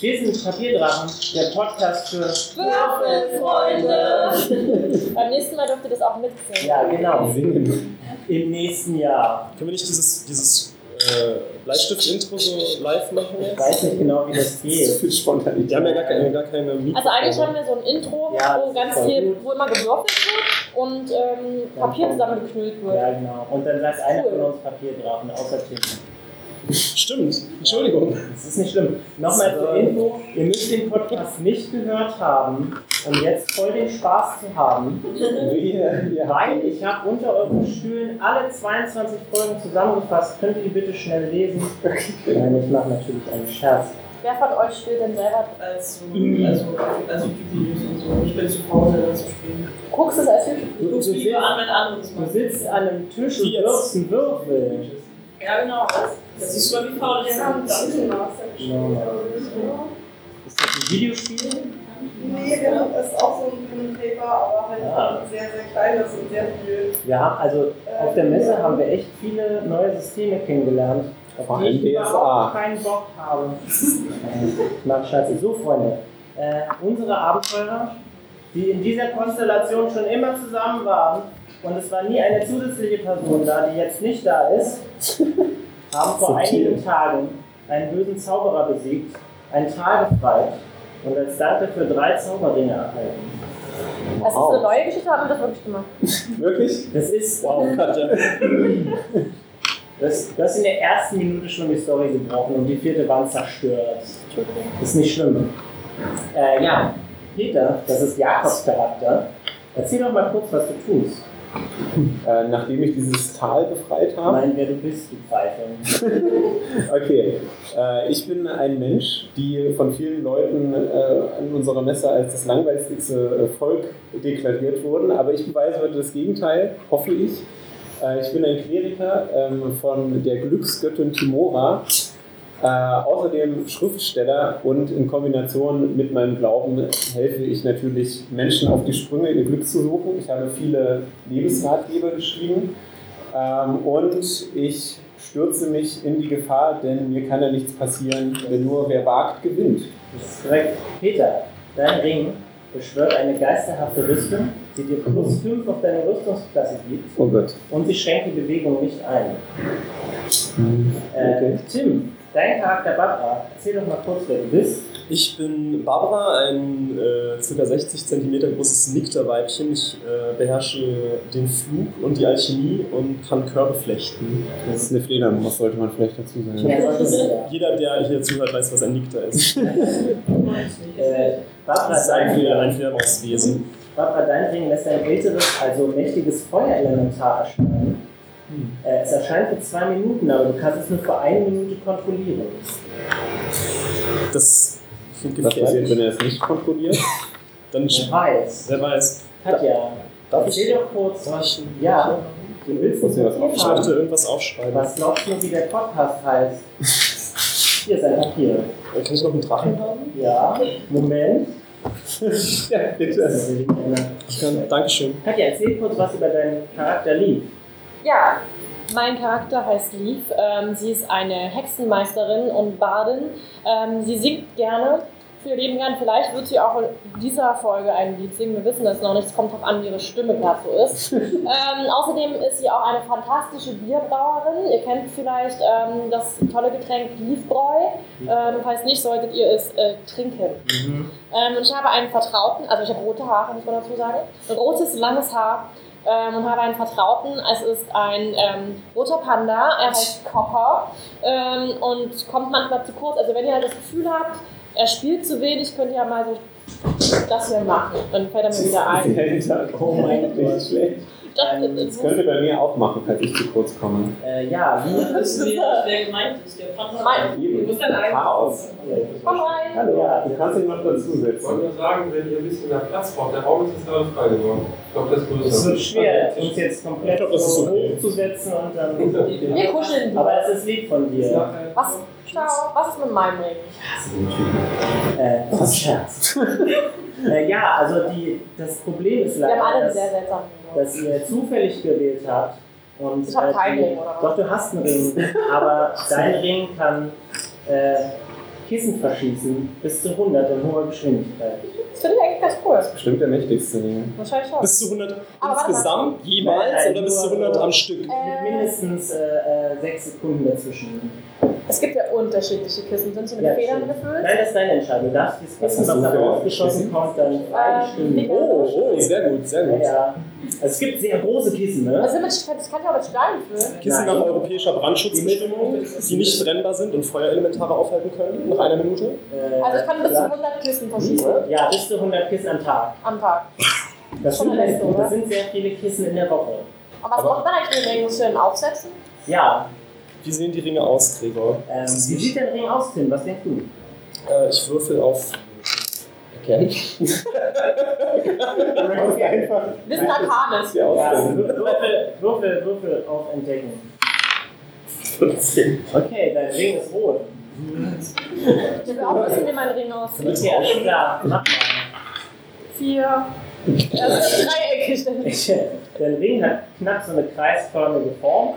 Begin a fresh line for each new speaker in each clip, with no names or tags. Wir sind Papierdrachen, der Podcast für
Würfelfreunde! Beim nächsten Mal dürft ihr das auch mitsingen.
Ja, genau.
Singen.
Im nächsten Jahr.
Können wir nicht dieses, dieses äh, Bleistift-Intro so live machen
Ich
jetzt?
weiß nicht genau, wie das
Zu
geht.
viel
Wir
Spontanität.
haben ja gar keine, gar keine Mikrofone.
Also eigentlich haben wir so ein Intro,
Ja,
wo ganz
voll
viel,
gut.
wo immer gewürfelt wird und ähm, Papier zusammengeknüllt wird.
Ja, genau. Und dann sagt einer von uns Papierdrachen, außer Tim.
Stimmt, Entschuldigung.
Das ist nicht schlimm. Nochmal zur Info, ihr müsst den Podcast nicht gehört haben, um jetzt voll den Spaß zu haben,
Wir,
weil
wir haben
ich habe unter euren Stühlen alle 22 Folgen zusammengefasst. Könnt ihr die bitte schnell lesen? Nein, ich mache natürlich einen Scherz.
Wer von euch spielt denn selber?
als so, also, also Typius und so. Ich bin zu faul, das zu spielen.
Guckst du es als Typ?
Ich gucke lieber an, wenn anderes
Du
machen.
sitzt an einem Tisch und
Wie jetzt?
wirfst einen Würfel.
Ja, genau. Das ist mal wie faul der Hand.
Ist das ein Videospiel?
Nee, genau, das ist auch so ein Pen and Paper, aber halt
Ja.
auch sehr, sehr kleines und sehr viel.
Ja, also auf der Messe haben wir echt viele neue Systeme kennengelernt,
Vor
auf die
allem
ich überhaupt
DSA.
keinen Bock habe. Äh, Macht Scheiße. So, Freunde, äh, unsere Abenteurer, die in dieser Konstellation schon immer zusammen waren und es war nie eine zusätzliche Person da, die jetzt nicht da ist, haben vor
Subtil.
einigen Tagen einen bösen Zauberer besiegt, ein Tal befreit und als Dank dafür drei Zauberringe erhalten.
Das ist eine neue Geschichte, haben wir das wirklich gemacht.
wirklich
Das ist, äh,
Wow, Katja.
das, das in der ersten Minute schon die Story gebrochen und die vierte Wand zerstört. Ist nicht schlimm. Äh, ja, Peter, das ist Jakobs Charakter. Erzähl doch mal kurz, was du tust.
äh, nachdem ich dieses Tal befreit habe.
Nein, wer du bist, du Pfeife.
Okay, äh, ich bin ein Mensch, die von vielen Leuten äh, an unserer Messe als das langweiligste äh, Volk deklariert wurden, aber ich beweise heute das Gegenteil, hoffe ich. Äh, ich bin ein Kleriker ähm, von der Glücksgöttin Timora, äh, außerdem Schriftsteller und in Kombination mit meinem Glauben helfe ich natürlich Menschen auf die Sprünge, ihr Glück zu suchen. Ich habe viele Lebensratgeber geschrieben. Ähm, und ich stürze mich in die Gefahr, denn mir kann ja nichts passieren, denn nur wer wagt, gewinnt.
Das ist korrekt. Peter, dein Ring beschwört eine geisterhafte Rüstung, die dir
Mhm.
plus 5 auf deine Rüstungsklasse gibt
Oh Gott.
und sie schränkt die Bewegung nicht ein. Äh,
Okay.
Tim, dein Charakter Barbara, erzähl doch mal kurz, wer du bist.
Ich bin Barbara, ein äh, ca. 60 cm großes Nikterweibchen. Ich äh, beherrsche den Flug und die Alchemie und kann Körbe flechten.
Das ist eine Fledermaus, sollte man vielleicht dazu sagen.
Ja, das ist, ja.
Jeder, der hier zuhört, weiß, was ein Nikter ist.
Äh, Barbara,
Das ist ein,
dein-
Fleder- ein Fledermauswesen.
Barbara Deinring lässt ein älteres, also mächtiges Feuerelementar erscheinen.
Hm.
Äh, es erscheint für zwei Minuten, aber du kannst es nur für eine Minute kontrollieren.
Das klingt
Was passiert,
gefährlich.
wenn er es nicht kontrolliert?
Dann
Ich weiß.
Wer weiß.
Katja,
Darf ich-
erzähl doch kurz.
Soll ich ein-
Ja, du willst
Muss ich was
Papier
Ich
haben.
möchte irgendwas aufschreiben.
Was glaubst du, wie der Podcast heißt? Hier ist ein Papier.
Äh, Kann ich noch einen Drachen haben?
Ja, Moment.
ja, bitte.
Ich kann. Dankeschön.
Katja, erzähl kurz was über deinen Charakter Lieb.
Ja, mein Charakter heißt Leaf. Ähm, sie ist eine Hexenmeisterin und Bardin. Ähm, sie singt gerne für ihr Leben gern. Vielleicht wird sie auch in dieser Folge ein Lied singen. Wir wissen das noch nicht. Es kommt darauf an, wie ihre Stimme gerade so ist. ähm, außerdem ist sie auch eine fantastische Bierbrauerin. Ihr kennt vielleicht ähm, das tolle Getränk Leafbräu. Ähm, falls nicht, solltet ihr es äh, trinken. Ähm, und ich habe einen Vertrauten, also ich habe rote Haare, muss man dazu sagen. Rotes, langes Haar. Ähm, und habe einen Vertrauten. Es ist ein ähm, roter Panda. Er heißt Copper ähm, und kommt manchmal zu kurz. Also wenn ihr halt das Gefühl habt, er spielt zu wenig, könnt ihr ja mal so das hier machen. Dann fällt er mir wieder ein.
Oh mein Gott. Nicht schlecht.
Das,
Das könnte bei mir auch machen, falls ich zu kurz komme.
Äh, ja, Lieb ist
Wissen wir, wer gemeint ist. Der Panther.
Nein.
Du musst dann ein.
Chaos.
komm rein.
Hallo, du kannst ihn noch
Ich
dazusetzen.
wollte nur sagen, wenn ihr ein bisschen mehr Platz braucht, der Raum ist jetzt gerade frei geworden. Ich glaube, das ist größer.
Es wird schwer, uns jetzt komplett
Ich glaub, das ist
so
okay.
hochzusetzen und dann.
Wir kuscheln.
Aber es ist lieb von dir.
Was? Ciao. Was ist mit meinem Ring?
Äh, das ist Scherz. äh, ja, also die, das Problem ist
Wir haben alle
leider,
einen
dass,
sehr seltsamen Ring.
dass ihr zufällig gewählt habt. Und,
Ich hab
äh,
keinen
die-
Ring, oder was?
Doch, du hast einen Ring. aber dein Ring kann äh, Kissen verschießen bis zu 100 in hoher Geschwindigkeit.
Das finde ich eigentlich ganz cool.
Bestimmt der mächtigste hier.
Wahrscheinlich schon.
Bis zu 100
Aber warte mal.
insgesamt jemals
Nein, nein,
oder bis zu
nur-
100 am Stück?
Mit
Äh,
mindestens äh, äh, sechs Sekunden dazwischen.
es gibt ja unterschiedliche Kissen. Sind sie mit
Ja,
Federn
schön.
gefüllt?
Nein, das ist deine Entscheidung. Du darfst das Kissen,
hast
was
du
da
für
rausgeschossen
Kissen?
kommt,
Ähm,
dann
wie
freistimmen.
viel?
Oh, oh, sehr gut, sehr
Ja,
gut.
ja. Also es gibt sehr große Kissen, ne?
Also mit, Stein- das kann ja auch mit Steinen füllen.
Kissen
Nein.
nach europäischer Brandschutzbestimmung, die nicht brennbar sind und Feuerelementare aufhalten können nach einer Minute.
Äh,
Also ich kann bis zu
klar.
100 Kissen verschießen
ja, bis zu 100 Kissen am Tag.
am Tag.
Das
Schon
sind,
eine Liste, oder?
das sind sehr viele Kissen in der Woche.
Aber was
Aber-
macht man eigentlich mit den Ringen? Muss ich den aufsetzen?
Ja,
Wie sehen die Ringe aus, Gregor?
ähm, wie sieht der Ring aus, Tim? Was denkst du?
Äh, ich würfel auf. Erkennen.
Einfach
Wir sind Arkanes.
die
Ja,
Ausbildung.
also Würfel, Würfel, Würfel auf Entdecken.
14.
Okay, dein Ring ist rot.
Ich will auch wissen, wie mein Ring aussieht.
Okay, alles klar, mach mal.
Vier. Das ist dreieckig. dann-
Dein Ring äh, hat knapp so eine kreisförmige Form.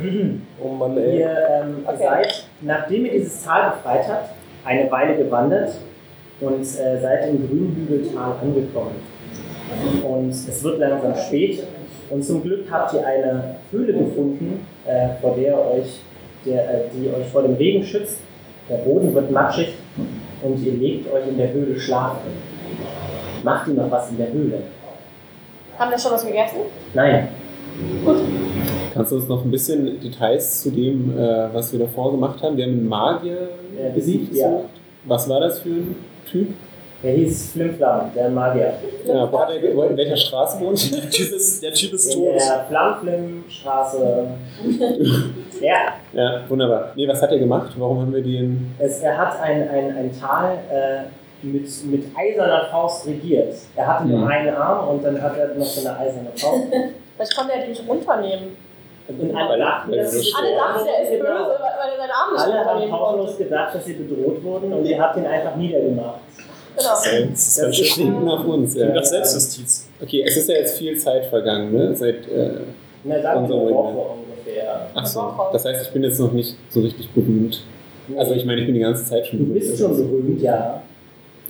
Mhm.
Oh Mann, ey.
Ihr ähm,
Okay.
seid, nachdem ihr dieses Tal befreit habt, eine Weile gewandert und äh, seid im Grünhügeltal angekommen. Und es wird langsam spät und zum Glück habt ihr eine Höhle gefunden, äh, vor der euch, der, äh, die euch vor dem Regen schützt. Der Boden wird matschig und ihr legt euch in der Höhle schlafen. Macht ihr noch was in der Höhle?
Haben wir schon was gegessen?
Nein.
Kannst du uns noch ein bisschen Details zu dem, äh, was wir davor gemacht haben? Wir haben einen Magier
Äh,
besiegt.
ja.
so. Was war das für ein Typ?
Der hieß Flimflam, der Magier.
Ja, wo hat er, ge- wo, in welcher Straße wohnt?
Der Typ ist, der typ ist
In
tot.
der Flammflim-Straße. ja,
Ja, wunderbar. Nee, was hat er gemacht? Warum haben wir den.
es, er hat ein, ein, ein Tal äh, mit, mit eiserner Faust regiert. Er hatte nur
Mhm.
einen Arm und dann hat er noch so eine eiserne Faust.
Vielleicht konnte er die nicht runternehmen.
Und
Weil-
alle dachten,
weil
dass
sie so
sie
Alle dachten, er ist böse,
Genau.
weil weil er seinen Arm nicht
Alle haben
runternehmen
pausenlos
konnte.
gedacht, dass sie bedroht wurden und ihr habt ihn einfach niedergemacht.
Genau.
Äh,
Das ist
Das
ganz schön.
stinkt nach uns,
Klingt
ja.
nach Selbstjustiz.
Okay, es ist ja jetzt viel Zeit vergangen, ne? Seit. Äh,
Na, sagen wir
Unser
eine
Win-Win.
Woche ungefähr.
ach so. Das heißt, ich bin jetzt noch nicht so richtig berühmt. Also, ich meine, ich bin die ganze Zeit schon
du
berühmt.
bist schon berühmt, ja.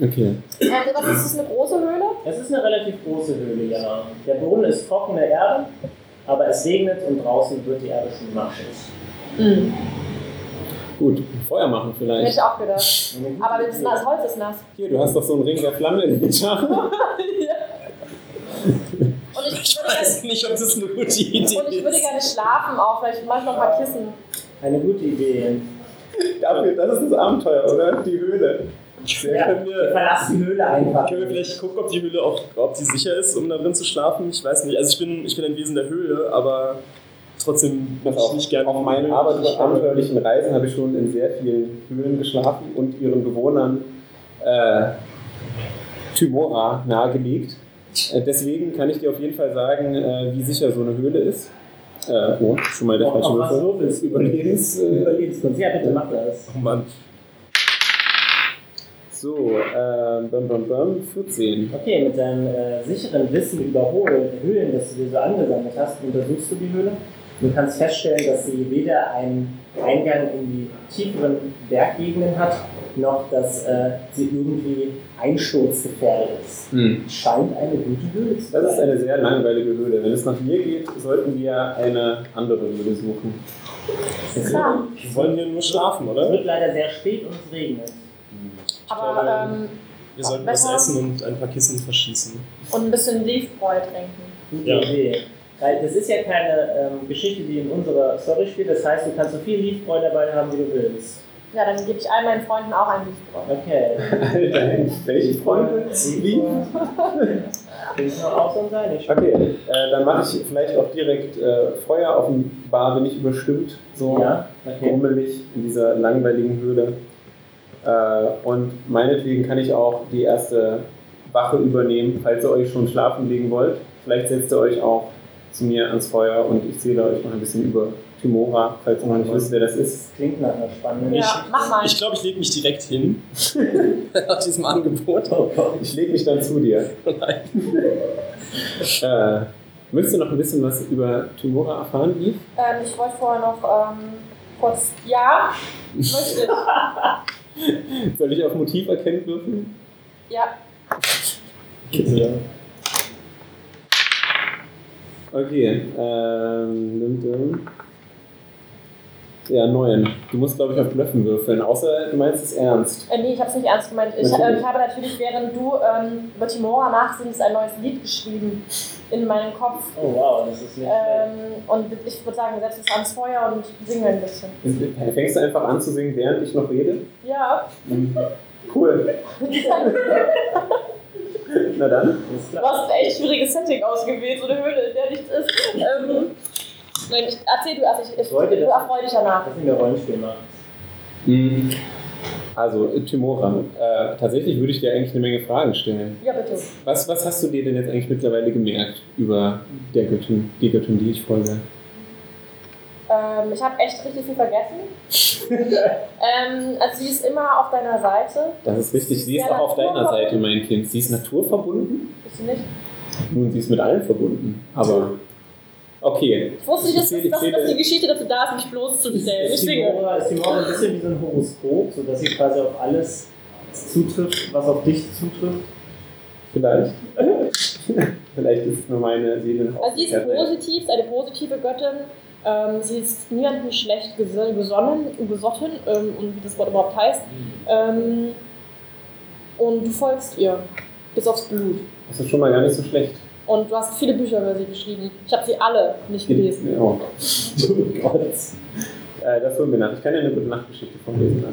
Okay.
Äh, Was ist das, eine große Höhle?
Es ist eine relativ große Höhle, ja. Der Boden ist trockene Erde, aber es regnet und draußen wird die Erde schon matschig.
Gut, Feuer machen
Hätte
vielleicht.
ich auch gedacht. Aber das ist nass, Holz ist nass.
Hier, du hast doch so einen Ring der Flamme in den Schach.
Und ich
Ich
würde gerne,
weiß nicht, ob das eine gute Idee ist.
und ich würde gerne schlafen auch. Vielleicht mache ich noch ein paar Kissen.
Eine gute Idee.
Dafür, das ist das Abenteuer, oder? Die Höhle. Sehr
Ja,
können
wir,
wir-
verlassen die Höhle einfach.
Können wir vielleicht gucken, ob die Höhle auch, ob die sicher ist, um da drin zu schlafen? Ich weiß nicht. Also ich bin, ich bin ein Wesen der Höhle, aber trotzdem bin
Pass
ich
auf,
nicht gerne.
auf meinen Arbeit- abenteuerlichen Reisen habe ich schon in sehr vielen Höhlen geschlafen und ihren Bewohnern äh, Tymora nahegelegt. Äh, Deswegen kann ich dir auf jeden Fall sagen, äh, wie sicher so eine Höhle ist. Äh, oh, schon mal der
Auf-
falsche
auf was
Würfel.
würfelst du?
Überlebens. Äh,
Überlebenskunst. Ja, bitte mach das.
Oh Mann.
so, äh, bam, bam, bam, 14.
Okay, mit deinem äh, sicheren Wissen über Hohlen, Höhlen, das du dir so angesammelt hast, untersuchst du die Höhle. Du kannst feststellen, dass sie weder einen Eingang in die tieferen Berggegenden hat, noch dass äh, sie irgendwie einsturzgefährdet ist.
Hm.
Scheint eine gute Höhle zu sein.
Das ist eine sehr langweilige Höhle. Wenn es nach mir geht, sollten wir eine andere Höhle suchen.
Es wird,
Klar.
Wir wollen hier nur schlafen,
es
oder?
wird leider sehr spät und es regnet.
Aber, ähm,
Wir sollten was
Wetter.
essen und ein paar Kissen verschießen.
und ein bisschen Leafbräu trinken.
Gute
Ja.
Idee. Weil das ist ja keine ähm, Geschichte, die in unserer Story spielt. Das heißt, du kannst so viel Liebfreude dabei haben, wie du willst.
Ja, dann gebe ich all meinen Freunden auch ein Leafbräu.
Okay.
Alter, welche Freunde? Wie?
Bin nur aus und sein. Ich
Okay, äh, dann mache ich vielleicht auch direkt äh, Feuer auf dem Bar, bin ich überstimmt, so
ja, okay.
grummelig in dieser langweiligen Höhle. Äh, und meinetwegen kann ich auch die erste Wache übernehmen, falls ihr euch schon schlafen legen wollt. Vielleicht setzt ihr euch auch zu mir ans Feuer und ich zähle euch noch ein bisschen über Timora, falls ihr noch nicht wisst, wer das ist.
Das klingt nach einer spannenden
Ja, mach mal.
Ich glaube, ich lege mich direkt hin. Nach diesem Angebot.
Ich lege mich dann zu dir. äh, möchtest du noch ein bisschen was über Timora erfahren, Yves?
Ähm, ich wollte vorher noch ähm,
kurz. Ja, möchte ich.
Soll ich auf Motiv erkennen würfeln?
Ja,
Ja.
Okay. Ähm, nimm, nimm. ja, neun. Du musst, glaube ich, auf Blöffen würfeln, außer du meinst es ernst.
äh, nee, ich habe es nicht ernst gemeint. Ich, äh,
ähm,
Natürlich.
ich habe natürlich, während du ähm, über Timora nachsinnst, ein neues Lied geschrieben in meinem Kopf.
Oh wow, das ist nicht schlecht.
Ähm, und ich würde sagen, wir setzen es ans Feuer und singen ein bisschen.
Fängst du einfach an zu singen, während ich noch rede?
Ja,
Mhm.
Cool. Na dann.
Das ist
du
klar.
hast ein echt schwieriges Setting ausgewählt, so eine Höhle, in der nichts ist. Ähm, nein, ich, erzähl du erst, ich, ich,
Wollt ihr
du
das-
erfreu dich danach.
Das sind wir Rollenspiel ne? machen.
Mhm. Also, äh, Timora, äh, tatsächlich würde ich dir eigentlich eine Menge Fragen stellen.
Ja, bitte.
Was, was hast du dir denn jetzt eigentlich mittlerweile gemerkt über der Göttin, die Göttin, die ich folge?
Ähm, ich habe echt richtig viel vergessen. ähm, also sie ist immer auf deiner Seite.
Das ist richtig, sie ist
Ja,
auch auf deiner
naturverbunden.
Seite, mein Kind. Sie ist naturverbunden?
Ist sie nicht?
Nun, sie ist mit allen verbunden. Aber. Okay.
Ich wusste nicht, dass,
Ich seh- ich
dass,
seh-
dass die Geschichte dazu da ist, mich bloßzustellen. Ich
Ist die
singe.
Mauer, ist die Mauer ein bisschen wie so ein Horoskop, sodass sie quasi auf alles zutrifft, was auf dich zutrifft?
Vielleicht. Vielleicht ist es nur meine Seele.
Also sie ist positiv, ist eine positive Göttin. Ähm, sie ist niemandem schlecht ges- gesonnen, besotten ähm, und wie das Wort überhaupt heißt. Ähm, und du folgst ihr bis aufs Blut.
Das ist schon mal gar nicht so schlecht.
Und du hast viele Bücher über sie geschrieben. Ich habe sie alle nicht gelesen.
Oh. oh Gott. Äh, das holen wir nach. Ich kann ja eine gute Nachtgeschichte von lesen.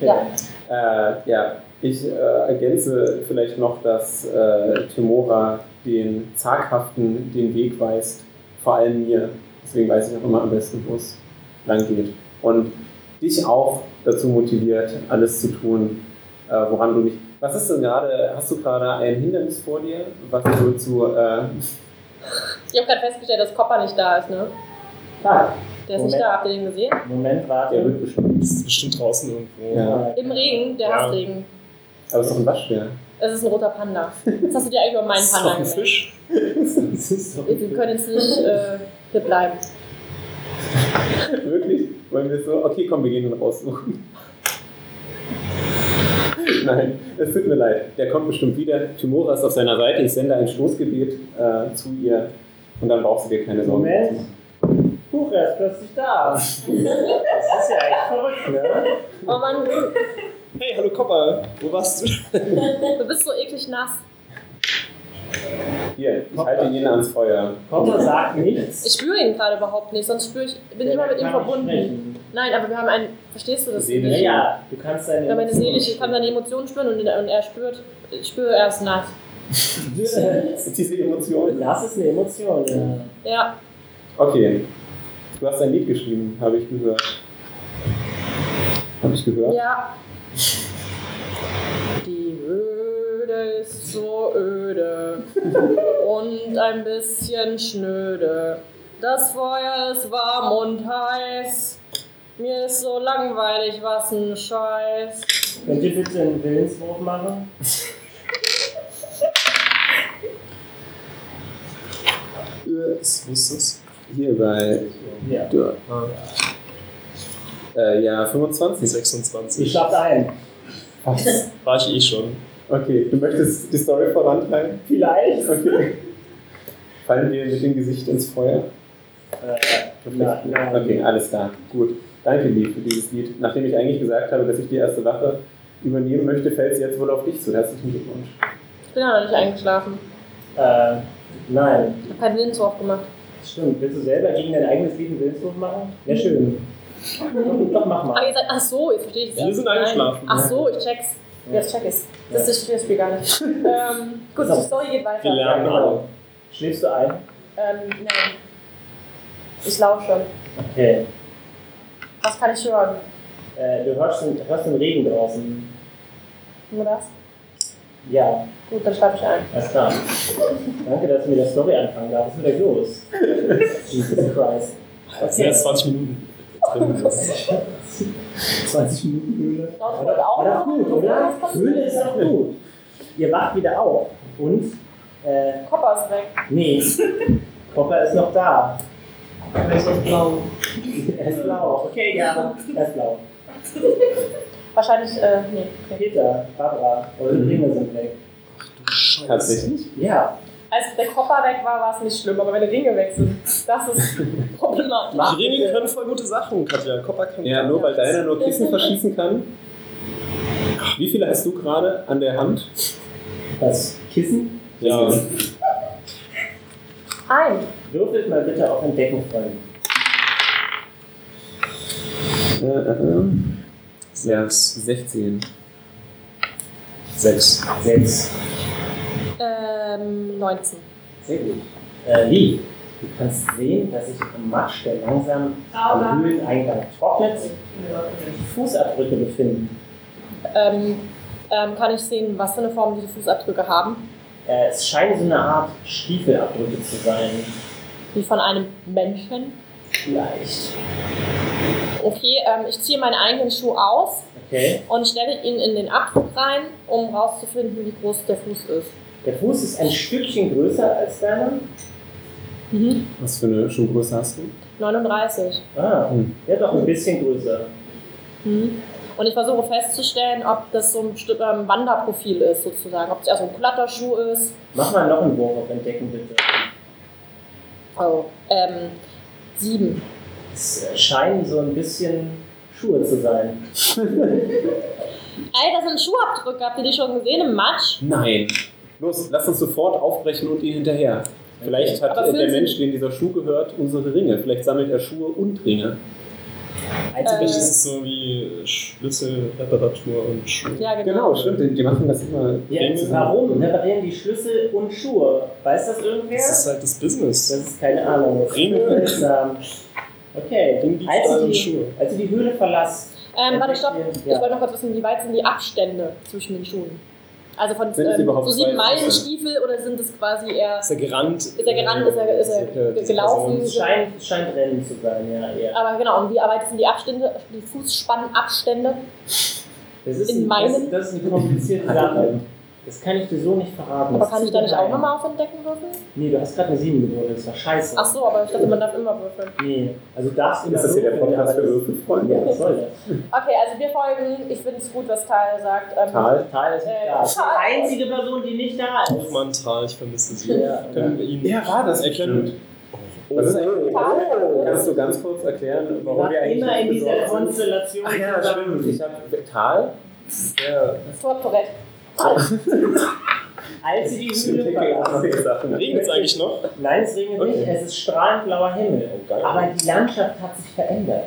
Ja.
Äh, ja, ich äh, ergänze vielleicht noch, dass äh, Timora den Zaghaften den Weg weist, vor allem mir. Deswegen weiß ich auch immer am besten, wo es lang geht. Und dich auch dazu motiviert, alles zu tun, äh, woran du nicht. Was ist denn gerade? Hast du gerade ein Hindernis vor dir, was du zu. Äh,
Ich habe gerade festgestellt, dass Copper nicht da ist, ne?
Ah,
Der ist nicht
Moment.
da, habt ihr den gesehen?
Moment,
der
warte.
wird bestimmt.
Das ist bestimmt draußen irgendwo.
Ja.
Im Regen, der
Ja.
Hassregen.
Aber es ist doch ein Waschbär.
Es ist ein roter Panda. Was hast du dir eigentlich über meinen
Ist das
Panda
noch ein
gemerkt?
Fisch?
Das ist doch-
Wir können jetzt nicht äh, hier bleiben.
Wirklich? Wollen wir so? Okay, komm, wir gehen ihn raussuchen. Nein, es tut mir leid. Der kommt bestimmt wieder. Timora ist auf seiner Seite. Ich sende ein Stoßgebet äh, zu ihr und dann brauchst du dir keine Sorgen
Moment.
zu machen.
Huch, er ist plötzlich da. Das ist ja echt verrückt, ne?
Oh Mann, du
Hey, hallo Kopper, wo warst du?
bist so eklig nass.
Hier, ich halte ihn ans Feuer.
Copper sagt nichts.
Ich spüre ihn gerade überhaupt nicht, sonst spüre ich, bin ich immer mit ihm verbunden. Nein, aber wir haben einen, verstehst du das
Seelisch.
nicht?
Naja, du kannst deine.
Wenn meine
Emotionen
Seele, ich kann seine Emotionen spüren und, und er spürt, ich spüre, er ist nass.
spüren.
Diese Emotion.
Das ist eine Emotion. Ja.
Ja,
Okay. Du hast ein Lied geschrieben, habe ich gehört. Habe ich gehört?
ja. Die Öde ist so öde und ein bisschen schnöde. Das Feuer ist warm und heiß. Mir ist so langweilig, was ein Scheiß.
Könnt ihr bitte einen Willenswurf machen?
Was ist das?
Hier bei.
Ja.
Ah,
Äh, ja, 25.
26.
Ich schlafe ein.
Was?
War ich eh schon.
Okay, du möchtest die Story vorantreiben?
Vielleicht.
Okay. Fallen wir mit dem Gesicht ins Feuer?
Äh, na, na,
Okay, alles klar. Gut. Danke, Lee, für dieses Lied. Nachdem ich eigentlich gesagt habe, dass ich die erste Wache übernehmen möchte, fällt es jetzt wohl auf dich zu. Herzlichen Glückwunsch.
Ich bin ja noch nicht eingeschlafen.
Äh, nein.
Ich habe keinen Windsurf gemacht.
Stimmt. Willst du selber gegen dein eigenes Lied einen Willenswurf machen? Wäre schön. Doch, doch, mach
Ah,
mal.
ihr seid, ach so, jetzt verstehe ich es.
Wir
erst.
sind
Nein.
eingeschlafen.
Ach so, ich check's. Jetzt check ich's. Das ist das Spiel gar nicht. ähm, gut, die Story geht
Wir
weiter.
lernen alle.
genau. Schläfst du ein?
Ähm, nein. Ich lausche.
Okay.
Was kann ich hören?
Äh, du hörst den, hörst den Regen draußen.
Nur das?
Ja,
Gut, dann schlafe ich ein.
alles klar. Danke, dass du mit der Story anfangen darfst. Was ist mit euch los? Jesus Christ.
Das sind jetzt 20 Minuten. drin.
20 Minuten Höhle.
Laut wird auch
War doch
noch.
gut, oder?
Was kommt
Höhle
denn?
ist doch gut. Ihr wacht wieder auf und, äh,
Kopper ist weg.
nee, Copper ist noch da.
Er ist aus Blau.
Er ist blau. Okay, ja, er ist blau.
Wahrscheinlich, äh, nee. Okay.
Peter, Barbara, eure
Mhm.
Ringe sind weg.
Tatsächlich?
Ja,
Als der Koffer weg war, war es nicht schlimm, aber wenn die Dinge weg sind, das ist problematisch.
Mach
Ringen
bitte.
können voll gute Sachen, Katja. Kopper kann
Ja, nur weil deiner nur Kissen verschießen kann. Wie viele hast du gerade an der Hand?
das Kissen.
Ja.
Ein.
Würfelt mal bitte auf Entdecken, Freunde.
Äh, äh, äh. Ja, 16.
Sechs.
Sechs.
Ähm, 19.
Sehr gut. Äh, Lee, du kannst sehen, dass sich im Matsch, der langsam am Höhleneingang trocknet, Fußabdrücke befinden.
Ähm, ähm, kann ich sehen, was für eine Form diese Fußabdrücke haben?
Äh, es scheinen so eine Art Stiefelabdrücke zu sein.
Wie von einem Menschen?
Vielleicht.
Okay, ähm, ich ziehe meine eigenen Schuhe aus
Okay.
und stelle ihn in den Abdruck rein, um rauszufinden, wie groß der Fuß ist.
Der Fuß ist ein Stückchen größer als deiner.
Mhm.
Was für eine Schuhgröße hast du?
39.
Ah,
Hm.
ja doch, ein bisschen größer.
Mhm. Und ich versuche festzustellen, ob das so ein Stück ähm, Wanderprofil ist, sozusagen. Ob es eher so ein glatter Schuh ist.
Mach mal noch einen Wurf auf Entdecken, bitte.
Oh, ähm, 7.
Es äh, scheinen so ein bisschen Schuhe zu sein.
Ey, das sind Schuhabdrücke. Habt ihr die schon gesehen im Matsch?
Nein. Los, lass uns sofort aufbrechen und ihn hinterher. Vielleicht hat
Aber
äh, der
fühlen Sie-
Mensch, dem dieser Schuh gehört, unsere Ringe. Vielleicht sammelt er Schuhe und Ringe.
Einzig
Äh.
Vielleicht ist es so wie Schlüssel, Reparatur und Schuhe.
Ja,
Genau, stimmt. Die, die machen das immer.
ja, warum reparieren die Schlüssel und Schuhe? Weiß das irgendwer?
Das ist halt das Business.
Das ist keine Ahnung. Das ist
Ringe.
seltsam. Okay.
Ringe,
Als du
Stahl und
die,
Schuhe.
als du die Höhle verlasst,
Ähm, warte, stopp.
Ja.
Ich wollte noch kurz wissen, wie weit sind die Abstände zwischen den Schuhen? Also von
Sind es
ähm,
überhaupt
so sieben
zwei
Meilen Stiefel oder sind es quasi eher.
Ist er gerannt?
Ist er gerannt? Ist er, ist er
Äh,
gelaufen?
es scheint, es scheint Rennen zu sein, ja, ja.
Aber genau, und wie weit sind die Abstände, die Fußspannabstände?
Das ist,
in
ein-
meinen-
das, das ist eine komplizierte Sache. Das kann ich dir so nicht verraten.
Aber
Das
kann
ist
ich da nicht auch
geheim.
nochmal auf entdecken würfeln?
Nee, du hast gerade eine 7 gewürfelt, das war scheiße.
Ach so, aber ich dachte, man darf immer würfeln.
Nee, also du darfst immer
Ist das hier der
würfeln,
Podcast
aber
für
das-
Würfelfreunde?
Ja, was soll das?
Okay, also wir folgen. Ich finde es gut, was Tal sagt. Ähm,
Tal?
Tal ist nicht
Äh,
da. Das ist
Tal.
die einzige Person, die nicht da
Auch
ist.
mal ein Tal, ich vermisse sie.
Ja,
Können wir ihn
Erkennen.
erkennen?
Was ist eigentlich?
Tal?
Kannst du ganz kurz erklären,
Die
warum
war
wir eigentlich
immer in
nicht
dieser
besorgt sind?
Konstellation.
Ach ja,
zusammen.
stimmt. Ich habe Tal.
Ja.
Tor Tourette.
Als sie die Höhle verlassen.
Regnet es
Regnet
eigentlich noch?
Nein, es regnet
Okay.
nicht, es ist strahlend blauer Himmel.
Oh, geil.
Aber die Landschaft hat sich verändert.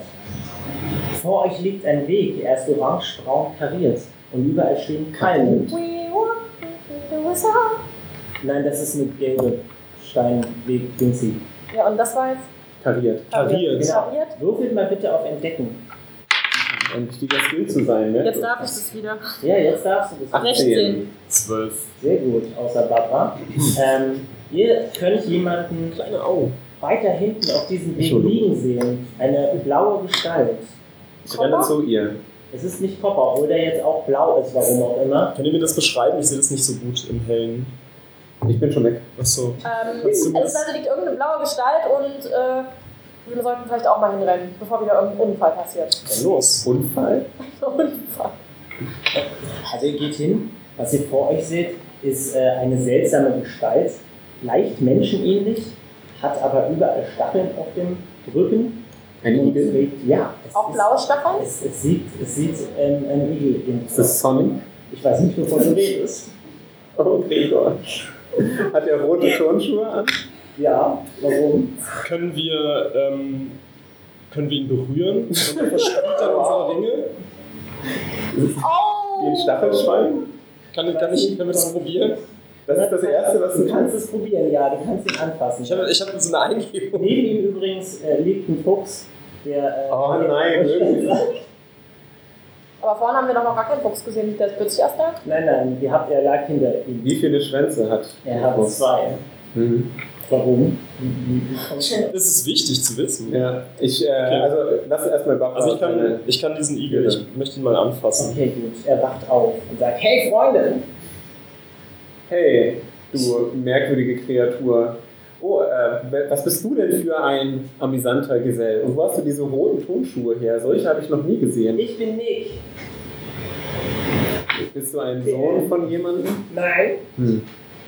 Vor euch liegt ein Weg, er ist orange-braun kariert und überall stehen Palmen.
We walk into the sun.
Nein, das ist eine gelbe Steinweg, Dingsy.
Ja, und das war jetzt
Kariert.
Kariert.
genau.
Kariert.
Würfelt mal bitte auf Entdecken.
Ein wichtiger Skill zu sein, ne?
Jetzt darf ich das wieder. Ähm,
Ja, jetzt darfst du das.
16.
Zwölf.
Sehr gut, außer Barbara. ähm, ihr könnt jemanden
Kleine Augen.
weiter hinten auf diesem Weg
Entschuldigung.
liegen sehen. Eine blaue Gestalt.
Ich renne zu ihr.
Es ist nicht Kopper, obwohl der jetzt auch blau ist, warum auch immer.
Könnt ihr mir das beschreiben? Ich sehe das nicht so gut im Hellen.
Ich bin schon weg.
Achso.
Ähm,
Hast
also
du was?
da liegt irgendeine blaue Gestalt und äh, wir sollten vielleicht auch mal hinrennen, bevor wieder irgendein Unfall passiert.
Dann los.
Unfall?
Unfall.
Also ihr geht hin, was ihr vor euch seht, ist äh, eine seltsame Gestalt, leicht menschenähnlich, hat aber überall Stacheln auf dem Rücken.
Ein
und
Igel?
trägt- Ja, es
Auch
ist-
blaue Stacheln?
Es, es sieht, es sieht ähm, ein Igel in
Ist das Sonic?
Ich weiß nicht, wovon du redest.
Oh, Gregor. Hat er rote Turnschuhe an?
Ja, warum?
Können wir, ähm, können wir ihn berühren? Und er verspielt dann unsere Ringe?
Wie ein
Oh!
Stachelschwein?
Kann, kann ich, können wir das probieren?
Das ist das Erste, was
du
du
kannst
kannst.
es probieren, ja, du kannst ihn anfassen.
Ich habe ich hab so eine Eingebung.
Neben ihm übrigens äh, liegt ein Fuchs, der. Äh,
Oh nein, wirklich.
Aber vorhin haben wir doch noch gar keinen Fuchs gesehen, liegt der jetzt plötzlich erst da?
Nein, nein, ihr habt, er lag hinter ihm.
Wie viele Schwänze hat
Er hat
Fuchs?
zwei.
Hm.
Warum? Wie- wie- wie kommt's dazu?
Das ist wichtig zu wissen.
Ja, ich, äh, also lass erstmal Barbara.
Also ich kann, ich kann diesen Igel, ich möchte ihn mal anfassen.
Okay, gut. Er wacht auf und sagt, hey Freunde!
hey, du merkwürdige Kreatur. oh, äh, wer- was bist du denn für ein amüsanter Gesell? Und wo hast du diese roten Tonschuhe her? Solche habe ich noch nie gesehen.
Ich bin Nick.
Bist du ein Sohn von jemandem?
Nein,
Hm.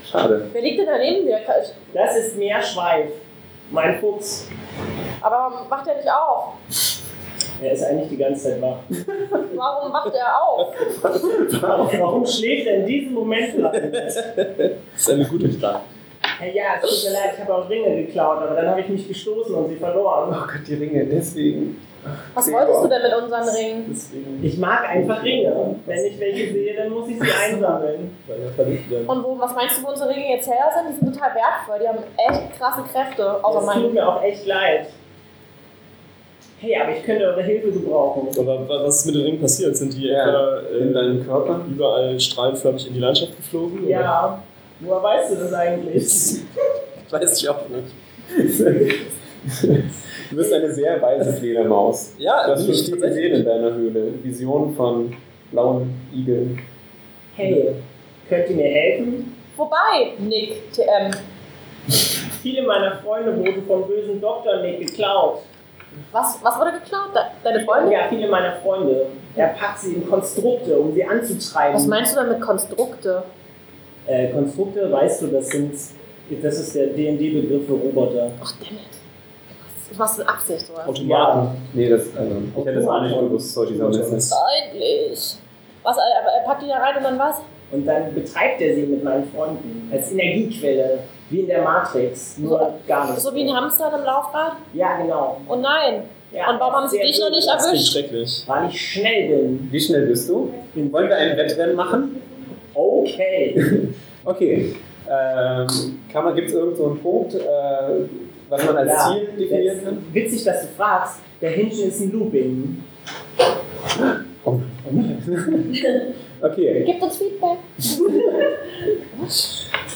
Schade.
Wer liegt denn daneben dir?
das ist Meerschweif. Mein Fuchs.
Aber macht er nicht auf?
Er ist eigentlich die ganze Zeit wach.
Warum macht er auf?
Warum schläft er in diesem Moment noch?
Das ist eine gute Frage.
Hey, ja, es tut mir leid, ich habe auch Ringe geklaut, aber dann habe ich mich gestoßen und sie verloren.
Oh Gott, die Ringe, deswegen.
Was wolltest du denn mit unseren Ringen?
Deswegen
Ich mag einfach Ringe. Wenn ich welche sehe, dann muss ich sie einsammeln.
bei der Verliebten.
Und wo, was meinst du, wo unsere Ringe jetzt her sind? Die sind total wertvoll. Die haben echt krasse Kräfte. Außer
Das tut
meinen.
mir auch echt leid. Hey, aber ich könnte eure Hilfe gebrauchen.
Aber wa- was ist mit den Ringen passiert? Sind die
Ja,
etwa, äh,
In deinem Körper?
überall strahlenförmig in die Landschaft geflogen? oder?
Ja, woher weißt du das eigentlich?
Weiß ich auch nicht.
Du bist eine sehr weise Fledermaus.
Ja,
Du hast
bin
schon
ich
viel
tatsächlich.
gesehen in deiner Höhle. Vision von blauen Igeln.
Hey, könnt ihr mir helfen?
Vorbei, Nick, TM.
Viele meiner Freunde wurden vom bösen Doktor Nick geklaut.
Was, was wurde geklaut? De- Deine Freunde?
Ja, viele meiner Freunde. Er packt sie in Konstrukte, um sie anzutreiben.
Was meinst du denn mit Konstrukte?
Äh, Konstrukte, weißt du, das sind. Das ist der DD-Begriff für Roboter.
Ach, dammit. Du machst in Absicht, oder?
Automaten.
Nee, das, also, ich hätte es auch nicht gewusst, sorry, dieser Messe.
Freundlich. Was, äh, aber er packt die da rein und dann was?
Und dann betreibt er sie mit meinen Freunden. Als Energiequelle. Wie in der Matrix. Nur gar nicht.
So wie ein Hamster in einem Laufrad?
Ja, genau.
Oh nein.
Ja,
Und warum haben sie
sehr
dich noch
gut.
nicht
Das klingt
erwischt?
schrecklich.
Weil ich schnell bin.
Wie schnell bist du?
bin
Wollen wir ein Wettrennen machen?
Okay.
Okay. Ähm, kann man, gibt es irgend so einen Punkt, äh, was man als
Ja.
Ziel definieren kann?
Jetzt, witzig, dass du fragst. Da hinten ist ein Looping.
Okay.
Gibt uns Feedback.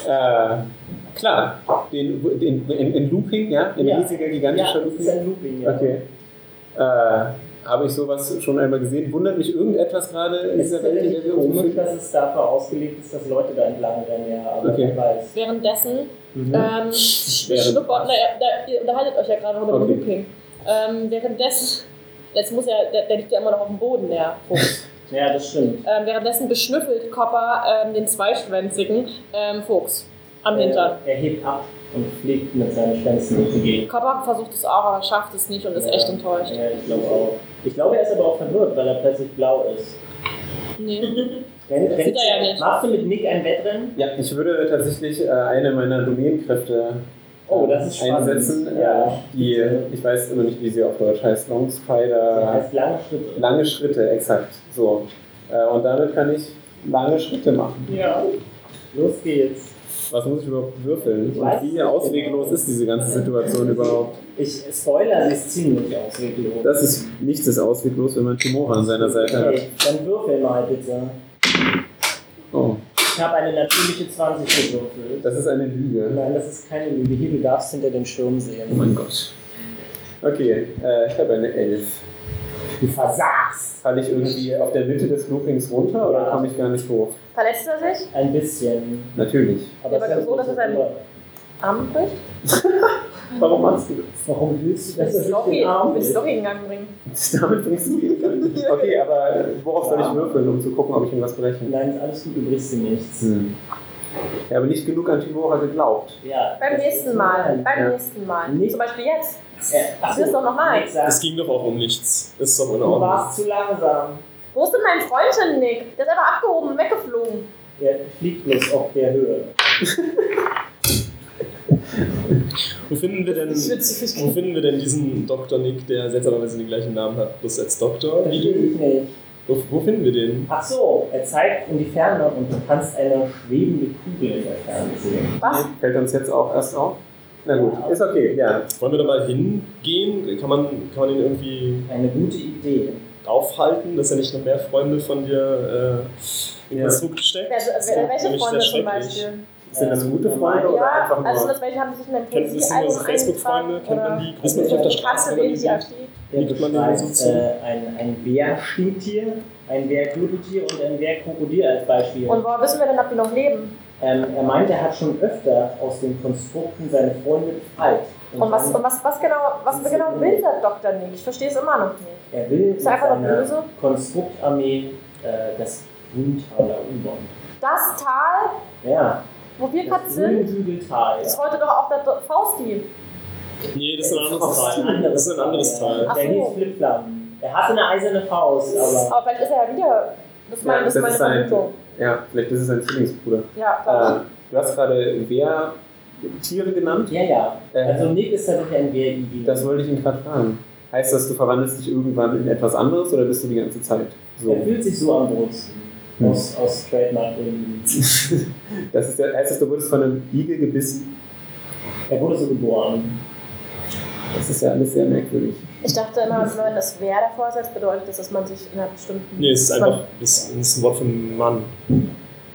Äh, klar. Den, den, in, in Looping, ja? In
Ja.
riesiger,
Ja,
gigantischer
das
Looping.
ist ein Looping, ja.
Okay. Äh, habe ich sowas schon einmal gesehen? Wundert mich irgendetwas gerade in
Es ist
dieser Welt, in der
tatsächlich
wir uns
komisch,
befinden?
dass es dafür ausgelegt ist, dass Leute da entlang rennen, ja, aber
Okay.
wer weiß.
Währenddessen ähm,
Mhm. Während-
schnuppert, na, ja, da, ihr unterhaltet euch ja gerade noch über
Okay.
okay. Looping. Ähm, währenddessen, jetzt muss ja, der, der liegt ja immer noch auf dem Boden, der Fuchs.
Ja, das stimmt.
ähm, währenddessen beschnüffelt Copper ähm, den zweischwänzigen ähm, Fuchs am Hintern.
Äh, Er, er hebt ab und fliegt mit seinen Schwänzen durch die Gegend.
Copper versucht es auch, aber schafft es nicht und ist echt enttäuscht.
Ja, ich glaube auch. Ich glaube, er ist aber auch verwirrt, weil er plötzlich blau ist.
Nee.
Renn,
Das sieht er ja nicht.
Machst du mit Nick ein Wettrennen?
Ja, ich würde tatsächlich äh, eine meiner Domänenkräfte
Oh,
äh,
das ist spannend.
einsetzen. Äh,
Ja.
die, ich weiß immer nicht, wie sie auf Deutsch heißt. Long
Das
Spider.
heißt lange Schritte.
Lange Schritte, exakt. So. Äh, und damit kann ich lange Schritte machen.
Ja. Los geht's.
Was muss ich überhaupt würfeln?
Weiß
Und wie
ich
ausweglos
nicht.
ist diese ganze Situation überhaupt?
Ich spoiler, sie ist ziemlich ausweglos.
Das ist nichts ist ausweglos, wenn man Timora an seiner Seite hat.
Okay, dann würfel mal bitte.
Oh,
Ich habe eine natürliche 20 gewürfelt.
das ist eine Lüge.
Nein, das ist keine Lüge. Hier, du darfst hinter den Schirm
Oh
sehen.
mein Gott. Okay, äh, ich habe eine 11.
Du versagst.
Falle ich irgendwie auf der Mitte des Loopings runter oder
Ja.
komme ich gar nicht hoch?
Verletzt er sich?
Ein bisschen.
Natürlich.
Ja, aber so, dass es ein- Arm bricht?
Warum machst du
Warum willst du das? genau.
Willst du
den Arm
Logik in Gang bringen?
das? Damit bringst du mich gar nicht. Okay, aber äh, worauf soll ich
Ja.
würfeln, um zu gucken, ob ich irgendwas breche?
Nein, ist alles gut, du brichst dir nichts.
Hm. Ich habe nicht genug an Timora geglaubt.
Ja,
Beim
das
nächsten
ist-
Mal. Beim
Ja.
nächsten Mal.
Nicht-
Zum Beispiel jetzt.
Äh, ach so,
Das ist doch normal.
Nick sagt,
Es ging doch auch um nichts. Ist doch in
Du
Ordnung.
warst zu langsam.
Wo ist denn mein Freundchen, Nick? Der ist einfach abgehoben und weggeflogen.
Der fliegt bloß auf der Höhe.
Wo finden wir denn, wo finden wir denn diesen Dr. Nick, der seltsamerweise den gleichen Namen hat, bloß als Doktor?
Das will ich nicht.
Wo, wo finden wir den?
Ach so, er zeigt in die Ferne und du kannst eine schwebende Kugel in der Ferne sehen.
Was?
Fällt uns jetzt auch erst auf? Na gut, ist okay, ja.
Wollen wir da mal hingehen? Kann man, kann man ihn irgendwie
Eine gute Idee.
aufhalten, dass er nicht noch mehr Freunde von dir äh, in
Ja.
Konstrukt steckt?
Wer, wer, also, welche
Nämlich sehr
Freunde zum
schrecklich.
Beispiel?
Sind das
Ähm,
gute
normal.
Freunde oder
Ja,
einfach nur?
also sind das welche haben sich in deinem
Kennt,
also
sind das
Poesiealbum
Facebook-Freunde?
eingetragen,
Kennt man
oder?
die? Grüßt man sich auf der Straße?
Kannst du
oder
denen die
wie?
AfD?
Der
Wie gibt man denn
beschreibt,
so zu?
äh, ein, ein Bär-Stinktier, ein Bär-Klubetier und ein Bär-Krokodil als Beispiel.
Und woher wissen wir denn, ob die noch leben?
Ähm, er meint, er hat schon öfter aus den Konstrukten seine Freunde befreit.
Und was,
dann-
und was, was genau, was genau will der Doktor nicht? Ich verstehe es immer noch nicht.
Er will mit
Ist er einfach noch
seiner
böse?
Konstruktarmee äh, das Grüntaler umbauen.
Das Tal,
Ja,
wo wir gerade
das
sind,
Grünbügeltal.
ist heute doch auch der Do- Fausti.
Nee, das ist ein anderes Teil. Das ist ein anderes Teil.
Ja. Der
Ach so.
hieß Flipflap. Er hatte eine eiserne Faust, aber
Aber vielleicht ist er ja wieder. Das ist meine,
Ja,
das ist
das
meine
ist ein-
Vermutung.
Ja, vielleicht ist es ein Zwillingsbruder.
Ja,
Äh,
klar.
du hast gerade wer Tiere genannt?
ja, ja.
Äh,
Also Nick ist tatsächlich ein Wehrigi.
das wollte ich ihn gerade fragen. Heißt das, du verwandelst dich irgendwann in etwas anderes oder bist du die ganze Zeit
Er
so?
fühlt sich so am wohlsten.
Hm.
Aus, aus Trademark-Gründen.
Das ist der, heißt das, du wurdest von einem Igel gebissen?
Er wurde so geboren.
Das ist ja alles sehr merkwürdig.
Ich dachte immer, wenn man das Wer davor setzt, bedeutet das, dass man sich in einer bestimmten.
Nee, es ist
dass man-
einfach das ist ein Wort für Mann.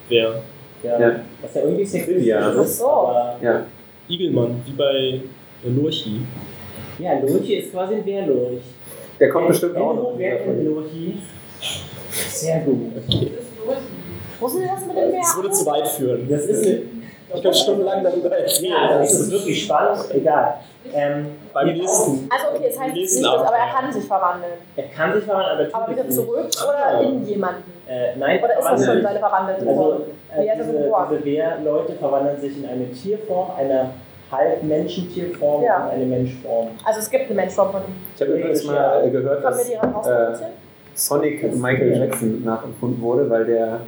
Wer?
Ja.
Ja.
Was ja irgendwie sexistisch
Ja,
ist.
ach
so.
Aber,
Ja.
Igelmann, wie bei Lurchi.
ja, Lurchi ist quasi ein Wehrlurch.
Der kommt bestimmt
Wenn
auch
du
noch.
Wer kennt Lurchi? Sehr gut.
Wussten Sie das mit dem Wer?
Das würde zu weit führen.
Das ist eine,
ich kann stundenlang darüber erzählen.
ja, also das ist wirklich spannend. Egal. Ähm,
Beim
wir
nächsten.
Also, okay, es heißt
Im
nicht,
nächsten
dass, aber er
Abenteuer.
kann sich verwandeln.
Er kann sich verwandeln, aber tut
Aber
es
wieder
nicht.
zurück oder in jemanden.
Äh, nein,
Oder ist das schon
verwandeln.
seine Verwandelte?
Also,
Wie
äh,
hat er
diese,
so geboren?
diese Wehrleute verwandeln sich in eine Tierform, eine Halb-Menschen-Tierform
Ja.
und eine Menschform.
also, es gibt eine Menschform von ihm.
Ich habe übrigens mal äh, gehört,
Können wir
dass
die ran
äh, Sonic Michael Jackson nachempfunden wurde, weil der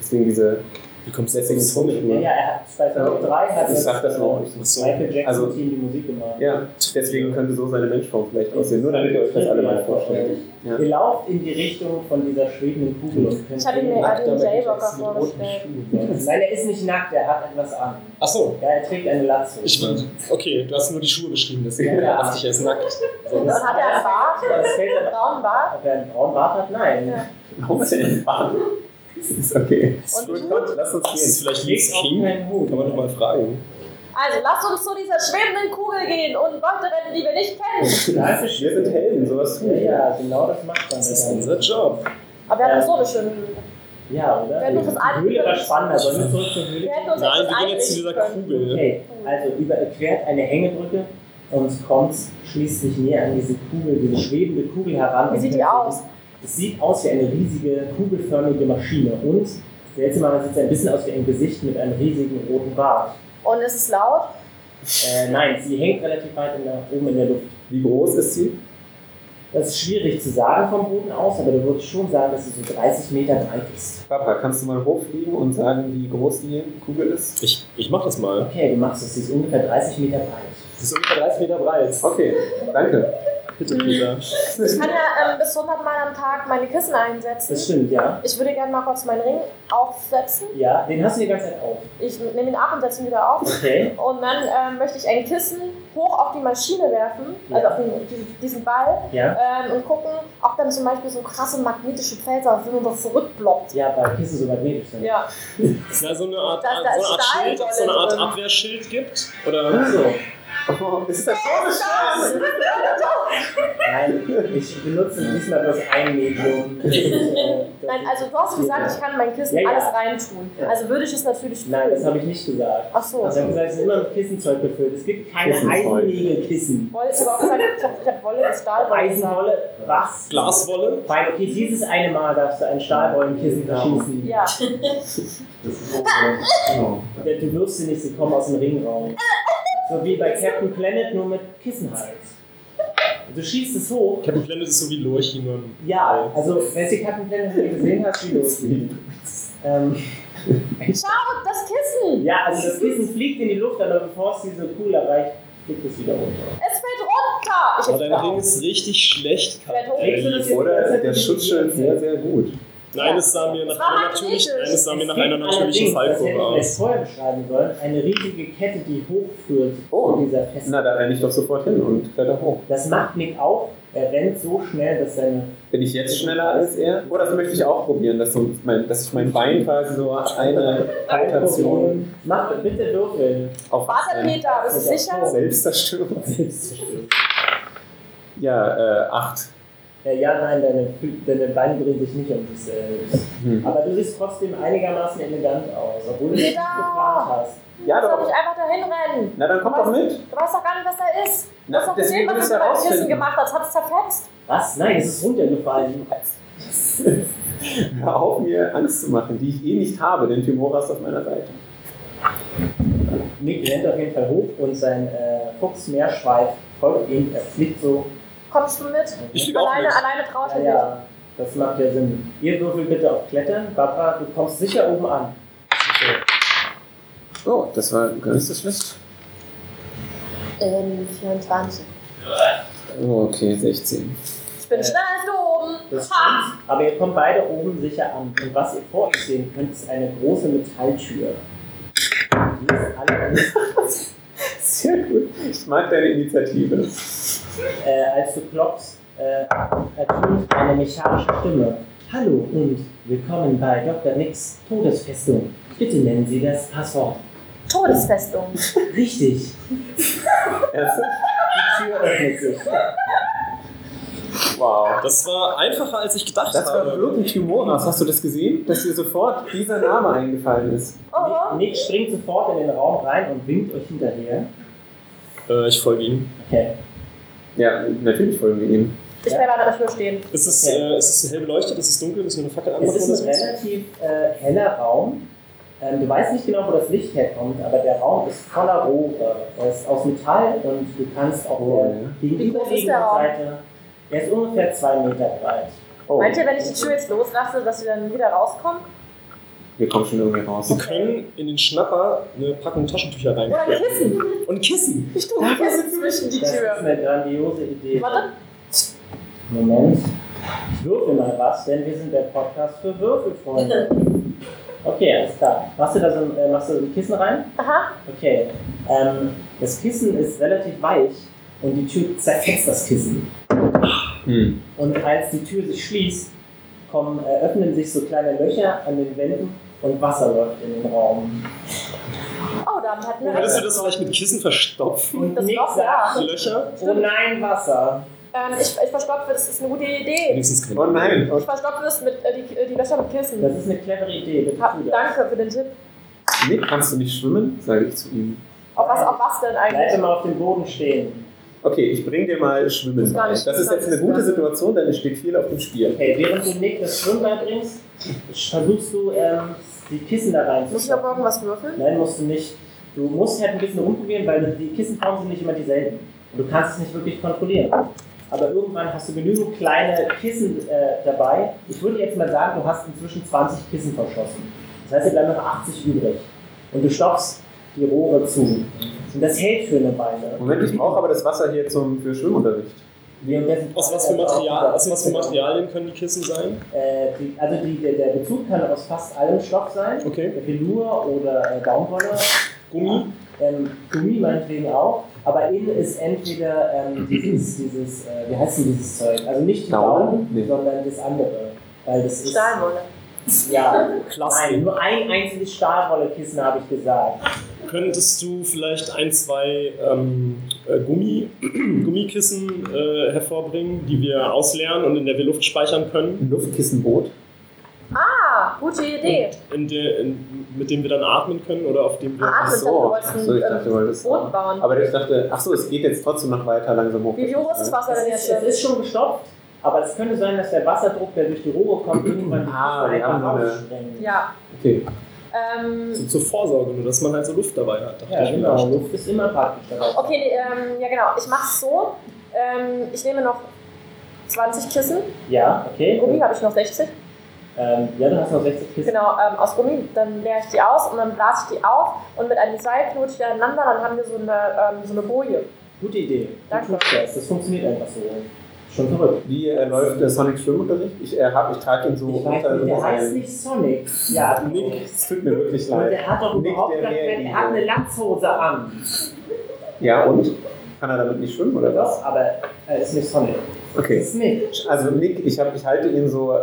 deswegen diese
Wie kommst du jetzt
lässigen
ins
Ja,
Tonspur.
Tunnel?
ja, er hat 2003 hat
Ich
jetzt, äh,
sag das auch nicht.
Achso.
Michael Jackson
Also-
Team die Musik gemacht.
Ja, deswegen könnte so seine Menschform vielleicht aussehen. Nur damit ihr euch das alle mal vorstellt. Ja.
Ihr lauft in die Richtung von dieser schwebenden Kugel und könnt
Ich hatte
sehen,
mir
nackt-
gerade den Jaywalker
mit roten
vorgestellt.
Nein, er ist nicht nackt, er hat etwas an.
Achso.
Ja, er trägt eine Latze.
Ich bin, okay, du hast nur die Schuhe beschrieben,
Ja,
deswegen
ja.
dachte ich, er ist nackt.
Und hat er einen Bart?
Es fällt
Einen
aber
braunen Bart?
ob er einen braunen Bart hat? Nein.
Ja.
Warum ist er denn fahren? Das ist okay.
Und
Gut,
du?
komm, lass uns
Das
gehen.
ist vielleicht
Trägt
Liz
auch
King.
keinen Hut.
Kann man doch mal fragen.
Also, lasst uns zu dieser schwebenden Kugel gehen und Leute retten, die wir nicht kennen.
Das ist
Wir sind Helden, sowas tun
Ja,
wir.
ja, genau das macht man.
Das ist
dann.
unser Job.
Aber wir hatten so eine schöne Höhle.
Ja, oder?
Wir hätten uns das
Die Höhle war spannender. Sollen wir zurück zur Höhle?
Wir hätten uns
Nein,
etwas
wir gehen jetzt zu dieser
einrichten können.
Kugel.
Okay, also überquert eine Hängebrücke und kommt schließlich näher an diese Kugel, diese schwebende Kugel heran.
Wie sieht die aus?
Es sieht aus wie eine riesige, kugelförmige Maschine und seltsamerweise sieht es ein bisschen aus wie ein Gesicht mit einem riesigen roten Bart.
Und es ist laut.
Äh, nein, sie hängt relativ weit in der, oben in der Luft.
Wie groß ist sie?
Das ist schwierig zu sagen vom Boden aus, aber da würde ich schon sagen, dass sie so 30 Meter breit ist.
Papa, kannst du mal hochfliegen und sagen, wie groß die Kugel ist?
Ich, ich mach das mal.
Okay, du machst es. Sie ist ungefähr 30 Meter breit.
Das ist ungefähr 30 Meter breit.
Okay, danke.
Bitte, Peter.
Ich kann ja ähm, bis 100 Mal am Tag meine Kissen einsetzen.
Das stimmt, ja?
Ich würde gerne mal kurz meinen Ring aufsetzen.
Ja, den hast du die ganze Zeit auf.
Ich nehme ihn ab und setze ihn wieder auf.
Okay.
Und dann ähm, möchte ich ein Kissen hoch auf die Maschine werfen, also auf den, diesen, diesen Ball,
Ja?
ähm, und gucken, ob dann zum Beispiel so krasse magnetische Felder sind und das zurückblockt.
Ja, weil Kissen so magnetisch sind.
Ja,
Na, so eine Art, so
Da- da
eine
ist
Art
Stahl
Schild, so eine Art
drin.
Abwehrschild gibt. Oder
Ach so.
Oh, ist das
Nein, ich benutze diesmal bloß ein Medium. Das ist, äh, das
nein,
ist-
also du hast gesagt, ich kann mein Kissen
Ja, ja.
alles reintun.
Ja.
Also würde ich es natürlich
Nein, das
tun.
habe ich nicht gesagt.
Ach so.
Also ich habe gesagt, es ist immer mit Kissenzeug gefüllt. Es gibt keine
Kissenzeug.
Eisenlegekissen.
Wolle, ich habe auch gesagt, ich habe hab Wolle und Stahlwolle gesagt.
Eisenwolle, was?
Glaswolle?
Fein, okay, dieses eine Mal darfst du ein Stahlbäumkissen
Genau.
verschießen.
Ja,
genau.
Der- Du wirst sie nicht, sie kommen aus dem Ringraum. So wie bei Captain Planet, nur mit Kissenhals. Du schießt es hoch.
Captain Planet ist so wie Lurchi, nur
Ja, also, wenn du Captain Planet nicht gesehen hast, wie los ähm,
schau, das Kissen!
Ja, also das Kissen fliegt in die Luft, aber bevor es diese Kugel erreicht, fliegt es wieder runter.
Es fällt runter! Ich
Aber
hab's
dein
wieder
Ring
auf.
ist richtig schlecht.
Vielleicht hoch-
Kriegst du das jetzt
Oder der Schutzschild sehr, sehr gut.
Nein, es sah mir nach
Das war
einer
magnetisch.
natürlichen, nein, es sah mir nach
Es
einer
gibt
natürlichen
allerdings, das hätte
Fallkurve
ich
aus.
vielleicht vorher beschreiben sollen, eine riesige Kette, die hochführt
Oh.
zu dieser Festung.
Na, da renne ich doch sofort hin und kletter hoch.
Das macht Nick auch. Er rennt so schnell, dass seine.
Bin ich jetzt schneller als er? Oh, das möchte ich auch probieren, dass, so mein, dass ich mein Bein quasi so eine Palpation
Mach bitte Würfel.
auf
Warte, Peter, bist du sicher?
Selbstzerstörung. Ja, äh, acht.
Äh, ja, nein, deine, Fü- deine Beine drehen sich nicht um dich selbst.
Hm.
Aber du siehst trotzdem einigermaßen elegant aus, obwohl du es nicht
Genau.
geplant hast.
Ja,
Soll
doch.
ich einfach dahin rennen?
Na, dann komm doch mit.
Du weißt doch gar nicht, was da ist. Du
Na,
hast doch
deswegen
gesehen, was
willst
du
du
mit meinem
herausfinden.
Kissen gemacht hast. Hat es zerfetzt?
Was? Nein, es ist runtergefallen.
Hör auf, mir Angst zu machen, die ich eh nicht habe, denn Timora ist auf meiner Seite.
Nick rennt auf jeden Fall hoch und sein äh, Fuchsmeerschweif folgt ihm. Er fliegt so.
Kommst du mit?
Ich flieg auch
Alleine,
mit.
alleine traue ich
Ja,
mich nicht.
ja, das macht ja Sinn. Ihr würfelt bitte auf Klettern. Barbara, du kommst sicher oben an.
Oh, das war gar nicht so schlecht.
Ähm, 24.
Oh, okay, 16.
Ich bin
Äh,
schneller als du oben.
Das
Ha!
stimmt. Aber ihr kommt beide oben sicher an. Und was ihr vor euch sehen könnt, ist eine große Metalltür. Die ist alle
Sehr gut. Ich mag deine Initiative.
äh, als du klopfst, äh, ertönt eine mechanische Stimme. Hallo und willkommen bei Dr. Nicks Todesfestung. Bitte nennen Sie das Passwort.
Todesfestung.
Richtig.
Ernsthaft?
Die Tür öffnet sich.
Wow.
Das war einfacher, als ich gedacht
Das war
habe.
wirklich Timoras. Hast du das gesehen? Dass dir sofort dieser Name eingefallen ist.
Oh,
Nick, Nick springt sofort in den Raum rein und winkt euch hinterher.
Äh, ich folge ihm.
Okay.
Ja, natürlich folgen wir ihm.
ich bleibe an der Tür stehen.
Ist es,
Okay.
äh, ist es hell beleuchtet? Ist es dunkel? Müssen wir eine Fackel
Es
anmachen oder
ist ein
sowas?
relativ äh, heller Raum. Ähm, du weißt nicht genau, wo das Licht herkommt, aber der Raum ist voller Rohre. Er ist aus Metall und du kannst auch
Oh,
äh,
ja.
die
Wie groß ist der
gegenüberliegende
Raum?
Seite. Er ist ungefähr zwei Meter breit.
Oh,
Meint ihr, wenn ich die Tür jetzt loslasse, dass wir dann wieder rauskommen?
wir kommen schon irgendwie raus.
Wir können in den Schnapper eine Packung Taschentücher
Oder ein
reinpacken.
Kissen?
Und ein Kissen.
Ich tue ein Kissen zwischen die
Das ist
Tür.
eine grandiose Idee.
Warte.
Moment. Ich würfel mal was, denn wir sind der Podcast für Würfelfreunde. Okay, alles klar. Machst du da so ein, äh, machst du so ein Kissen rein?
Aha.
Okay. Ähm, das Kissen ist relativ weich und die Tür zerfetzt das Kissen.
Hm.
Und als die Tür sich schließt, kommen, äh, öffnen sich so kleine Löcher an den Wänden und Wasser läuft in den Raum.
Oh, damit hatten wir
Würdest
recht.
du das vielleicht mit Kissen verstopfen?
Und
Das
Nick
Loch,
sagt,
ja.
Die Löcher?
oh nein, Wasser.
Ähm, ich, ich verstopfe, das ist eine gute Idee.
Wenigstens keine.
Oh nein.
Ich verstopfe das mit, äh, die, äh, die Löcher mit
Das
Kissen.
ist eine clevere Idee. Bitte
Ha,
tu das.
danke für den Tipp.
Nick, kannst du nicht schwimmen? Sage ich zu ihm.
Auf was, auf was denn
Bleib
eigentlich?
immer auf dem Boden stehen.
Okay, ich bring dir mal Schwimmen
Das
bei.
war
Das
nicht-
ist jetzt eine gute Situation, denn es steht viel auf dem Spiel.
Okay, während du Nick das Schwimmbad bringst, versuchst du, ähm, die Kissen da rein zu
Muss ich auf irgendwas würfeln?
Nein, musst du nicht. Du musst halt ein bisschen rumprobieren, weil die Kissenformen sind nicht immer dieselben. Und du kannst es nicht wirklich kontrollieren. Aber irgendwann hast du genügend kleine Kissen äh, dabei. Ich würde jetzt mal sagen, du hast inzwischen 20 Kissen verschossen. Das heißt, dir bleiben noch 80 übrig. Und du stopfst die Rohre zu. Und das hält für eine Weile.
Moment, ich brauche aber das Wasser hier zum, für Schwimmunterricht.
Währenddessen-
Aus was für Material, aus was für Materialien können die Kissen sein?
Äh, die, also die, der, der Bezug kann aus fast allem Stoff sein.
Okay.
Velour oder äh, Baumwolle.
Gummi?
ähm, Gummi meinetwegen auch, aber innen ist entweder ähm, dieses, dieses äh, wie heißt denn dieses Zeug? Also nicht die
Daumen?
Daumen,
Nee.
sondern das andere. Weil das ist.
Stahlwolle.
Ja,
Klasse.
nein, nur ein einziges Stahlwolle-Kissen habe ich gesagt.
Könntest du vielleicht ein, zwei ähm, äh, Gummi, Gummikissen äh, hervorbringen, die wir ausleeren und in der wir Luft speichern können,
Ein Luftkissenboot.
Ah, gute Idee.
in der, in, mit dem wir dann atmen können oder auf dem wir.
Ah, atmen,
so.
ich dachte,
Ach
du wolltest
so, ich
ein
dachte, du
ähm,
wolltest-
Boot bauen.
Aber ich dachte, ach so, es geht jetzt trotzdem noch weiter langsam hoch.
Wie hoch ist das Wasser
Es
denn
ist,
jetzt?
es ist schon gestopft, aber es könnte sein, dass der Wasserdruck, der durch die Rohre kommt, irgendwann die
Ah, wir
Kissen
haben
einfach
eine-
raussprengt.
Ja.
Okay.
Ähm,
So zur Vorsorge, nur dass man halt so Luft dabei hat. dachte
Ja,
ich mir.
genau. Luft ist immer praktisch dabei.
okay, nee, ähm, ja genau. Ich mache es so. Ähm, ich nehme noch 20 Kissen.
Ja, okay.
Gummi habe ich noch 60.
Ähm, ja, du hast noch 60 Kissen.
Oh, Genau, ähm, aus Gummi. Dann leere ich die aus und dann blase ich die auf und mit einem Seil knote ich die aneinander. Dann haben wir so eine, ähm, so eine Boje.
Gute Idee.
Danke.
Du tust das. Das funktioniert einfach so. Schon verrückt.
Wie äh, läuft der Sonic Schwimmunterricht? Ich, äh, hab, ich trage ihn so
Ich weiß nicht, der
unter
heißt nicht Sonic. Ja,
Nick,
Nick.
es tut mir wirklich
Und
leid.
der hat doch
Nick,
überhaupt
der
gar
wäre
keine,
die-
er hat eine Latzhose an.
Ja, und? Kann er damit nicht schwimmen oder was?
Doch, aber er ist nicht Sonic. Das
Okay.
ist Nick.
Also Nick, ich, hab, ich halte ihn so äh,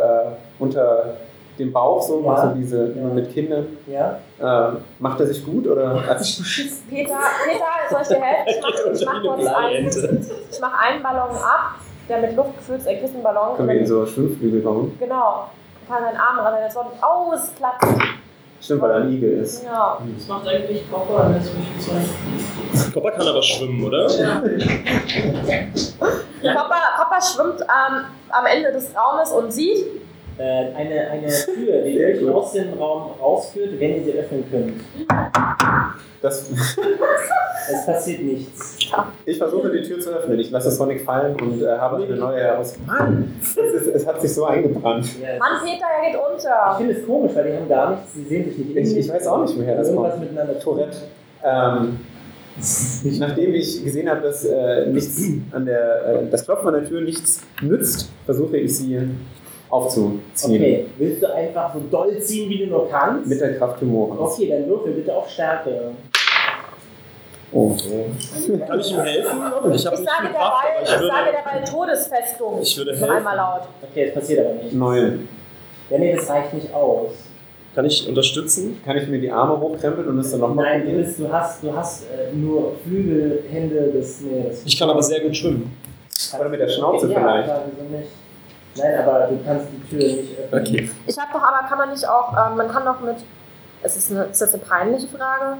unter dem Bauch, so, mach
Ja.
so diese
Ja.
mit Kindern.
Ja?
Äh, macht er sich gut oder? Also,
Peter, Peter, soll ich dir helfen? Ich mache ich mach kurz
Kleine
einen.
Ente.
Ich mache einen Ballon ab der mit Luft gefüllt ist, ein Kissenballon.
Können
Und
wir
dann,
ihn so Schwimmflügel bauen?
Genau. Kann seinen Arm ran, wenn das Wort ausklappt.
Stimmt, weil er ein Igel ist.
Ja.
Das macht eigentlich Copper in der Zwischenzeit.
Copper kann aber schwimmen, oder?
Papa, Papa schwimmt ähm, am Ende des Raumes und sieht,
Äh, eine, eine Tür, die
Sehr
euch
gut.
aus dem Raum rausführt, wenn ihr sie öffnen könnt.
Das,
Es passiert nichts.
ich versuche die Tür zu öffnen. Ich lasse Sonic fallen und äh, habe eine neue Herausforderung. Es, ist, es hat sich so eingebrannt.
Ja, es-
Mann, Peter, er geht
ich
unter.
finde es komisch, weil die haben gar nichts, sie sehen sich nicht.
Ich, ich weiß auch nicht, woher das
Irgendwas
kommt.
miteinander
Tourette. Ähm, nachdem ich gesehen habe, dass äh, nichts an der, äh, das Klopfen an der Tür nichts nützt, versuche ich sie aufzuziehen.
Okay, willst du einfach so doll ziehen, wie du nur kannst?
Mit der Kraft Humoris.
okay, dann würfel bitte auf Stärke.
Oh.
Kann ich ihm helfen? Ich habe
Ich
nicht
sage
viel Kraft,
dabei, ich
aber ich
sage
würde,
dabei Todesfestung.
ich würde
Noch einmal
helfen.
laut.
Okay, es passiert aber nicht.
Neun.
Ja, nee, das reicht nicht aus.
Kann ich unterstützen?
Kann ich mir die Arme hochkrempeln und das dann nochmal
Nein, du, bist, du hast, du hast äh, nur Flügel, Hände, das, nee, das
Ich kann aber sehr gut schwimmen.
Oder mit der Schnauze
ja,
vielleicht.
Aber wieso nicht? Nein, aber du kannst die Tür nicht öffnen.
Okay.
Ich habe doch aber, kann man nicht auch, ähm, man kann doch mit, es ist, eine, ist das eine peinliche Frage?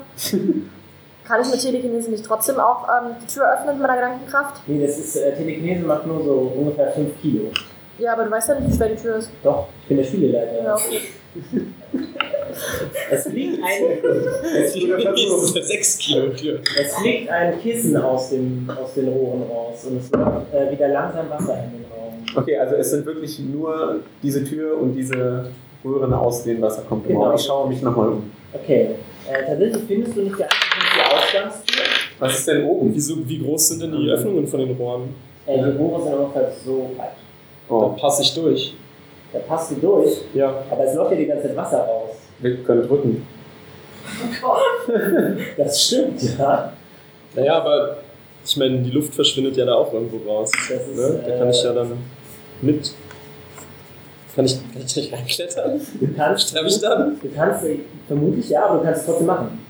kann ich mit Telekinese nicht trotzdem auch ähm, die Tür öffnen mit meiner Gedankenkraft?
Nee, das ist, äh, Telekinese macht nur so ungefähr 5 Kilo.
Ja, aber du weißt ja nicht, wie schwer die Tür ist.
Doch, ich bin der Spieleleiter.
Ja, okay.
Es, fliegt ein,
Das ist eine 6 Kilo Tür.
es fliegt ein Kissen aus, dem, aus den Rohren raus und es läuft äh, wieder langsam Wasser in den Raum.
Okay, also es sind wirklich nur diese Tür und diese Röhren aus denen Wasser kommt.
Genau.
Ich schaue mich nochmal um.
Okay, äh, tatsächlich findest du nicht die einzige Ausgangstür.
Was ist denn oben?
Wieso, wie groß sind denn die Öffnungen von den Rohren?
Äh, die Rohre sind ungefähr so weit.
Da
Oh,
passe ich durch.
Da passt du durch,
Ja.
aber es läuft ja die ganze Zeit Wasser raus.
wir können drücken.
Das stimmt, ja.
Naja, aber ich meine, die Luft verschwindet ja da auch irgendwo raus.
Das ist,
ne? Da kann ich ja
äh,
dann mit. Kann ich, kann ich nicht reinklettern?
Du kannst,
Sterbe ich dann?
du kannst äh, vermutlich ja, aber du kannst es trotzdem machen.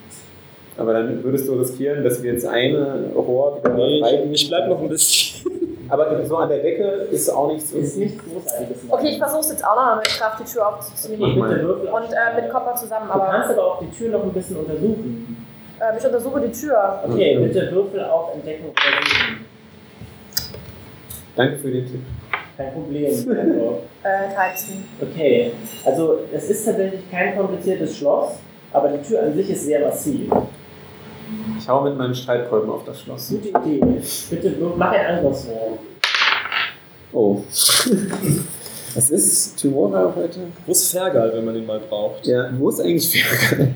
Aber dann würdest du riskieren, dass wir jetzt eine Rohr wieder
Nee,
freigeben.
ich, ich bleib noch ein bisschen.
Aber so an der Decke ist auch nichts.
Ist nichts Großartiges. nein.
okay, ich versuche es jetzt auch nochmal mit Kraft, die Tür
Bitte
aufzuziehen.
mal.
würfel auf
Und äh, mit Kopper zusammen,
Du kannst
aber
aber auch die Tür noch ein bisschen untersuchen.
äh, ich untersuche die Tür.
Okay,
Mhm.
bitte würfel auf Entdecken untersuchen.
Danke für den Tipp.
Kein Problem. Also,
Äh, Kalbsten.
okay, also es ist tatsächlich kein kompliziertes Schloss, aber die Tür an sich ist sehr massiv.
Ich hau mit meinem Streitkolben auf das Schloss.
Gute Idee. Bitte würf- mach einen Angriffswurf.
Oh. Was ist Timora heute?
Wo ist Fergal, wenn man den mal braucht?
Ja, wo ist eigentlich Fergal?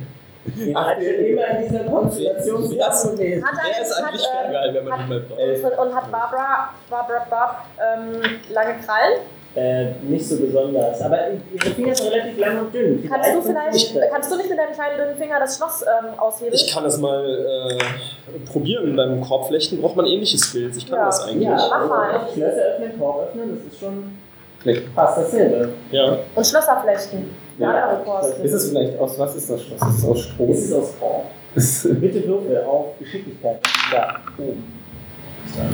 Wir
Ach,
hatten
nee.
immer in dieser Konstellation
Ja.
zusammen gewesen.
Hat
Der ist eigentlich
hat, äh,
Fergal, wenn man ihn mal braucht.
und, und hat Barbara, Barbara, Barb, ähm, lange Krallen?
Äh, nicht so besonders. Aber ihre Finger sind relativ lang und dünn.
Kannst du vielleicht,
nicht.
kannst du nicht mit deinem kleinen dünnen Finger das Schloss ähm, aushebeln?
Ich kann das mal äh, probieren. Beim Korbflechten braucht man ähnliche Skills. Ich kann
Ja.
das eigentlich.
Ja,
Mach mal.
also Schlösser öffnen, Korb öffnen, das ist schon
Vielleicht.
fast ne? dasselbe.
Ja.
Und Schlösser flechten.
Ja.
Ja, andere Post.
Ist es vielleicht aus, was ist das Schloss? Ist es aus Stroh?
Ist es aus Korb? Bitte würfel auf Geschicklichkeit. Ja, oben.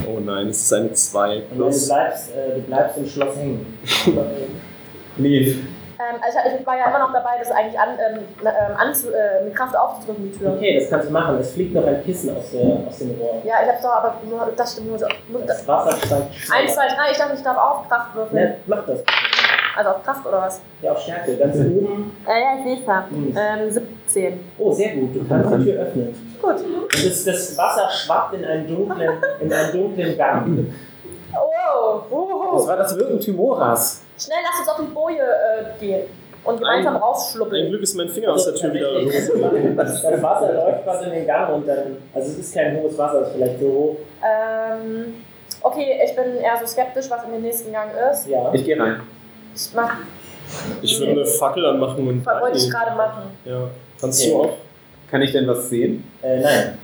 Oh nein, es ist eine 2
Und dann du
plus.
bleibst, äh, du bleibst im Schloss hängen.
Nee.
Ähm, also ich war ja immer noch dabei, das eigentlich an, ähm, ähm, anzu, äh, mit Kraft aufzudrücken, die Tür.
Okay, das kannst du machen. Es fliegt noch ein Kissen aus, der, aus dem Rohr.
Ja, ich hab's doch, aber nur, das stimmt nur so. Nur,
Das Wasser steigt.
eins, zwei, drei, ich dachte, ich darf auf Kraft würfeln.
Ne, mach das.
Also auf Kraft oder was?
Ja, auf Stärke. Ganz oben.
Äh, ja, ich lese da.
Mhm.
Ähm, 17.
Oh, sehr gut. Du kannst die Tür öffnen.
Gut.
Und das, das Wasser schwappt in einen dunklen, in einen dunklen Gang.
Oh,
Das
oh.
war das Wirken Timoras.
Schnell lass uns auf die Boje äh, gehen und gemeinsam
Ein- Ein
rausschluppeln.
Glück ist mein Finger aus der Tür wieder los.
Das Wasser läuft gerade in den Gang und dann. Also, es ist kein hohes Wasser, es ist vielleicht so hoch.
Ähm, okay, ich bin eher so skeptisch, was in den nächsten Gang ist.
Ja.
Ich gehe rein.
Ich mach,
Ich würde eine Fackel anmachen und.
wollte ich
reingehen.
gerade machen.
Ja. Kannst
Okay.
du auch?
Kann ich denn was sehen?
Äh, nein.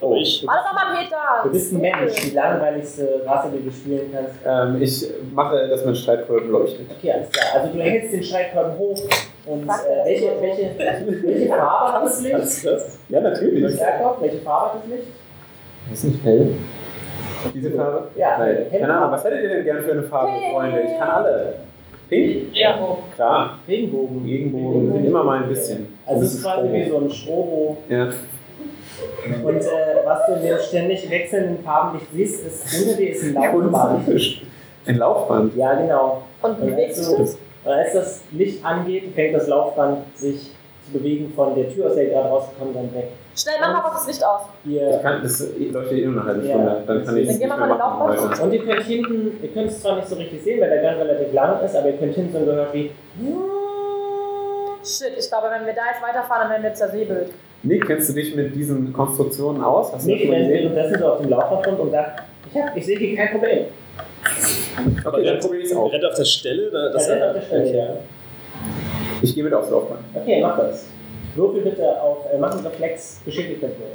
Oh, ich.
Warte doch mal, Peter!
Du bist ein Mensch, die langweiligste Rasse, die du spielen kannst.
Ähm, ich mache, dass mein Streitkolben leuchtet.
Okay, alles klar. Also du hältst den Schreibkorb hoch und
Sag
äh,
das
welche,
mal.
welche, welche Farbe hat das Licht?
Was ist das?
Ja, natürlich.
Jakob, welche Farbe hat das Licht?
Ist nicht hell. Diese Farbe?
Ja. äh,
Nein. Keine Ahnung, was hättet ihr denn gern für eine Farbe, Freunde? Ich kann alle. Pink?
Ja,
Klar.
Regenbogen.
Regenbogen, immer mal ein bisschen.
Also es ist quasi wie so ein Strobo.
Ja.
Und äh, was du in den ständig wechselnden Farben nicht siehst, ist unter dir ist ein Laufband.
Kunstfisch. Ein Laufband.
Ja, genau.
Und
Und
bewegt
als,
also-
sich
du,
das?
und als das Licht angeht, fängt das Laufband sich zu bewegen von der Tür, aus der ihr gerade rausgekommen seid, weg.
Schnell, mach mal kurz das Licht aus.
Ihr,
Ich kann, das läuft ja eh nur eine halbe
Ja.
Stunde. Dann kann ich
Dann
es
geh mal
nicht mehr
von der
machen
Laufbahn.
heute.
und ihr könnt hinten, ihr könnt es zwar nicht so richtig sehen, weil der Gang relativ lang ist, aber ihr könnt hinten so ein Gehör wie
Shit, ich glaube, wenn wir da jetzt weiterfahren, dann werden wir zersäbelt.
Nick, kennst du dich mit diesen Konstruktionen aus? Hast du das
Nick
schon
rennt
gesehen?
währenddessen so auf dem Laufband rum und sagt, ich, hab- ich sehe hier kein Problem.
Okay, dann probiere ich es auch.
Rennt auf der Stelle, da, das
Er rennt auf der Stelle, ja.
Ich gehe mit aufs Laufband.
Okay, mach das. Würfel bitte auf, äh, mach einen Reflex, Geschicklichkeitswurf.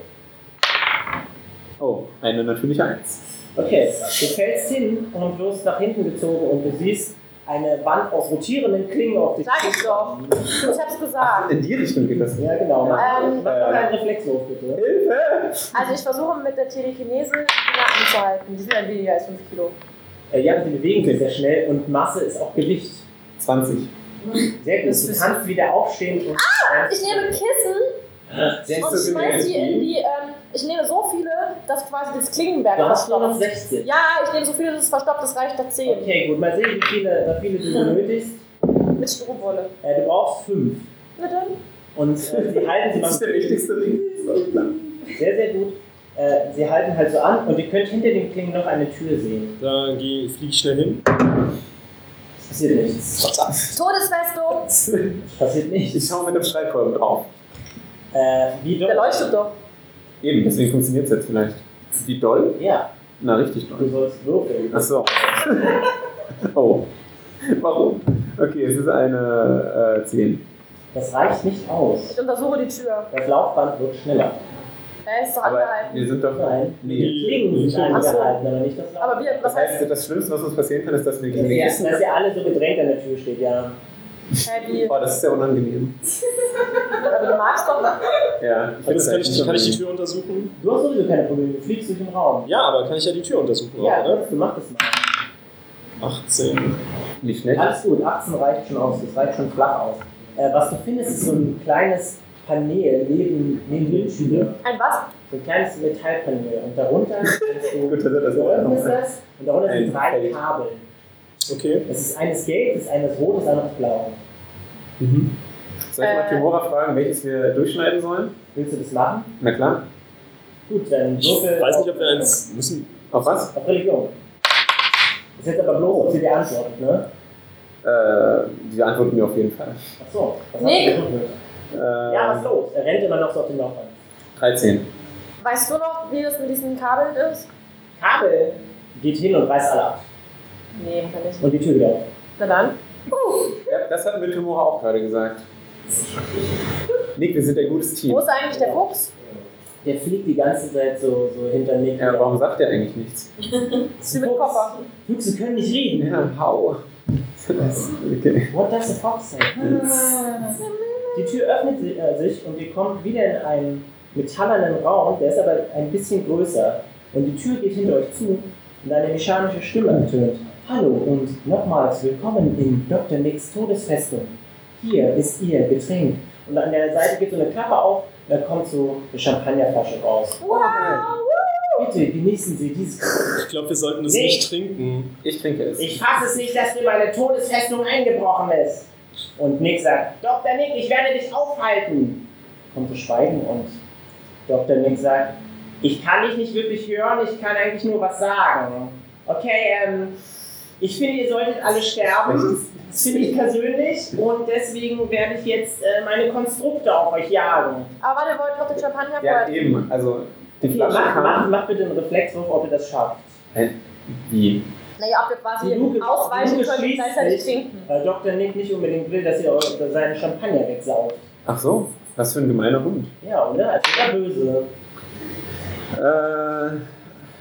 Oh, eine natürliche Eins.
Okay, du fällst hin und wirst nach hinten gezogen und du siehst eine Wand aus rotierenden Klingen auf dich.
Sag ich doch. Ich hab's gesagt.
In die Richtung geht das.
Ja, genau. Mach,
Ähm,
mach doch einen Reflexwurf bitte.
Hilfe!
Also ich versuche mit der Telekinese die Dinger anzuhalten. Die sind ja weniger als 5 Kilo.
Äh, ja, die bewegen sich sehr schnell und Masse ist auch Gewicht.
20.
Sehr gut.
Das
Du
ist- Ah,
kannst wieder aufstehen und.
Ich nehme Kissen und
sind wir
schmeiß die
jetzt
in die, ähm, ich nehme so viele, dass quasi das Klingenberg
Du hast nur noch
verstopft.
16.
Ja, ich nehme so viele, dass es verstopft, das reicht doch 10.
Okay, gut. Mal sehen, wie viele, wie viele du benötigst.
Mit Strohwolle.
Äh, du brauchst fünf.
Bitte?
Und äh, sie halten sie
Das ist
machen
der wichtigste Ding.
sehr, sehr gut. Äh, sie halten halt so an und ihr könnt hinter den Klingen noch eine Tür sehen.
Da geh- flieg ich schnell hin.
Es passiert nichts.
Todesfestung.
Es passiert
Ich
nichts.
schaue mit dem Schreibkolben drauf.
Äh, wie
Der
doll?
leuchtet doch.
Eben, deswegen funktioniert es jetzt vielleicht. Wie doll?
Ja,
Na, richtig
du
doll.
sollst würfeln.
Ach so. Oh. Warum? Okay, es ist eine äh, 10.
Das reicht nicht aus.
Ich untersuche die Tür.
Das Laufband wird schneller.
Er ist doch
Aber
angehalten.
wir sind doch.
Nein.
Nee.
Die Klingen sind
Ach so.
angehalten, aber nicht das Laufband.
Aber wir, was
Das
heißt,
heißt, das Schlimmste, was uns passieren kann, ist, dass wir
Dass
gegen den
ihr,
Kissen.
dass ihr alle so gedrängt an der Tür steht, ja.
hä, wie,
Oh, das ist ja unangenehm.
aber du magst doch
Ja, ich
Aber
finde es
das kann,
eigentlich
ich, kann ich die
unangenehm.
Tür untersuchen?
Du hast sowieso keine Probleme, du fliegst durch den Raum.
Ja, aber kann ich ja die Tür untersuchen,
Ja,
auch, ne? oder?
du machst das mal.
18.
Nicht schlecht.
Alles gut, 18 reicht schon aus, das reicht schon flach aus. Äh, was du findest, ist so ein kleines Panel neben, neben den Tür.
Ein was?
So ein kleines Metallpanel. Und darunter kannst du.
Gut, dass er das
du
auch
öffnest
noch-
das und darunter sind
Ein
drei
Feld.
Kabel.
Okay.
Es ist eines gelb, es ist eines rot, es ist eines blau.
Soll ich mal
Äh.
Kimura fragen, welches wir durchschneiden sollen?
Willst du das machen?
Na klar.
Gut, dann
Ich
würfel.
weiß nicht,
auf-
ob wir eins müssen.
Auf was?
Auf Religion. Ist jetzt aber bloß, ob sie dir antwortet, ne?
Äh, die antworten mir auf jeden Fall.
Achso. was hast du
Nee.
gewürfelt?
Äh,
Ja, was ist los? Er rennt immer noch so auf den Laufband.
13.
Weißt du noch, wie das mit diesen Kabeln ist?
Kabel geht hin und reißt alle ab.
Nee, kann ich nicht.
Und die Tür wieder auf.
Na dann.
Ja, das hat mir Kimura auch gerade gesagt. Nick, wir sind ein gutes Team.
Wo ist eigentlich der Fuchs?
Der fliegt die ganze Zeit so, so hinter Nick.
Ja, warum sagt er eigentlich nichts?
Ist wie mit Koffer.
Füchse können nicht reden.
Ja, hau. Okay.
What does the fox say? Die Tür öffnet si- äh, sich und ihr kommt wieder in einen metallernen Raum, der ist aber ein bisschen größer. Und die Tür geht hinter euch zu und eine mechanische Stimme ertönt. Hallo und nochmals willkommen in Dr. Nicks Todesfestung. Hier ist Ihr Getränk. Und an der Seite geht so eine Klappe auf und da kommt so eine Champagnerflasche raus.
Wow!
Bitte genießen Sie dieses...
Ich glaube, wir sollten es
Nee.
nicht trinken.
Ich trinke es.
Ich fasse es nicht, dass mir meine Todesfestung eingebrochen ist. Und Nick sagt, Dr. Nick, ich werde dich aufhalten. Kommt zu Schweigen und Dr. Nick sagt, ich kann dich nicht wirklich hören, ich kann eigentlich nur was sagen. Okay, ähm, ich finde, ihr solltet alle sterben. Das finde ich persönlich und deswegen werde ich jetzt äh, meine Konstrukte auf euch jagen.
Aber warte, wir wollten noch den Champagner
Ja,
vorher.
eben. Also, die
Okay,
Flasche
mach, mach,
kam.
mach bitte einen Reflexwurf, ob ihr das schafft.
Wie?
Naja, ob wir quasi
Die Luke-
ausweichen
Luke
können und
schließt
gleichzeitig
sich.
trinken.
Weil Dr. Nick nicht unbedingt will, dass ihr eure- seinen Champagner wegsaugt.
Ach so, was für ein gemeiner Hund.
Ja, oder? Also sehr böse.
Äh,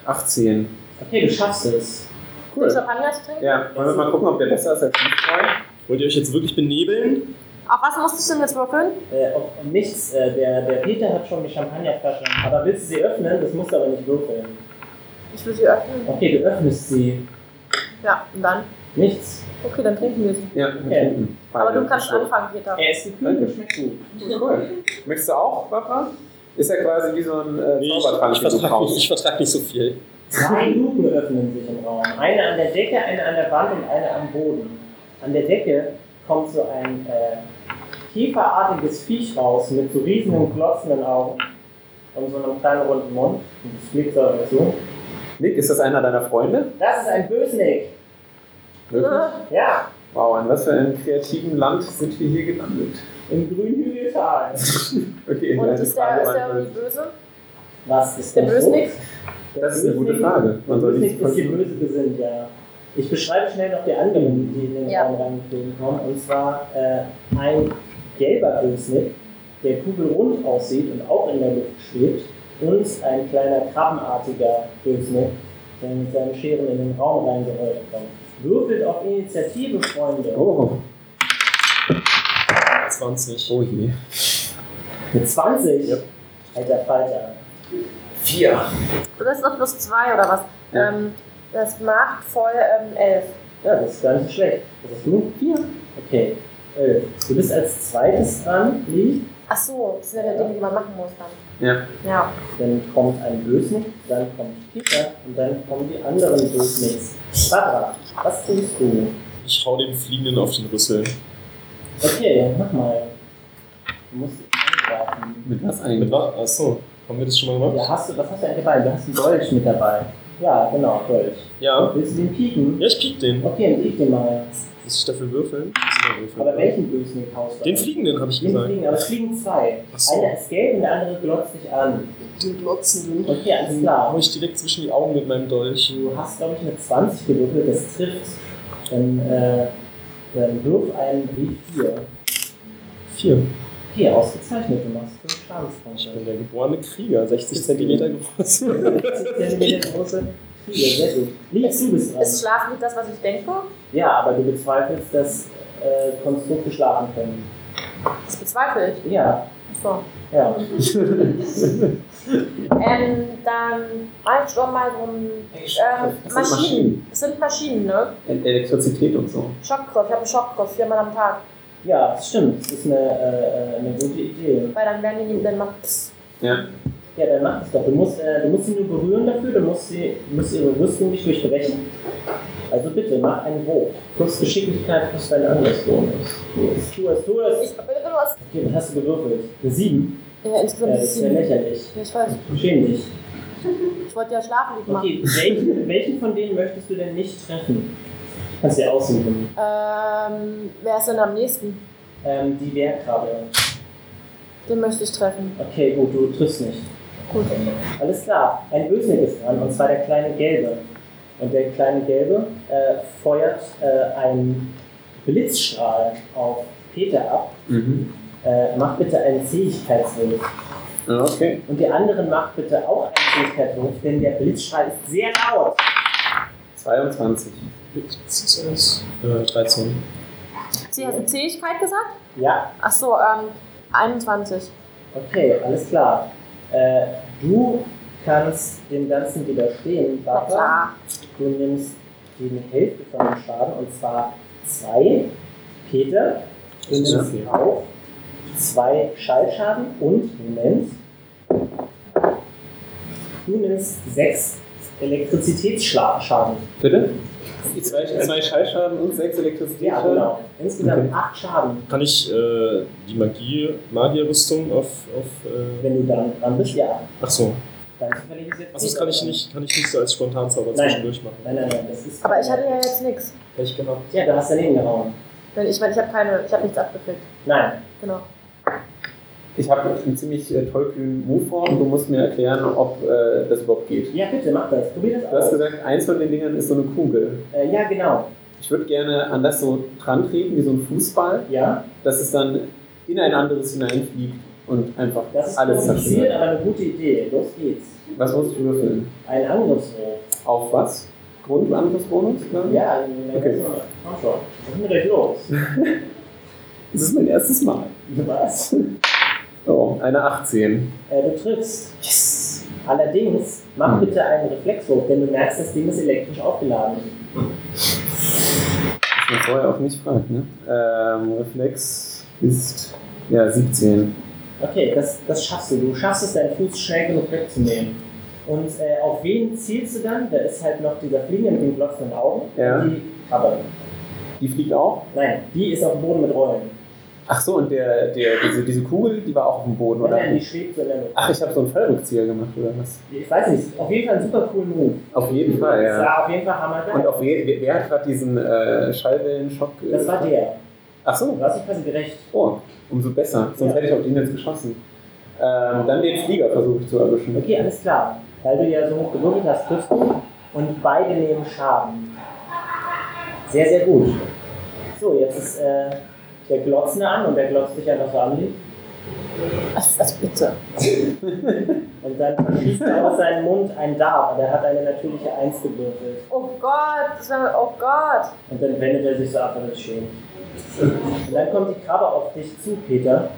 18.
Okay, du schaffst es.
Den
Cool.
Champagner zu trinken?
Ja, wollen wir mal gucken, ob der besser ist als ich vorher?
Wollt ihr euch jetzt wirklich benebeln?
Auf was musste ich denn jetzt würfeln?
Äh, auf nichts, äh, der, der Peter hat schon die Champagnerflasche. Aber willst du sie öffnen? Das musst du aber nicht würfeln.
Ich will sie öffnen.
Okay, du öffnest sie.
Ja, und dann?
Nichts.
Okay, dann trinken wir sie.
Ja,
Okay.
hinten.
Aber
Beide.
du kannst anfangen, Peter.
Er ist gekühlt,
Danke.
das schmeckt gut.
Cool. Möchtest du auch, Barbara? Ist ja quasi wie so ein äh,
Nee, ich,
Zaubertrank,
ich
den du
vertrage
brauchst.
nicht, ich vertrag nicht so viel.
Zwei Luken öffnen sich im Raum. Eine an der Decke, eine an der Wand und eine am Boden. An der Decke kommt so ein äh, kieferartiges Viech raus mit so riesigen glotzenden Augen und so einem kleinen runden Mund. Und das fliegt so dazu.
Nick, ist das einer deiner Freunde?
Das ist ein Bösnick.
Äh,
Wirklich?
Ja,
Wow, in was für einem kreativen Land sind wir hier gelandet?
im Grünhügeltal.
Okay,
Und
deine
ist der, ist
Frage
der
beantwortet.
irgendwie böse?
Was ist
Der
denn
Bösnick?
so?
Das ist eine gute
Bösnick-
Frage.
Der
Man soll
Bösnick
nicht
ist die böse gesinnt, ja. Ich beschreibe schnell noch die anderen, die in den
Ja.
Raum reingeflogen kommen. Und zwar äh, ein gelber Bösnick, der kugelrund aussieht und auch in der Luft schwebt. Und ein kleiner krabbenartiger Bösnick, der mit seinen Scheren in den Raum reingerollt kommt. Würfelt auf Initiative, Freunde.
Oh,
20.
oh je.
Mit 20.
Ja.
Alter Falter.
Vier.
Du hast noch plus zwei oder was?
Ja.
Ähm, das macht voll ähm, elf.
Ja, das ist gar nicht so schlecht. Das ist nur 4. Okay. Elf. Du bist als zweites dran, Lee.
Ach so, das sind ja die Dinge, die man machen muss dann.
Ja.
Ja.
Dann kommt ein Bösnick, dann kommt Peter und dann kommen die anderen Bösnicks. Barbara, was tust du?
Ich hau dem Fliegenden auf den Rüssel.
Okay, mach mal. Du musst dich angreifen.
Mit was
Mit
eigentlich?
was? Achso, haben wir das schon mal
Ja,
gemacht?
hast du, was hast du eigentlich dabei? Du hast einen Dolch mit dabei. Ja, genau, Dolch.
Ja.
Willst du den pieken?
Ja, ich piek den.
Okay, dann piek den mal.
Muss ich dafür würfeln? Ich muss immer würfeln.
Aber welchen Bösnick haust du?
Den
an?
Fliegenden, habe ich
Den
gesagt.
fliegen, aber es fliegen zwei.
Ach so.
Einer ist gelb und der andere glotzt dich an.
Den Glotzenden.
Okay, alles
Den
klar.
hau ich direkt zwischen die Augen mit meinem Dolch.
Du hast, glaube ich, eine 20 gewürfelt, das trifft. Dann, äh, dann wirf einen W4.
Vier.
Okay, ausgezeichnet, du machst 5
Ich
Schadenspunkte.
bin der geborene Krieger, 60 Zentimeter groß.
60 Zentimeter große Krieger, sehr gut. Liegst du bist
Ist
dran.
Schlaf nicht das, was ich denke?
Ja, aber du bezweifelst, dass äh, Konstrukte schlafen können.
Das bezweifle ich.
Ja,
Ach so.
ja.
Ähm, dann ein schon mal so ein. Ähm,
Das sind Maschinen.
Maschinen. Es sind Maschinen, ne?
Elektrizität und so.
Schockgriff. Ich habe einen Schockgriff viermal am Tag.
Ja, das stimmt. Das ist eine, äh, äh, eine gute Idee.
Weil dann werden die nicht, dann macht pss.
Ja, dann mach das doch. Du musst, äh, du musst sie nur berühren dafür, du musst, sie, du musst ihre Rüstung nicht durchbrechen. Also bitte, mach einen Wurf. Plus Geschicklichkeit plus dein Angriffsbonus. Tu es, tu es, tu es.
Ich bin was.
Okay, was hast du gewürfelt? Eine 7?
Ja,
Ja,
insgesamt
das
ist
ist ja
sieben.
lächerlich.
Ja, ich weiß.
Schäm dich.
Ich wollte ja schlafen machen.
Okay, welchen, welchen von denen möchtest du denn nicht treffen? Kannst dir aussuchen.
Ähm, wer ist denn am nächsten?
Ähm, die Wehrkrabbe.
Den möchte ich treffen.
Okay, gut, du triffst nicht.
Gut.
Alles klar, ein Bösnick ist dran, und zwar der kleine Gelbe. Und der kleine Gelbe äh, feuert äh, einen Blitzstrahl auf Peter ab.
Mhm.
Äh, macht bitte einen Zähigkeitswurf.
Ja, Okay.
Und die anderen macht bitte auch einen Zähigkeitswurf, denn der Blitzstrahl ist sehr laut.
22.
Äh, 13.
Sie hast du Zähigkeit gesagt?
Ja,
Ach so, ähm, 21.
Okay, alles klar. Äh, du kannst dem Ganzen widerstehen,
Na
Barbara.
klar.
Du nimmst die Hälfte von dem Schaden, und zwar zwei. Peter, du nimmst auch zwei Schallschaden und, Moment, du nimmst sechs Elektrizitätsschaden.
Bitte? Zwei,
Also,
zwei Schallschaden und sechs
Ja,
Elektrizitätsschaden?
genau. Insgesamt
Okay.
acht Schaden,
Kann ich äh, die Magie, Magierrüstung auf. auf äh,
wenn du dann dran bist. Ja,
ach so.
dann zufällig ist jetzt
Achso, das kann ich nicht, kann ich nicht so als Spontanzauber
Nein.
zwischendurch machen. genau-
Nein, nein, nein, das ist.
Aber ich hatte ja jetzt nichts.
Pech gehabt.
Ja, du hast daneben gehauen.
Weil ich meine, ich habe keine, ich habe nichts abgekriegt.
Nein.
Genau.
Ich habe einen ziemlich äh, tollkühnen Move vor und du musst mir erklären, ob äh, das überhaupt geht.
Ja, bitte, mach das. Probier
Du hast
das aus.
gesagt, eins von den Dingern ist so eine Kugel.
Äh, ja, genau.
Ich würde gerne an das so dran treten, wie so ein Fußball,
Ja,
dass es dann in ein anderes hineinfliegt und einfach
das ist
alles
kompliziert,
zerstört.
aber eine gute Idee. Los geht's.
Was muss ich würfeln?
Ein Angriffswurf.
Auf was? Grundangriffsbonus? ne?
Ja, dann
Okay.
komm schon. Dann bin ich los.
Das ist mein erstes Mal.
Was?
Oh, eine 18.
Äh, du triffst.
Yes!
Allerdings, mach bitte einen Reflex hoch, denn du merkst, das Ding ist elektrisch aufgeladen.
Ich mir vorher auch nicht fragt, ne? Ähm, Reflex ist ja 17.
Okay, das, das schaffst du. Du schaffst es, deinen Fuß schnell genug wegzunehmen. Und äh, auf wen zielst du dann? Da ist halt noch dieser Fliege mit den glotzenden Augen.
Ja.
Die, aber
Die fliegt auch?
nein, die ist auf dem Boden mit Rollen.
Ach so, und der, der, diese, diese Kugel, die war auch auf dem Boden, oder?
Nein, die schwebt so in der Luft.
Ach, ich habe so einen Fallrückzieher gemacht, oder was?
Ich weiß nicht, auf jeden Fall ein super coolen Move.
Auf jeden Fall,
Das
Ah, ja.
war auf jeden Fall
Und
hammergeil.
auf wer, wer- wer hat gerade diesen äh, Schallwellenschock? äh,
Das war der.
Ach so,
Du hast dich quasi gerecht.
oh, umso besser. Sonst
Ja.
hätte ich auf den jetzt geschossen. Ähm, dann den Flieger versuche ich zu erwischen.
Okay, alles klar. Weil du ja so hoch gewürfelt hast, triffst du und beide nehmen Schaden. Sehr, sehr gut. So, jetzt ist äh, der Glotzende an und der glotzt dich einfach so an.
Was, was bitte?
Und dann verschießt er aus seinem Mund ein Dart, aber er hat eine natürliche Eins gewürfelt.
Oh Gott, das war- oh Gott.
Und dann wendet er sich so ab und ist schön. Und dann kommt die Krabbe auf dich zu, Peter,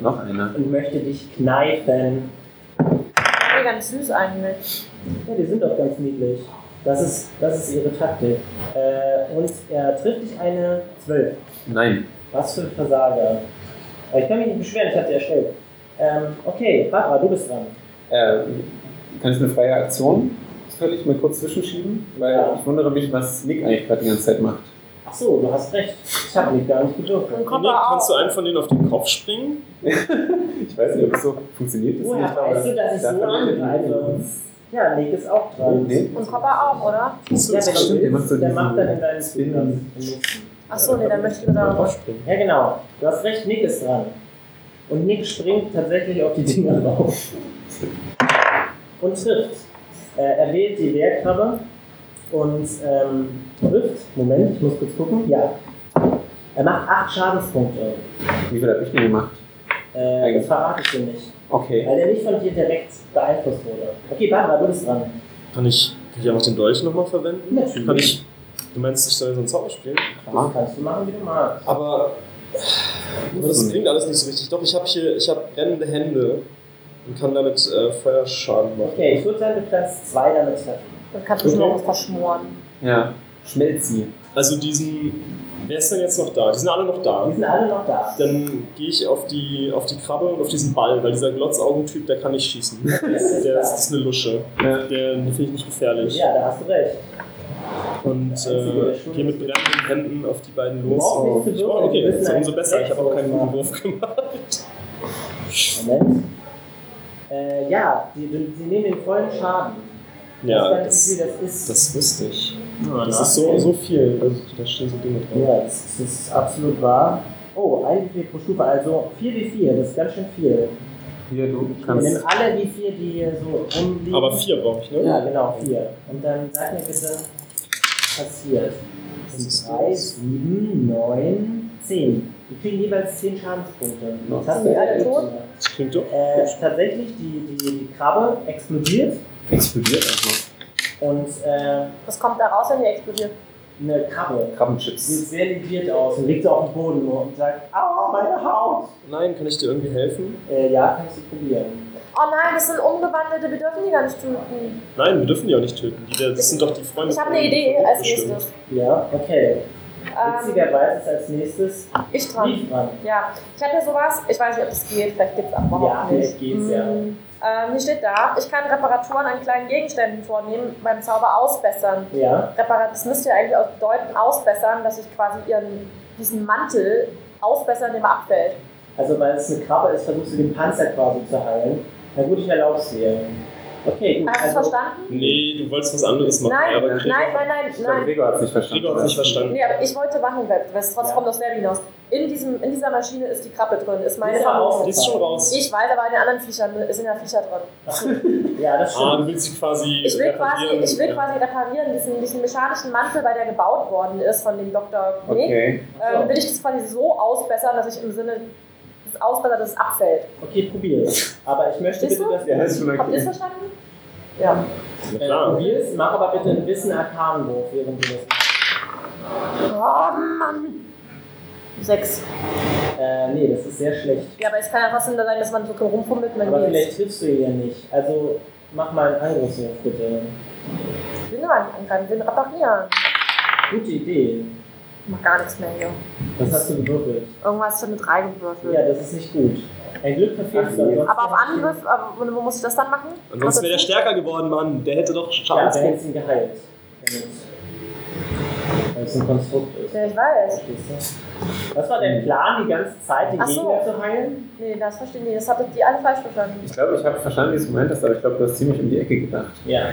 Noch einer.
und möchte dich kneifen.
Nee, ganz süß eigentlich.
Ja, die sind doch ganz niedlich. Das ist, das ist ihre Taktik. Äh, und er trifft dich eine 12.
Nein.
Was für ein Versager. Aber ich kann mich nicht beschweren, ich hatte erstellt. Ähm, okay, Barbara, du bist dran.
Ähm, kann ich eine freie Aktion völlig mal kurz zwischenschieben? Weil
Ja.
ich wundere mich, was Nick eigentlich gerade die ganze Zeit macht.
Ach so, du hast recht. Ich habe mich gar nicht gewürfelt.
Kommt
Nick,
er
kannst du
auch.
einem von denen auf den Kopf springen?
Ich weiß nicht, ob es so funktioniert. Das
Woher
nicht, aber
weißt du, dass ich
da
so
verwendet die
angreife?
Übung.
Ja, Nick ist auch dran.
Nee.
Und Copper auch, oder?
Kannst du
Ja,
das
wenn
stimmt,
du
der macht
willst,
so
der
diesen
macht dann in deinen
Spin.
Spin.
Achso, nee, dann möchte ich wieder raus.
Ja, genau. Du hast recht, Nick ist dran. Und Nick springt tatsächlich auf die Dinger drauf. Und trifft. Äh, er wählt die Wehrkrabbe und ähm, trifft. Moment, ich muss kurz gucken. Ja. Er macht 8 Schadenspunkte.
Wie viel habe ich denn gemacht?
Äh, das
Eigentlich.
verrate ich dir nicht.
Okay.
Weil er nicht von dir direkt beeinflusst wurde. Okay, Barbara, du bist dran.
Kann ich hier auch den Dolch nochmal verwenden?
Natürlich.
Kann ich. Du meinst, ich soll so einen Zauber spielen?
Das kannst du machen, wie du magst.
Aber, aber das klingt alles nicht so richtig. Doch, ich habe hier, ich habe brennende Hände und kann damit äh, Feuerschaden machen.
Okay, ich würde sagen, du kannst zwei damit treffen.
Dann kannst du schon noch was verschmoren.
Ja. Schmelz sie.
Also diesen, wer ist denn jetzt noch da? Die sind alle noch da.
Die sind alle noch da.
Dann gehe ich auf die, auf die Krabbe und auf diesen Ball, weil dieser Glotzaugentyp, der kann nicht schießen. Der ist, der ist, ist eine Lusche.
Ja.
Der den finde ich nicht gefährlich.
Ja, da hast du recht.
Und
Einzige, der
äh,
schuld
gehe mit
ist.
brennenden Händen auf die beiden
Du
los.
brauchst nicht zu
Ich-
würfeln,
oh, okay,
wir wissen
ist ja umso
eigentlich,
besser. Ich habe auch keinen
wer
guten
es
Wurf gemacht.
Moment. Äh, ja, die, die, die nehmen den vollen Schaden.
Ja,
das,
das,
ist gar nicht, wie viel das ist.
das wusste ich. Das
na,
ist so,
okay.
so viel. Also, da stehen so Dinge drauf.
ja, das, ist- das ist absolut wahr. Oh, ein wie viel pro Stufe, also 4 wie 4, das ist ganz schön viel.
Hier,
Wir
du
nehmen
kannst.
alle wie 4, die hier so rumliegen.
Aber vier brauche ich, ne?
Ja, genau, 4. Und dann sag mir bitte, was passiert. Das sind
ist
3,
los?
7, 9, 10. Die kriegen jeweils 10 Schadenspunkte. Das hast
Sind
du
die alle
alle
tot?
tot?
Das klingt doch.
Äh, tatsächlich, die, die, die Krabbe explodiert
Explodiert einfach.
und äh,
Was kommt da raus, wenn die explodiert?
eine Krabbe sieht
Krabbenchips.
sehr lidiert aus und liegt so auf dem Boden nur und sagt, aua, meine Haut.
Nein, kann ich dir irgendwie helfen?
Äh, ja, kannst du probieren.
Oh nein, das sind Umgewandelte, wir dürfen die gar nicht töten.
Nein, wir dürfen die auch nicht töten. Die, da- das sind doch die Freunde.
Ich habe
von-
eine Idee also
von Nick
als
bestimmt.
nächstes.
Ja, okay.
Ähm,
Witzigerweise ist als nächstes
ich dran.
Brief dran.
Ja, ich habe hier sowas, ich weiß nicht, ob das geht, vielleicht geht es auch überhaupt
Ja,
nicht.
vielleicht geht's, ja.
Mm, Ähm, hier steht da, ich kann Reparaturen an kleinen Gegenständen vornehmen, beim Zauber ausbessern.
Ja,
Reparat, das müsste ja eigentlich auch bedeuten, ausbessern, dass ich quasi ihren, diesen Mantel ausbessern, dem er abfällt.
also weil es eine Krabbe ist, versuchst du den Panzer quasi zu heilen. Na gut, ich erlaub's dir. Okay, gut.
Hast du
also,
verstanden?
Nee, du wolltest was anderes machen.
Nein,
aber Gregor-
Nein, nein, nein,
Ich glaube,
nein.
Gregor hat es nicht verstanden.
Gregor hat es nicht verstanden.
Nee, aber ich wollte machen, weil weil es trotz
Ja.
kommt aus Werbin hinaus. In, diesem, in dieser Maschine ist die Krabbe drin, ist meine
Die ist aber auch-
Die ist schon raus.
Ich weiß, aber in den anderen Viechern sind ja Viecher drin.
ja, das
ah,
stimmt.
du willst sie quasi
Ich will, quasi,
reparieren.
ich will quasi reparieren, diesen, diesen mechanischen Mantel, weil der gebaut worden ist von dem Dr. Knick.
Okay.
Ähm, will ich das quasi so ausbessern, dass ich im Sinne des Ausbessern, dass es abfällt.
Okay, probier. Aber ich möchte
Siehst
bitte,
du?
dass
Ja, ist schon
Habt ihr es
okay.
verstanden? Ja.
Na
äh,
klar.
probierst. Mach aber bitte einen Wissen Arkanwurf, während du das machst.
Oh Mann! Sechs.
Äh, nee, das ist sehr schlecht.
Ja, aber es kann ja trotzdem sein, dass man so rumfummelt und
Aber
dann geht's.
vielleicht triffst du ihn ja nicht. Also Mach mal einen Angriffswurf bitte.
Ich will aber nicht angreifen, ich will reparieren.
Gute Idee.
Ich mach gar nichts mehr hier.
Was hast du gewürfelt?
Irgendwas für eine 3 gewürfelt.
Ja, das ist nicht gut. Ein Glück verfehlst du. ansonsten-
Aber auf Angriff, äh, wo, wo muss ich das dann machen?
Ansonsten wäre der stärker geworden, Mann. Der hätte doch
Ja,
Schaden.
der hätte ihn geheilt. Damit- Weil es ein Konstrukt ist.
Ja, ich weiß.
Verstehst du? Was war dein Plan, die ganze Zeit den
Ach so.
Gegner zu heilen?
Nee, das verstehen die. Das habt die alle falsch verstanden.
Ich glaube, ich habe verstanden, wie du es gemeint hast, aber ich glaube, du hast ziemlich um die Ecke gedacht.
Ja. Was ja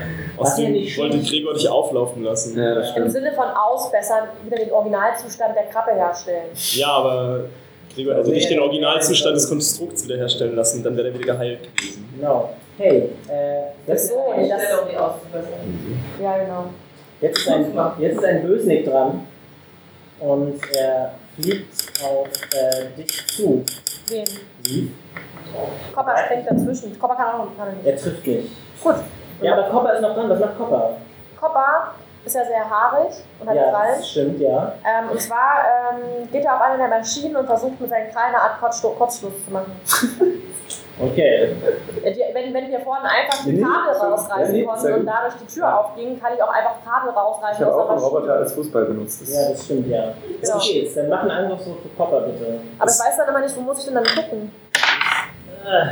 Außerdem
nicht
wollte
schlecht.
Gregor dich auflaufen lassen.
Ja, das
Im
stimmt.
Sinne von ausbessern, wieder den Originalzustand der Krabbe herstellen.
Ja, aber Gregor, also nicht den Originalzustand des Konstrukts wiederherstellen lassen, dann wäre er wieder geheilt gewesen.
Genau. Hey, äh, das
So, nee, das,
Stelle, um die auszubessern.
ja, genau.
Jetzt ist ein, jetzt ist ein Bösnick dran und er fliegt auf äh, dich zu.
Den
Lief.
Kopper springt dazwischen. Kopper kann auch kann er nicht.
Er trifft dich.
Gut.
Ja, aber Copper ist noch dran. Was macht Copper?
Kopper ist ja sehr haarig und hat
ja,
Krallen.
das stimmt, ja.
Ähm, und zwar ähm, geht er auf eine der Maschinen und versucht mit seinen Krallen eine Art Kotzstoß, Kotzstoß zu machen.
Okay.
Ja, die- Wenn, wenn wir vorhin einfach die
Nee, nee,
Kabel
das ist-
rausreißen
ja, nee,
konnten
sehr
und
gut.
dadurch die Tür aufging, kann ich auch einfach Kabel
Ich
rausreißen.
habe
aus der
auch einen
Maschine.
Roboter als Fußball benutzt. Das
Ja, das stimmt, ja.
Genau.
Okay, jetzt dann mach einen Angriffswurf für Copper, bitte.
Aber ich weiß dann immer nicht, wo muss ich denn dann gucken?
Äh,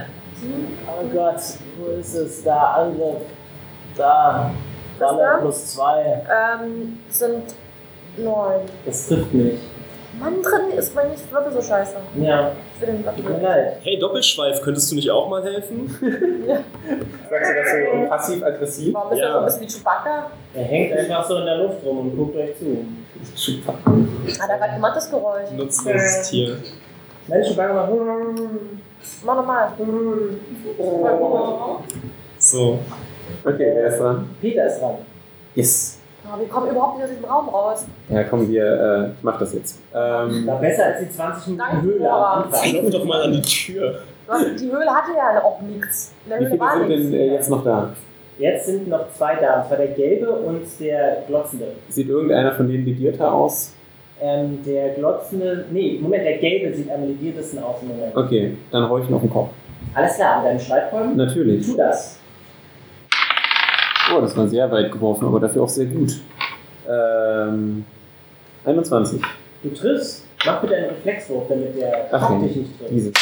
Oh Gott, wo ist es? Da, Angriff. Da.
Was da?
Dann plus zwei.
Ähm, sind neun.
Das trifft mich.
Mann, drin ist mein nicht wirklich so scheiße.
Ja,
Ich will den
tut mir
Waffen.
leid.
Hey, Doppelschweif, könntest du nicht auch mal helfen?
Sagst du das so passiv-aggressiv?
Warum ist
Ja.
er so ein bisschen wie Chewbacca?
Er hängt einfach so in der Luft rum und guckt euch zu.
Super.
Hat er gerade gemacht, das Geräusch?
Nutzloses Tier.
Menschen sagen mal.
Mach nochmal.
Oh.
So.
Okay, wer ist dran?
Peter ist dran.
Yes.
Oh, wir kommen überhaupt nicht aus diesem Raum raus.
Ja, komm, wir äh, ich mach das jetzt. Ähm,
War besser als die 20 Minuten
Danke,
Höhle.
Laura.
am Anfang.
Klopf doch mal an die Tür.
Was, Die Höhle hatte ja auch nichts. In der
wie
Höhle
viele
war
sind denn
nichts.
äh, jetzt noch da?
Jetzt sind noch zwei da, und zwar der gelbe und der glotzende.
Sieht irgendeiner von denen legierter aus?
Ähm, der glotzende, nee, Moment, der gelbe sieht am legiertesten aus im Moment.
Okay, dann hau ich noch einen Kopf.
Alles klar, an deinem Streitkolben?
Natürlich.
Tu das.
Oh, das war sehr weit geworfen, aber dafür auch sehr gut. Ähm, 21.
Du triffst, mach bitte einen Reflexwurf, damit der
Ach,
Kopf
nee.
dich nicht trifft.
Dieses.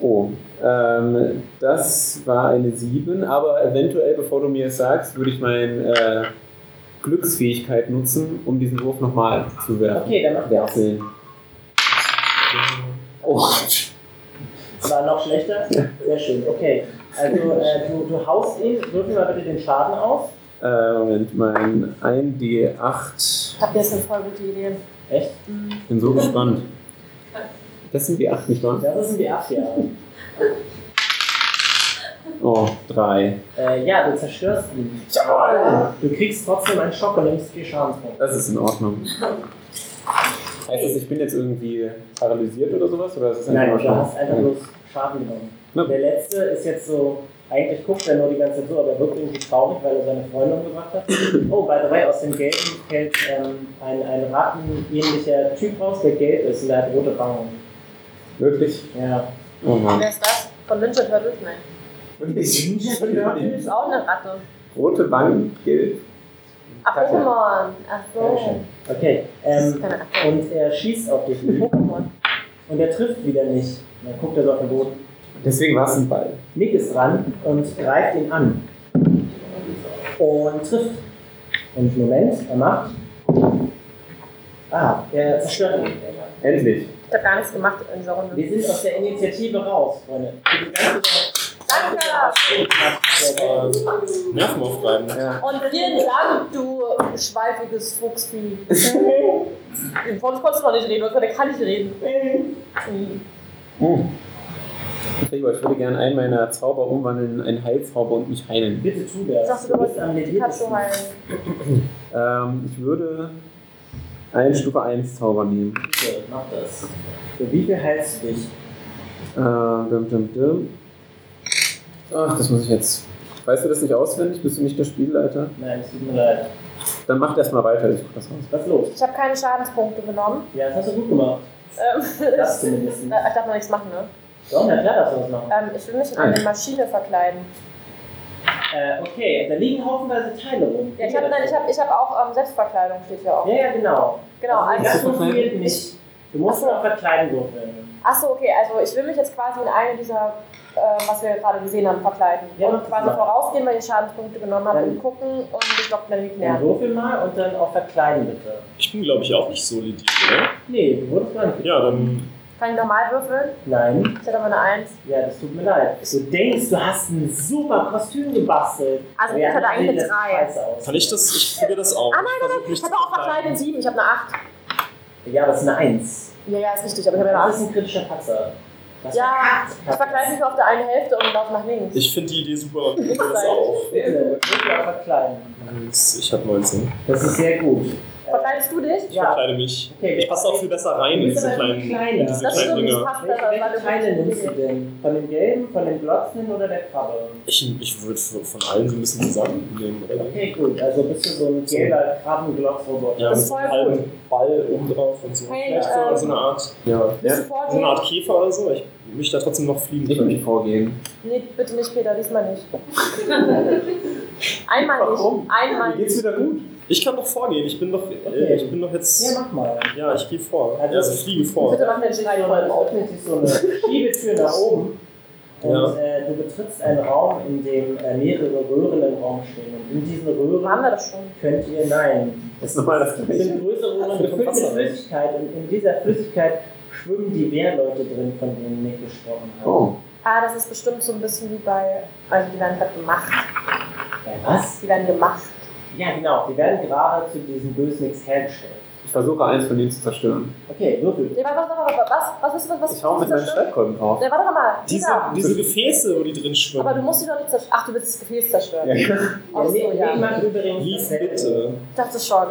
Oh, ähm, das war eine 7, aber eventuell, bevor du mir es sagst, würde ich meine äh, Glücksfähigkeit nutzen, um diesen Wurf nochmal zu werfen.
Okay, dann mach das.
Werfeln. Oh,
Das war noch schlechter. Sehr schön, okay. Also äh, du, du haust ihn, würfel mal bitte den Schaden auf.
äh, Moment, mein 1D8.
Ich hab jetzt eine voll gute Idee.
Echt?
Mhm.
Bin so gespannt. Das sind die 8, nicht wahr?
Das ist ein D8, ja.
Oh, 3.
Äh, ja, du zerstörst ihn.
Jawohl!
Du kriegst trotzdem einen Schock und nimmst vier Schadenspunkte.
Das ist in Ordnung. Heißt das, ich bin jetzt irgendwie paralysiert oder sowas? Oder ist das
Nein,
nur
du hast
Schaden?
einfach bloß Schaden genommen.
Na.
Der letzte ist jetzt so, eigentlich guckt er nur die ganze Zeit so, aber er wirkt irgendwie traurig, weil er seine Freundin umgebracht hat. Oh, by the way, aus dem Gelben fällt ähm, ein, ein rattenähnlicher Typ raus, der gelb ist und der hat rote Wangen.
Wirklich?
Ja.
Oh Mann.
Wer ist das? Von Ninja Turtles? Nein. Das ist auch eine Ratte.
Rote Wangen gilt.
Ach,
Ratte.
Pokémon. Ach
Sehr
so.
schön. Okay.
Das ist
Ähm,
keine Ratte.
und er schießt auf dich Nick.
Pokémon.
und er trifft wieder nicht. Und Dann guckt er so auf den Boden.
Deswegen war es ein Ball.
Nick ist dran und greift ihn an. Und trifft. Und Moment, er macht. Ah, er zerstört ihn.
Endlich.
Ich hab gar nichts gemacht in dieser Runde.
Wir sind aus der Initiative raus, Freunde. Für die ganze
Danke!
Äh, Nerven aufreiben.
Ja.
Und vielen Dank, du schweifiges Fuchsvieh. Von uns konntest du noch nicht reden, heute kann ich reden. Hm.
Oh. Gregor, ich würde gerne einen meiner Zauber umwandeln in einen Heilzauber und mich heilen.
Bitte tu das.
Sagst
Du
du,
bist am
Die kannst du
legiertesten.
heilen.
Ähm, ich würde einen Stufe 1 Zauber nehmen.
Bitte, mach das. Für wie viel heilst du dich?
Äh, dum, dum, dum. Ach, das muss ich jetzt. Weißt du das nicht auswendig? Bist du nicht der Spielleiter?
Nein, es tut mir leid.
Dann mach erst mal weiter, ich guck das aus.
Was ist los?
Ich habe keine Schadenspunkte genommen.
Ja, das hast du gut gemacht.
Ähm, Äh,
Das
ich
zumindest.
darf noch nichts machen, ne?
Doch, na klar, dass du das machen.
Ähm, ich will mich in
Nein.
eine Maschine verkleiden.
Äh, okay, da liegen haufenweise Teile rum.
Ja, ich habe hab, ich hab auch ähm, Selbstverkleidung, steht hier auch.
ja, ja, genau.
Genau,
also,
also.
das funktioniert nicht. Du musst noch verkleiden würfeln.
Achso, okay, also ich will mich jetzt quasi in eine dieser, äh, was wir gerade gesehen haben, verkleiden.
Ja,
und
mach
quasi
das mal.
vorausgehen, weil ich Schadenspunkte genommen habe,
Ja.
und gucken und ich lock mir die
Dann
Knärren.
würfel mal und dann auch verkleiden bitte.
Ich bin, glaube ich, auch nicht solid, oder?
Nee, du wurdest gar nicht.
Ja, dann.
Kann ich nochmal würfeln?
Nein,
Ich hätte aber eine Eins.
ja, das tut mir leid. Du denkst, du hast ein super Kostüm gebastelt.
Also,
Aber ja,
ich hatte eigentlich
das sieht
eine Drei.
scheiße aus.
Kann ich das? Ich probiere das auch.
Ah, nein, nein,
Ich versuch,
nein.
mich
Ich
zu
habe auch verkleiden
verkleiden.
sieben. Ich habe eine Acht.
Ja, aber es ist eine Eins.
Ja, ja, ist richtig, aber ich habe eine
Das ist
Acht.
ein kritischer Patzer. Das
Ja,
ist ein
ich
Patzer.
verkleide mich auf der einen Hälfte und laufe nach links.
Ich finde die Idee super und probiere das auch.
Sehr gut. Würfel auf verkleiden.
Ich habe 19.
Das ist sehr gut.
Verkleidest du dich?
Ich
Ja.
verkleide mich.
Okay,
Ich passe auch viel besser rein
Du
in
bist
diese
aber
kleinen,
kleiner.
in diese
Das
Also,
kleinen
stimmt, das
Dinger.
passt
Welche,
besser.
welche Teile nimmst du
weil du-
denn? Von dem gelben, von dem glotzenden oder der Krabbe?
Ich, ich würde von allen so ein bisschen zusammennehmen, oder?
Okay, gut. Also bist du so ein gelber Krabbenglotz-Roboter.
Ja,
Das
mit
ist
so
voll
einem halben Ball oben drauf und so.
Hey,
Vielleicht
ähm,
so, so eine Art. Ja.
Bist du
So eine Art
vorgehen?
Käfer oder so. Ich mich da trotzdem noch fliegen
Ich
können.
möchte vorgehen.
Nee, bitte nicht, Peter, diesmal nicht. Einmal
Warum?
nicht. Einmal
Mir geht's
nicht.
wieder gut.
Ich kann doch vorgehen. Ich bin doch,
Okay.
äh, ich bin doch jetzt.
Ja, mach mal.
Ja, ich gehe vor.
Also-
Also, ich fliege vor.
Bitte mach
Öffnet
mir einen
sich so
Schrei voll
eine,
auf.
öffnet sich so eine Schiebetür nach oben und
Ja.
äh, du betrittst einen Raum, in dem äh, mehrere Röhren im Raum stehen. Und in diesen
Haben
Röhren
wir das schon.
könnt ihr, nein,
Das ist nochmal das
es
Gleiche.
sind größere Röhren gefüllt mit Flüssigkeit und in dieser Flüssigkeit schwimmen die Wehrleute drin, von denen Nick gesprochen hat.
Oh.
Ah, das ist bestimmt so ein bisschen wie bei. Also, die werden gerade gemacht.
Bei Äh, was?
Die werden gemacht.
Ja, genau, die werden gerade zu diesem Bösnix hergestellt.
Ich versuche eins von denen zu zerstören.
Okay, würfel.
Nee, was, was, was, was, was, willst du- was, was,
Ich hau mit
willst du
meinen
zerstören?
Streitkolben drauf.
Nee, warte doch mal.
Diese,
Peter.
diese Gefäße, wo die drin schwimmen.
Aber du musst sie doch nicht zerstören. Ach, du willst das Gefäß zerstören.
Ja, ja.
Ach so,
Nick, Nick
ja.
macht übrigens
Lies
dasselbe.
bitte.
Ich dachte schon.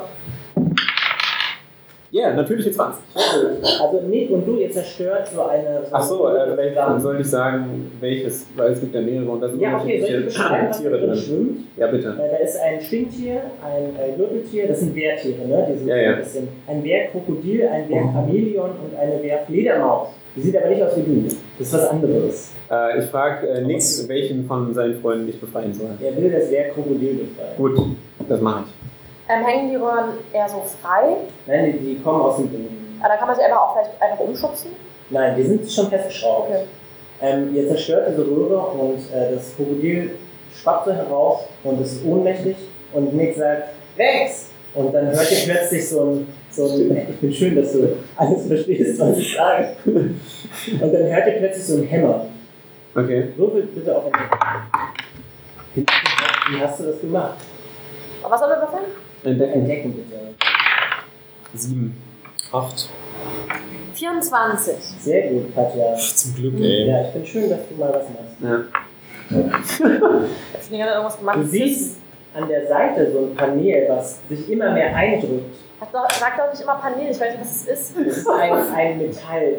Ja, natürliche 20.
Also Nick und du, ihr zerstört so eine... So
Ach so, äh, vielleicht
Dann-
sollte ich sagen, welches, weil es gibt ja mehrere und da sind
Ja, okay, soll ich beschreiben,
unterschiedliche
was da
Tiere
drin
drin.
schwimmt?
Ja, bitte.
Äh, Da ist ein Schwingtier, ein äh, Gürteltier, das sind Wehrtiere, ne? Die sind
Ja, ja.
ein bisschen. Ein Wehrkrokodil, ein Wehrchameleon und eine Wehrfledermaus. Die sieht aber nicht aus wie du. Das ist was anderes.
Äh, ich frage äh, Nix, welchen von seinen Freunden ich befreien soll.
Er will das Wehrkrokodil befreien.
Gut, das mache ich.
Ähm, hängen die Röhren eher so frei?
Nein, die, die kommen aus dem Boden.
Aber da kann man sie einfach auch vielleicht einfach umschubsen.
Nein, die sind schon festgeschraubt.
Okay.
Ähm, ihr zerstört diese Röhre und äh, das Krokodil schwappt so heraus und es ist ohnmächtig und Nick sagt, wächst! Und dann hört ihr plötzlich so ein, so ein ich bin schön, dass du alles verstehst, was ich sage. Und dann hört ihr plötzlich so ein Hämmer.
Okay.
Würfelt bitte auf ein Wie wie hast du das gemacht?
Aber was soll wir würfeln?
Entdecken.
Entdecken bitte.
Sieben.
Acht.
24.
Sehr gut, Katja.
Ach, zum Glück, ey.
Ja, ich bin schön, dass du mal was machst.
Ja.
Ich habe irgendwas gemacht.
Du siehst an der Seite so ein Panel, was sich immer mehr eindrückt.
Hat doch, sag doch nicht immer Panel, ich weiß nicht, was es ist.
Das ist ein, ein Metall.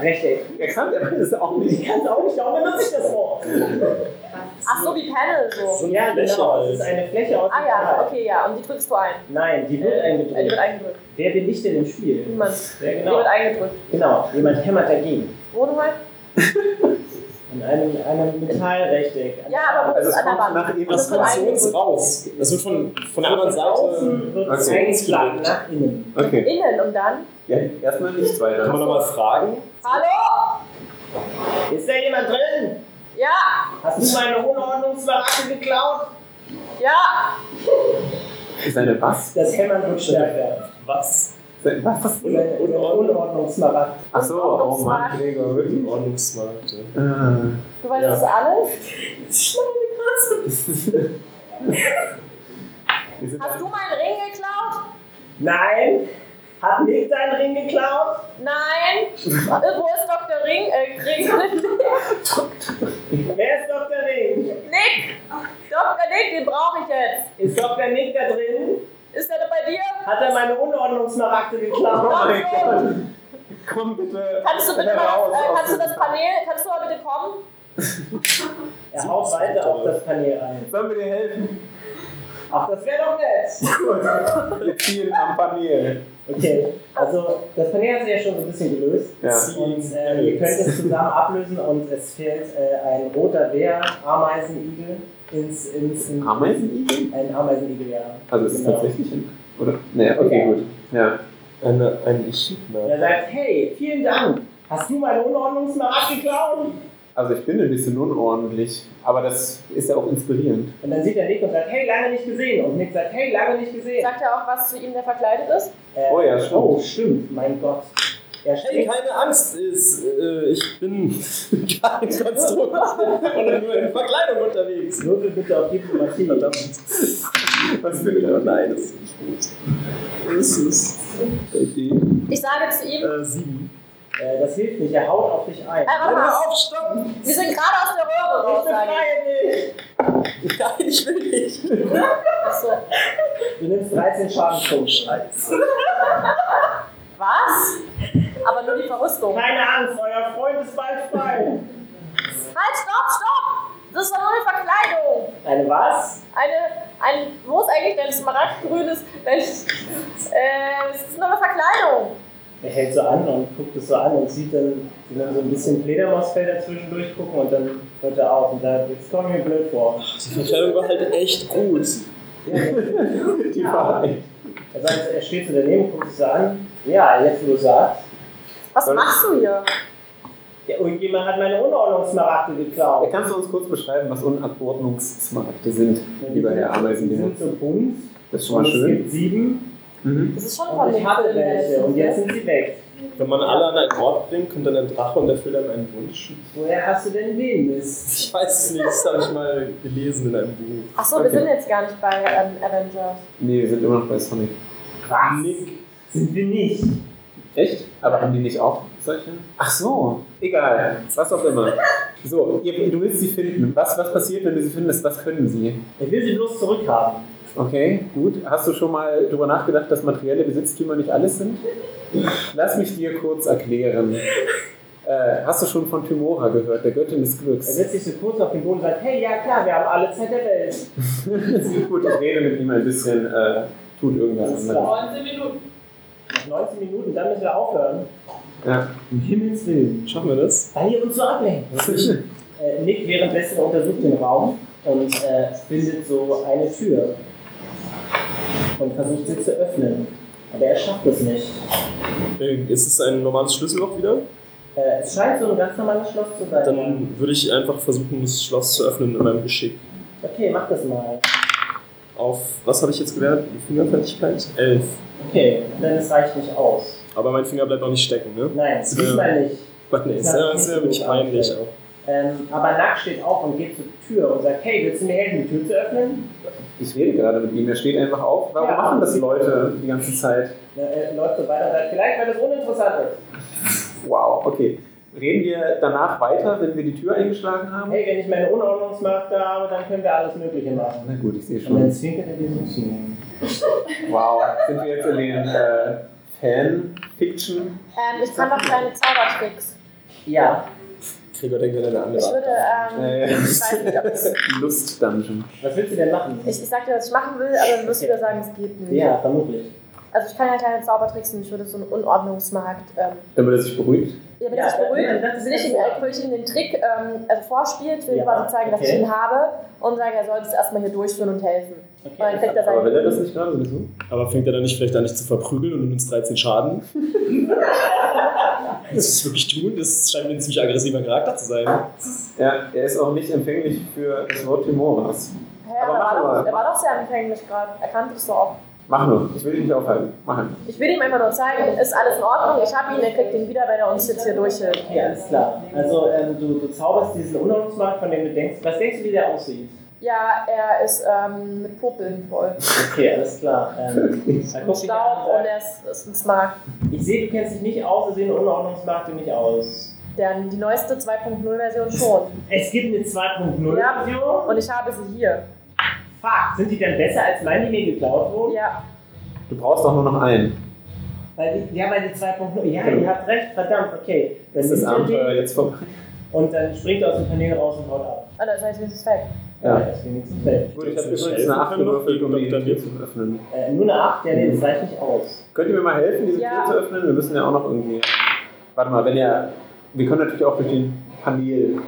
Rechteck.
Er kann das auch
Ich kann es auch nicht, darum benutze ich das Wort.
Ach so, wie Panel so.
So eine
Ja,
Fläche
genau. Es
halt.
ist eine Fläche aus
Ah
Metall.
ja, okay, ja. Und die drückst du ein.
Nein, die wird
Äh, Die wird
eingedrückt.
eingedrückt.
Wer bin ich denn im Spiel?
Niemand.
Ja,
Die wird
genau.
eingedrückt.
Genau, jemand hämmert dagegen.
Rodenheim?
An einem, einem Metallrechteck.
Ja, aber wo
Also
ist es
es
an der
kommt
Wand?
nach eben
Das
Das wird
kommt zu
eingedrückt.
uns raus. Das wird von, von der anderen Seite.
Außen wird es
Okay.
eingeschlagen nach innen.
Okay.
Innen und dann?
Ja, erstmal nichts
Kann
weiter.
man nochmal fragen?
Hallo?
Ist da jemand drin?
Ja!
Hast du meine Unordnungsbaracke geklaut?
Ja!
Seine was?
Das Hämmern wird stärker.
Was?
Seine was?
Seine- seine Unordnungsbaracke.
Ach so, oh Mann,
Ordnungsmarkt.
Gregor, wirklich.
Oh, Ordnungsmarkt. ja.
Äh.
Du weißt
Ja.
das alles?
Wir sind
Hast du meinen Ring geklaut?
Nein! Hat Nick deinen Ring geklaut?
Nein! Äh, Wo ist Dr. Ring? Äh, Ring?
Wer ist Dr. Ring?
Nick! Dr. Nick, den brauche ich jetzt.
Ist Dr. Nick da drin?
Ist er da bei dir?
Hat er meine Unordnungsmarakte geklaut?
mein
Ach so.
Gott. Komm bitte.
Kannst du bitte mal,
raus
äh,
aus
kannst du
dem-
das Panel, kannst du mal bitte kommen?
Er haut weiter auf das Panel ein.
Sollen wir dir helfen?
Ach, das wäre doch nett.
Gut. Wir ziehen am Panel.
Okay, also das Panel hat sich ja schon so ein bisschen gelöst.
Ja.
Und äh, ihr könnt es zusammen ablösen und es fällt äh, ein roter Bär, Ameisenigel, ins, ins, in,
Ameisenigel?
ein Ameisenigel, ja.
Also ist es
Genau.
tatsächlich ein. Oder? Naja, okay,
Ja.
gut. Ja.
Eine, ein ne? Echidna.
Und er sagt, hey, vielen Dank, hast du meine Unordnungsmarkt geklaut?
Also ich bin ein bisschen unordentlich, aber das ist ja auch inspirierend.
Und dann sieht er Nick und sagt, hey, lange nicht gesehen. Und Nick sagt, hey, lange nicht gesehen.
Sagt er auch was zu ihm, der verkleidet ist?
Äh,
Oh ja, stimmt.
Oh, stimmt, mein Gott. Er
Hey,
steht
keine Angst, ist, äh, ich bin kein Konstrukt und nur in Verkleidung unterwegs.
würfel bitte auf Diplomatie.
Verdammt. Was für ein... Oh nein, das ist nicht gut. Das ist... Okay.
Ich sage zu ihm,
Äh, sieben.
Äh, das hilft nicht, er haut auf dich ein.
Äh, warte mal,
Hör auf, stopp!
wir sind gerade aus der Röhre raus, sage ich.
dich!
Nein, ich will nicht.
Achso.
Du nimmst 13 Schadenspunkte.
Was? Aber nur die Verrüstung. Halt,
Keine Angst, euer Freund ist bald frei.
Halt, stopp, stopp! Das ist doch nur eine Verkleidung.
Eine was?
Eine, ein, wo ist eigentlich dein smaragdgrünes, welches, äh, es ist nur eine Verkleidung.
Er hält so an und guckt es so an und sieht dann, wie dann so ein bisschen Fledermausfelder zwischendurch gucken und dann hört er auf und sagt, jetzt kommen wir blöd vor.
Die Verkleidung war halt echt gut.
Die Wahrheit.
Er sagt, er steht so daneben, guckt es so an. Ja, jetzt wo du sagst.
Was machst du hier?
Ja, irgendjemand hat meine Unordnungsmaragde geklaut.
Kannst du uns kurz beschreiben, was Unabordnungsmarkte sind, lieber Herr
Die
Ameisenbär?
sind so bunt.
Das ist schon mal
Und Es
schön.
gibt sieben
Mhm.
Das ist schon von
und ich
den
hatte
Krümeln,
welche und jetzt sind sie weg.
Wenn man alle an einen Ort bringt, kommt dann ein Drache und erfüllt einem einen Wunsch.
Woher hast du denn den Mist?
Ich weiß es nicht, das habe ich mal gelesen in einem Buch.
Achso, wir
Okay.
sind jetzt gar nicht bei ähm, Avengers.
Nee, wir sind immer noch bei Sonic.
Was? Sind wir nicht.
Echt? Aber haben die nicht auch solche? Ach so, egal, was auch immer. So, ihr, du willst sie finden. Was, was passiert, wenn du sie findest? Was können sie?
Ich will sie bloß zurückhaben.
Okay, gut. Hast du schon mal darüber nachgedacht, dass materielle Besitztümer nicht alles sind? Lass mich dir kurz erklären. Äh, hast du schon von Timora gehört, der Göttin des
Er
Glücks?
setzt sich so kurz auf den Boden und sagt, hey, ja klar, wir haben alle Zeit der Welt.
gut, ich rede mit ihm ein bisschen, äh, tut irgendwas
Alles
anderes.
klar.
19 Minuten.
Noch 19 Minuten, dann müssen wir aufhören.
Ja.
Um Himmels Willen.
Schaffen wir das?
Weil ihr uns so ablenkt. Äh, Nick währenddessen untersucht den Raum und äh, findet so eine Tür. Und versucht sie zu öffnen. Aber er schafft es nicht.
Äh, Ist es ein normales Schlüsselloch wieder?
Äh, es scheint so ein ganz normales Schloss zu sein.
Dann würde ich einfach versuchen, das Schloss zu öffnen mit meinem Geschick.
Okay, mach das mal.
Auf, was habe ich jetzt gelernt? Fingerfertigkeit? Elf.
Okay, denn es reicht nicht aus.
Aber mein Finger bleibt auch nicht stecken, ne?
Nein,
Das
diesmal nicht.
Weil nee,
Ja,
das wäre wirklich
okay.
peinlich auch.
Ähm, aber Nack steht auf und geht zur Tür und sagt, hey, willst du mir helfen, die Tür zu öffnen?
Ich rede gerade mit ihm, er steht einfach auf. Warum
Ja.
machen das Leute die ganze Zeit?
Na, äh, läuft so weiter und sagt, vielleicht, weil das uninteressant ist.
Wow, okay. Reden wir danach weiter, wenn wir die Tür eingeschlagen haben?
Hey, wenn ich meine Unordnungsmacht habe, dann können wir alles Mögliche machen.
Na gut, ich sehe
Und dann
schon.
zwinkert er dir so zu.
Wow, sind wir jetzt in den äh, Fan-Fiction?
Ähm, ich kann doch keine Zaubertricks.
Ja,
Gregor denkt an eine
Ich
andere.
würde, ähm,
Äh,
ich weiß nicht, ob das,
Lust-Dungeon.
was willst du denn machen?
ich, ich sag dir, was ich machen will, aber dann wirst du wieder sagen, es geht nicht.
ja, vermutlich.
Also ich kann ja keine Zaubertricks und ich würde so einen Unordnungsmarkt ähm,
Damit er sich beruhigt.
Ja, wenn
Ja,
er sich
dann-
beruhigt,
dann- dann-
will ich ihm, äh, will ich ihm den Trick ähm, also vorspielen, ich will
Ja,
ihm quasi zeigen, dass
okay.
ich ihn habe und sage, er soll das erstmal hier durchführen und helfen.
Okay.
Und dann kriegt er
Aber will er das
seinen
nicht gerade sowieso?
Aber fängt er dann nicht vielleicht an, dich zu verprügeln und nimmt uns 13 Schaden? Willst du das wirklich tun? Das scheint mir ein ziemlich aggressiver Charakter zu sein.
Ja, er ist auch nicht empfänglich für das Wort Timoras.
Hä,
Aber
aber
mach
war
mal.
doch, er war doch sehr empfänglich gerade. Er kannte es doch auch.
Mach nur, ich will dich nicht aufhalten. Mach einfach.
Ich will ihm einfach nur zeigen, ist alles in Ordnung, ich habe ihn, er kriegt ihn wieder, wenn er uns jetzt hier durchhilft.
Okay, alles klar. Also ähm, du, du zauberst diesen Unordnungsmarkt, von dem du denkst, was denkst du, wie der aussieht?
Ja, er ist ähm, mit Popeln voll.
Okay, alles klar. Ähm, dann guck dich an
Staub
und
und
sag,
er ist, ist ein Smart.
ich sehe, du kennst dich nicht aus, wir sehen Unordnungsmarkt nicht aus.
Denn die neueste 2.0-Version schon.
Es gibt eine 2.0
Ja.
Version.
Und ich habe sie hier.
Fuck, sind die denn besser als meine, die mir geklaut wurden?
Ja,
Du brauchst doch nur noch einen.
Weil die, ja, weil die 2.0, ja, ihr habt recht, verdammt, okay. Dann
Ist das
nimmt er
Abenteuer
die
jetzt vorbei?
und dann springt er aus dem Panel raus und haut ab.
Ah, und dann ist er jetzt wenigstens weg.
Ja.
Das ist wenigstens fällt.
Gut, ich habe übrigens eine 8 gewürfelt, um die Tür zu öffnen.
Äh, nur eine 8, ja, nee, das reicht nicht aus.
Könnt ihr mir mal helfen, diese
Ja.
Tür zu öffnen? Wir müssen ja auch noch irgendwie. Warte mal, wenn ihr. Wir können natürlich auch durch den Panel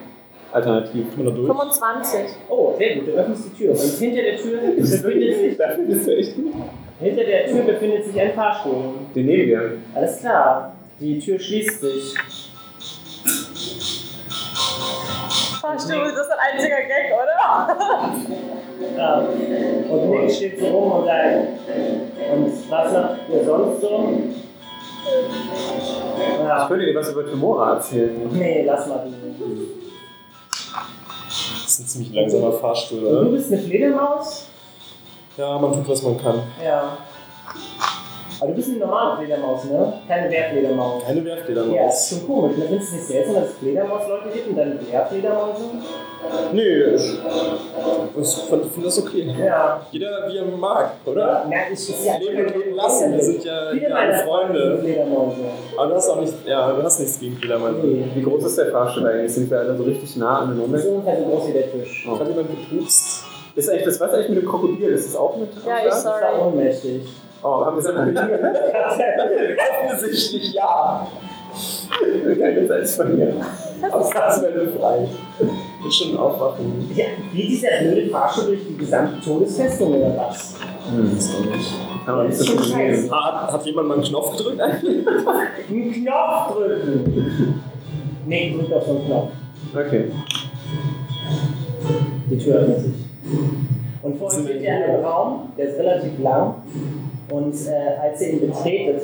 alternativ.
Kann man da durch?
25.
Oh, sehr gut, du öffnest die Tür. Und hinter der Tür befindet sich,
Dafür bist du echt gut.
hinter der Tür befindet sich ein Fahrstuhl.
Den nehmen wir.
Alles klar, die Tür schließt sich.
Fahrstuhl, das ist ein einziger Gag, oder?
Ja. Ähm, Und Nick steht so rum und sagt, und was macht ihr sonst so?
Ich
Ja.
könnte dir was über Tumora erzählen.
Nee, lass mal die.
Das ist ein ziemlich langsamer Fahrstuhl,
Und du
oder?
bist eine Fledermaus?
Ja, man tut, was man kann.
Ja. Aber du bist eine normale Fledermaus, ne? Keine Wehrfledermaus.
Eine werft ihr dann
Ja,
raus.
ist schon komisch. Ne? Findest du nicht seltsam, dass es Fledermaus-Leute gibt und dann Wehrfledermäuse?
Nö, ich ich fand- finde das okay.
Ja.
Jeder wie er mag, oder?
Merk ich, ist ja
Ja. Leben und leben lassen, wir sind ja,
Viele
ja
meiner
alle
Freunde sind
Freunde.
Fledermäuse.
Aber du hast auch nicht, ja, du hast nichts gegen Fledermann.
Nee.
Wie groß ist der Fahrstuhl eigentlich? Sind wir alle so richtig nah
Das ist
aneinander?
ungefähr so groß wie der Tisch.
Hat jemand gepupst?
Ist eigentlich das Wasser eigentlich mit dem Krokodil? Ist das auch mit?
Ja, ich
Das war
sorry.
ohnmächtig.
Oh, haben wir es einfach Offensichtlich ja. Keine Zeit von mir. Aus Gaswelle frei.
Wird schon aufwachen.
Ja, wie dieser blöde Fahrstuhl durch die gesamte Todesfestung oder was?
Das glaub ich.
Kann man nicht so
Das ist
viel
schon scheiße.
sehen.
Hat, hat jemand mal einen Knopf gedrückt?
Einen Knopf drücken! Nee, drückt auf so einen Knopf.
Okay.
Die Tür öffnet sich. Und vor euch
Sind wir
steht ihr
hier?
einen Raum, der ist relativ lang. Und äh, als ihr ihn betretet,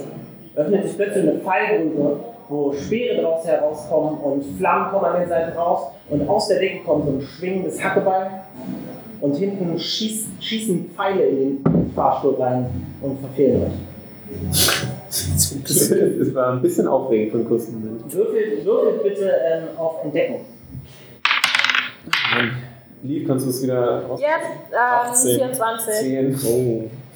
öffnet sich plötzlich eine Fallgrube, wo Speere draus herauskommen und Flammen kommen an den Seiten raus. Und aus der Decke kommt so ein schwingendes Hackeball. Und hinten schießt, schießen Pfeile in den Fahrstuhl rein und verfehlen euch.
Es war ein bisschen aufregend für einen kurzen Moment.
Würfelt, würfelt bitte ähm, auf Entdeckung.
Lieb, kannst du es wieder
Jetzt ähm,
18.
24.
ausziehen?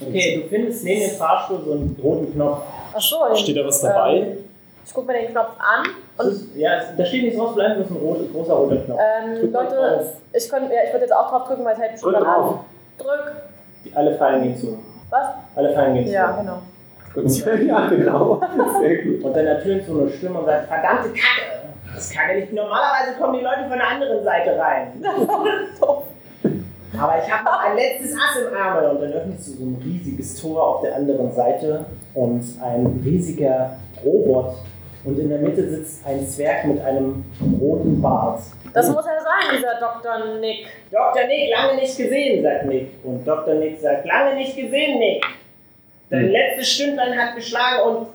Oh.
Okay, du findest neben dem Fahrstuhl so einen roten Knopf.
Achso,
Steht da was dabei?
ähm, ich gucke mir den Knopf an
Das
und
ist, ja, es- da steht nichts drauf, bleibt bloß ein rot, großer roter Knopf.
ähm,
Drück mal
Leute,
drauf.
ich, könnt, ja, ich würde jetzt auch drauf drücken, weil es hält schon
Drück
dran
drauf.
an. Drück.
Die- Alle Fallen gehen zu.
Was?
Alle Fallen gehen
Ja, genau.
Ja, genau. Sehr gut.
zu. Und dann natürlich so eine Stimme und sagt, verdammte Kacke! Das kann ja nicht. Normalerweise kommen die Leute von der anderen Seite rein. Aber ich habe noch ein letztes Ass im Ärmel. Und dann öffnest du so ein riesiges Tor auf der anderen Seite und ein riesiger Robot. Und in der Mitte sitzt ein Zwerg mit einem roten Bart.
Das muss er sein, dieser Dr. Nick.
Dr. Nick, lange nicht gesehen, sagt Nick. Und Dr. Nick sagt, lange nicht gesehen, Nick. Dein letztes Stündlein hat geschlagen und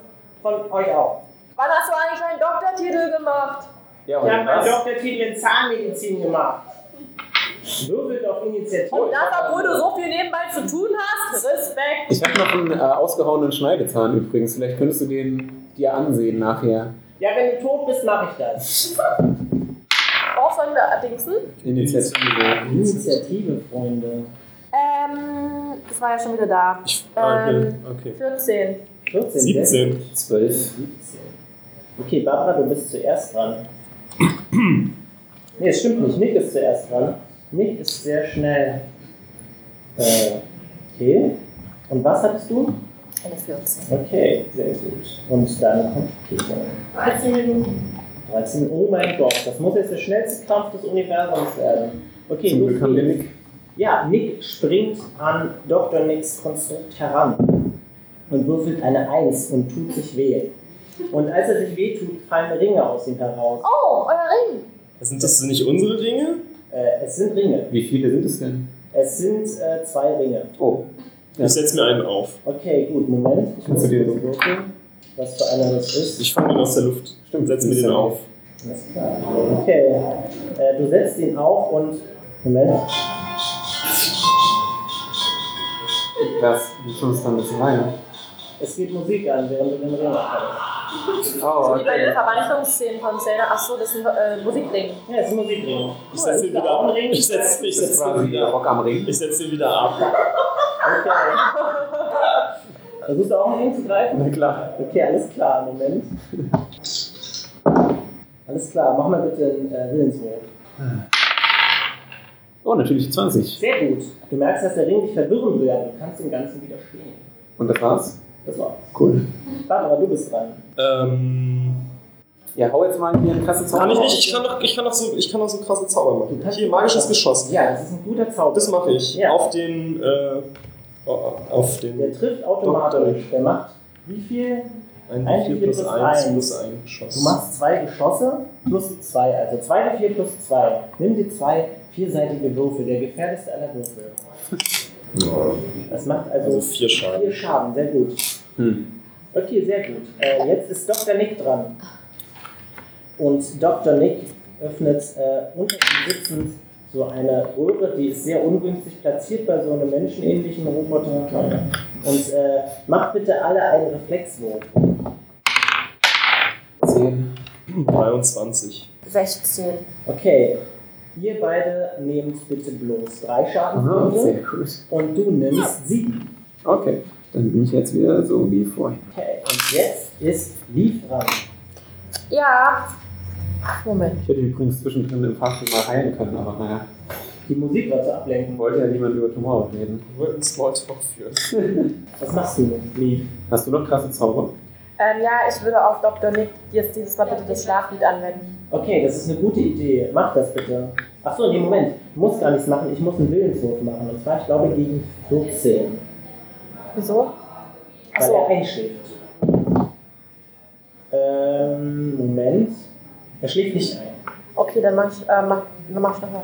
von euch auch.
Wann hast du eigentlich einen Doktortitel gemacht?
Ja,
Ich habe
und
also-
meinen
was?
Doktortitel in Zahnmedizin gemacht. Würfelt auf Initiative.
Und das, obwohl du so viel nebenbei zu tun hast? Respekt.
Ich habe noch einen äh, ausgehauenen Schneidezahn übrigens. Vielleicht könntest du den dir ansehen nachher.
Ja, wenn du tot bist, mache ich das.
Brauchst du einen Dingsen?
Initiative.
Initiative, Freunde.
Ähm, das war ja schon wieder da.
Ich, ah, okay.
Ähm,
okay.
14.
14.
17.
12.
17. Okay, Barbara, du bist zuerst dran. nee, es stimmt nicht. Nick ist zuerst dran. Nick ist sehr schnell. Äh, okay. Und was hattest du?
Eine 14.
Okay, sehr gut. Und dann kommt Peter.
13 Minuten.
13. Oh mein Gott, das muss jetzt der schnellste Kampf des Universums werden. Okay,
Zum
los
Glück haben wir
geht's.
Nick.
Ja, Nick springt an Dr. Nicks Konstrukt heran und würfelt eine 1 und tut sich weh. Und als er sich weh tut, fallen Ringe aus ihm heraus.
Oh, euer Ring.
Sind das nicht unsere Dinge?
Äh, es sind Ringe.
Wie viele sind es denn?
Es sind äh, zwei Ringe.
Oh, Ja.
Ich setze mir einen auf.
Okay, gut, Moment. Ich muss
Zu dir so.
kurz würfeln, was für einer das ist.
Ich fange den aus der Luft. Stimmt, setze mir den auf.
Alles klar. Okay. Äh, du setzt ihn auf und. Moment.
das ist schon dann das meine.
Es geht Musik an, während du den Ring aufhältst.
Oh,
So wie bei den
okay.
Verwandlungsszenen von Zelda. Achso, das ist ein äh, Musikring.
Ja, es ist ein Musikring.
Ich setze ihn wieder ab. Ich setze ich
Das ist
setz den
quasi
wieder ab.
Rock am Ring.
Ich setze ihn wieder ab.
Okay. Versuchst du auch einen Ring zu greifen?
Na klar.
Okay, alles klar, Moment. Alles klar, mach mal bitte einen äh, Willenswurf.
Oh, natürlich die 20.
Sehr gut. Du merkst, dass der Ring dich verwirren will, aber du kannst dem Ganzen widerstehen.
Und das war's?
Das war's.
Cool.
Barbara, du bist dran.
Ähm,
Ja, hau jetzt mal hier eine krasse Zauber
kann ich
raus.
nicht, ich kann, doch, ich, kann doch so, ich kann doch so krasse Zauber
Du
machen.
kannst-
Hier, magisches Geschoss.
Ja, das ist ein guter Zauber.
Das mache ich.
Ja.
Auf den, äh, auf
Der
den
trifft automatisch. Der macht wie viel?
1, 4 plus 1 plus 1 Geschoss.
Du machst zwei Geschosse plus zwei, also zwei der vier plus zwei. Nimm dir zwei vierseitige Würfel, der gefährlichste aller Würfel.
Ja,
Das macht
also
also
4 Schaden.
vier Schaden, sehr gut.
Hm.
Okay, sehr gut. Äh, jetzt ist Dr. Nick dran. Und Dr. Nick öffnet äh, unter ihm sitzend so eine Röhre, die ist sehr ungünstig platziert bei so einem menschenähnlichen Roboter. Und äh, macht bitte alle einen Reflexwurf.
10.
23.
16.
Okay, ihr beide nehmt bitte bloß drei
Aha,
Schadenspunkte
Also, sehr gut.
und du nimmst sieben.
Okay. Dann bin ich jetzt wieder so wie vorhin.
Okay, und jetzt ist Leaf dran.
Ja. Moment.
Ich hätte übrigens zwischendrin im Fahrstuhl mal heilen können, aber naja.
Die Musik war zu ablenken.
Wollte ja niemand über Tomorrow reden.
Wir wollten Smalltalk führen.
Was machst du, Leaf?
Hast du noch krasse Zauber?
Ähm, ja, ich würde auf Dr. Nick jetzt dieses Mal bitte das Schlaflied anwenden.
Okay, das ist eine gute Idee. Mach das bitte. Achso, nee, Moment. Du musst gar nichts machen. Ich muss einen Willenswurf machen. Und zwar, ich glaube, gegen 14.
Wieso?
Weil
Achso.
er einschläft. Ähm, Moment. Er schläft nicht ein.
Okay, dann mach ich, äh, mach, dann mach ich noch was.